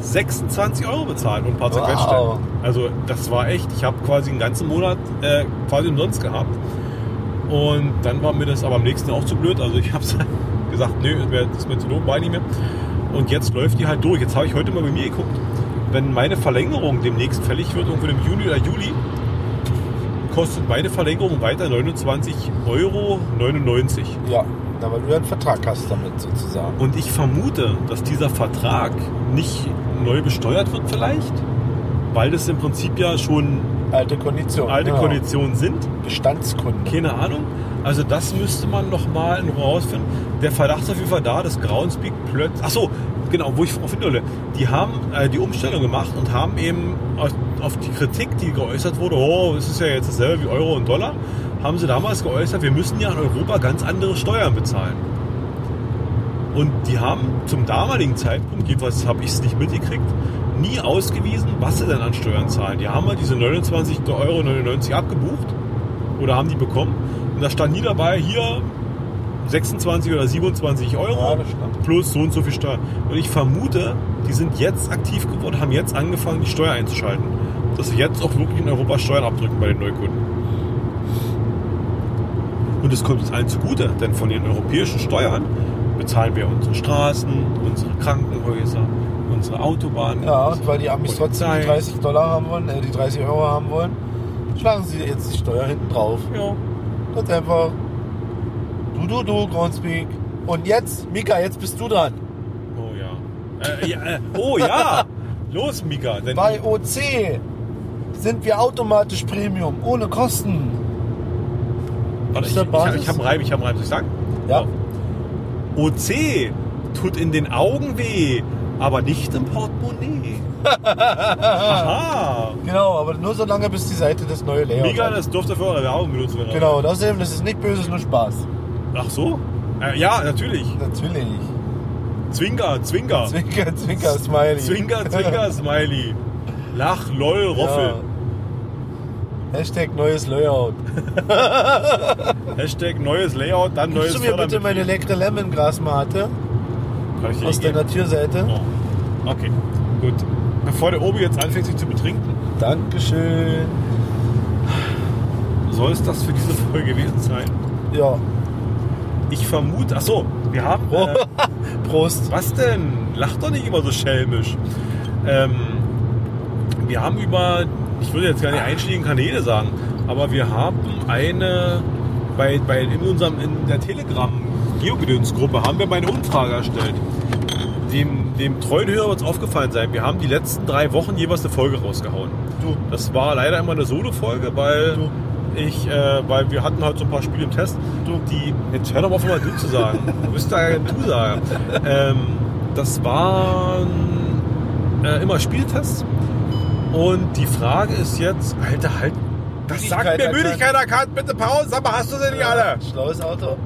A: 26 Euro bezahlt und ein paar Zerquetschte. Also das war echt, ich habe quasi einen ganzen Monat äh, quasi umsonst gehabt. Und dann war mir das aber am nächsten auch zu blöd. Also ich habe gesagt, nö, das wär- das ist mir zu doof, war ich nicht mehr. Und jetzt läuft die halt durch. Jetzt habe ich heute mal bei mir geguckt, wenn meine Verlängerung demnächst fällig wird, irgendwo im Juni oder Juli, kostet meine Verlängerung weiter 29,99 Euro.
K: Ja, na, weil du ja einen Vertrag hast damit sozusagen.
A: Und ich vermute, dass dieser Vertrag nicht neu besteuert wird vielleicht, weil das im Prinzip ja schon
K: alte Konditionen,
A: alte
K: ja.
A: Konditionen sind.
K: Bestandskunden.
A: Keine Ahnung. Also das müsste man noch mal in Ruhe rausfinden. Der Verdacht ist auf jeden Fall da, dass Groundspeak plötzlich... Ach so, genau, wo ich auf hin wollte. Die haben äh, die Umstellung gemacht und haben eben auf, auf die Kritik, die geäußert wurde, oh, es ist ja jetzt dasselbe wie Euro und Dollar, haben sie damals geäußert, wir müssen ja in Europa ganz andere Steuern bezahlen. Und die haben zum damaligen Zeitpunkt, jedenfalls habe ich es nicht mitgekriegt, nie ausgewiesen, was sie denn an Steuern zahlen. Die haben halt diese 29,99 Euro abgebucht oder haben die bekommen. Und da stand nie dabei, hier 26 oder 27 Euro plus so und so viel Steuern. Und ich vermute, die sind jetzt aktiv geworden, haben jetzt angefangen, die Steuer einzuschalten. Dass sie jetzt auch wirklich in Europa Steuern abdrücken bei den Neukunden. Und es kommt uns allen zugute, denn von den europäischen Steuern bezahlen wir unsere Straßen, unsere Krankenhäuser, unsere Autobahnen.
K: Ja, und weil die Amis trotzdem die 30 Dollar haben wollen, äh, die 30 Euro haben wollen, schlagen sie jetzt die Steuer hinten drauf.
A: Ja.
K: Ganz einfach. Du, du, du, Groundspeak. Und jetzt, Mika, jetzt bist du dran.
A: Oh ja. Äh, ja äh, oh ja! Los, Mika. Denn
K: Bei OC sind wir automatisch Premium, ohne Kosten.
A: Warte,
K: Ist
A: ich
K: der
A: ich,
K: Basis?
A: ich habe einen Reim, ich habe einen Reim. Soll ich sagen? Ja. OC tut in den Augen weh, aber nicht im Portemonnaie. Aha.
K: Genau, aber nur so lange, bis die Seite das neue Layout
A: Mika,
K: hat.
A: das durfte für eure Werbung benutzt werden.
K: Genau, und außerdem, das ist nicht böse, ist nur Spaß.
A: Ach so? Äh, ja, natürlich.
K: Natürlich.
A: Zwinker, Zwinker.
K: Zwinker, Zwinker, Smiley.
A: Zwinker, Zwinker, Smiley. Lach, lol, roffel.
K: Hashtag neues Layout.
A: Hashtag neues Layout, dann neues
K: Gibst du mir bitte meine leckere Lemongrasmate
A: Kann ich dir
K: aus
A: geben?
K: deiner Türseite?
A: Okay, gut. Bevor der Obi jetzt anfängt, sich zu betrinken.
K: Dankeschön.
A: Soll es das für diese Folge gewesen sein?
K: Ja.
A: Ich vermute, ach so, wir haben.
K: Oh.
A: Äh,
K: Prost.
A: Was denn? Lach doch nicht immer so schelmisch. Ähm, wir haben über, ich würde jetzt gar nicht einschlägigen Kanäle sagen, aber wir haben eine, bei, bei, in unserem, in der telegram gruppe haben wir mal eine Umfrage erstellt. Dem, dem treuen Hörer wird es aufgefallen sein, wir haben die letzten drei Wochen jeweils eine Folge rausgehauen.
K: Du.
A: Das war leider immer eine Solo-Folge, weil ich, äh, weil wir hatten halt so ein paar Spiele im Test, die, jetzt hör doch mal auf, mal du zu sagen. Du bist da ja du sagen. Ähm, das waren äh, immer Spieltests. Und die Frage ist jetzt, Alter, halt, das sagt mir Müdigkeit erkannt, bitte Pause, sag mal, hast du sie nicht alle?
K: Schlaues Auto.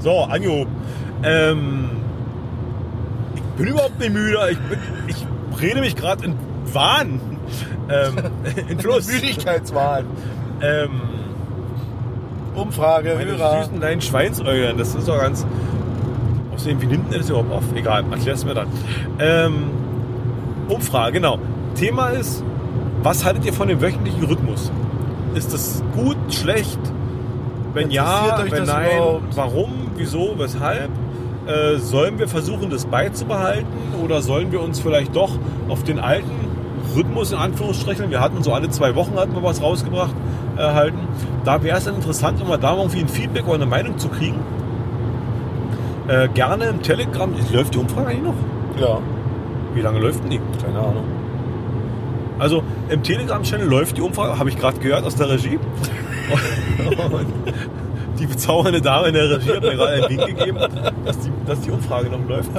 A: So, angehoben. Ähm, ich bin überhaupt nicht müde. Ich, bin, ich rede mich gerade in Wahn. Ähm, in Fluss.
K: Müdigkeitswahn.
A: Ähm,
K: Umfrage,
A: meine
K: Hörer.
A: süßen kleinen Schweinsäugern, das ist doch ganz. Außerdem, wie nimmt denn das überhaupt auf? Egal, erklär's mir dann. Ähm, Umfrage, genau. Thema ist, was haltet ihr von dem wöchentlichen Rhythmus? Ist das gut, schlecht? Wenn ja,
K: Interessiert euch
A: wenn
K: das
A: nein,
K: überhaupt?
A: warum, wieso, weshalb? Äh, sollen wir versuchen, das beizubehalten oder sollen wir uns vielleicht doch auf den alten Rhythmus in Anführungsstrichen, wir hatten so alle zwei Wochen hatten wir was rausgebracht, äh, halten? Da wäre es dann interessant, wenn wir da mal irgendwie ein Feedback oder eine Meinung zu kriegen. Äh, gerne im Telegram. Läuft die Umfrage eigentlich noch?
K: Ja.
A: Wie lange läuft denn die?
K: Keine Ahnung.
A: Also im Telegram-Channel läuft die Umfrage, habe ich gerade gehört aus der Regie. Und die bezaubernde Dame in der Regie hat mir gerade einen Wink gegeben, dass die, dass die Umfrage noch läuft.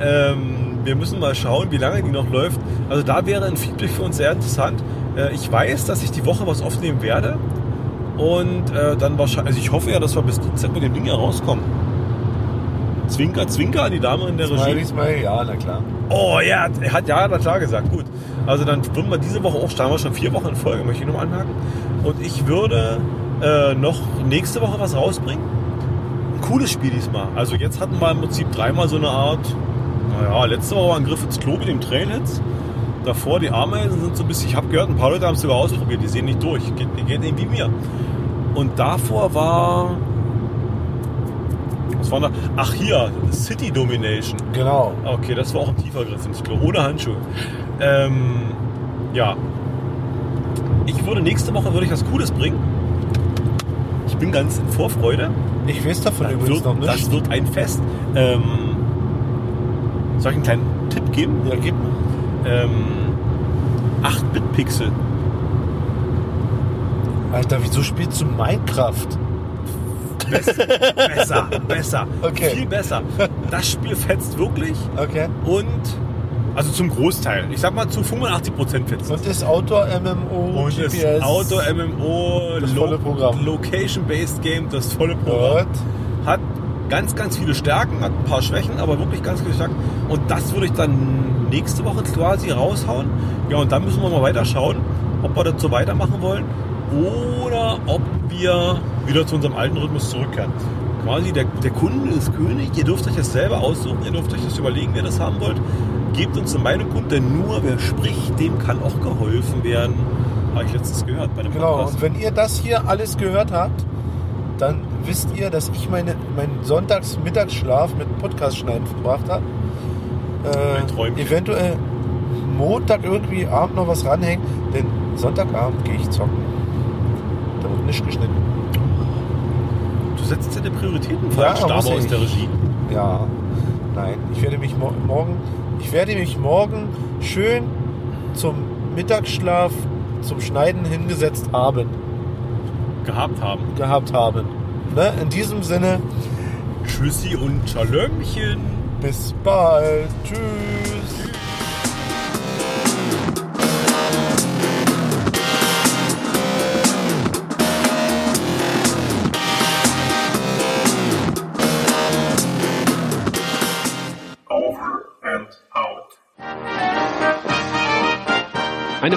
A: Ähm, wir müssen mal schauen, wie lange die noch läuft. Also da wäre ein Feedback für uns sehr interessant. Äh, ich weiß, dass ich die Woche was aufnehmen werde. Und äh, dann wahrscheinlich, also ich hoffe ja, dass wir bis Dienstag mit dem Ding hier rauskommen. Zwinker, Zwinker an die Dame in der Regie.
K: Smiley, Smiley, ja, na klar.
A: Oh ja, er hat ja, hat er klar gesagt. Gut. Also dann würden wir diese Woche auch starten. Wir schon vier Wochen in Folge, möchte ich nochmal anmerken. Und ich würde äh, noch nächste Woche was rausbringen. Ein cooles Spiel diesmal. Also jetzt hatten wir im Prinzip dreimal so eine Art, naja, letzte Woche war ein Griff ins Klo mit dem Trailhitz. Davor, die Ameisen sind so ein bisschen, ich habe gehört, ein paar Leute haben es sogar ausprobiert, die sehen nicht durch. Geht, die gehen irgendwie mir. Und davor war. Was war da? Ach hier, City Domination.
B: Genau.
A: Ah, Okay, das war auch ein tiefer Griff ins Klo, ohne Handschuhe. Ähm, ja. Ich würde nächste Woche würde ich was Cooles bringen. Ich bin ganz in Vorfreude.
B: Ich weiß davon
A: wird,
B: übrigens noch nicht.
A: Das wird ein Fest. Ähm, soll ich einen kleinen Tipp geben?
B: Ja, gib mal.
A: Ähm, 8-Bit-Pixel.
B: Alter, wieso spielst du Minecraft?
A: Besser, besser, besser.
B: Okay.
A: Viel besser. Das Spiel fetzt wirklich.
B: Okay.
A: Und, also zum Großteil. Ich sag mal, zu 85% fetzt.
B: Und ist Outdoor MMO
A: Und
B: GPS
A: das Outdoor MMO
B: Das volle Programm.
A: Location-Based Game, das volle Programm. Hat ganz, ganz viele Stärken, hat ein paar Schwächen, aber wirklich ganz viele Stärken. Und das würde ich dann nächste Woche quasi raushauen. Ja, und dann müssen wir mal weiterschauen, ob wir dazu weitermachen wollen oder ob wir wieder zu unserem alten Rhythmus zurückkehren. Quasi der, der Kunde ist König, ihr dürft euch das selber aussuchen, ihr dürft euch das überlegen, wer das haben wollt. Gebt uns eine Meinung kund, denn nur wer spricht, dem kann auch geholfen werden. Habe ich letztens gehört bei einem
B: Genau,
A: Podcast.
B: und wenn ihr das hier alles gehört habt, dann wisst ihr, dass ich meine, meinen Sonntagsmittagsschlaf mit Podcast-Schneiden verbracht habe. Äh, eventuell Montag irgendwie Abend noch was ranhängen, denn Sonntagabend gehe ich zocken. Da wird nicht geschnitten.
A: Du setzt ja die Prioritäten falsch, ja,
B: muss
A: aber aus
B: ich.
A: der Regie.
B: Ja, nein, ich werde mich mor- morgen, ich werde mich morgen schön zum Mittagsschlaf, zum Schneiden hingesetzt haben.
A: Gehabt haben.
B: Gehabt haben. Ne? In diesem Sinne,
A: Tschüssi und Schalömchen.
B: bis bald. Tschüss.
J: Eine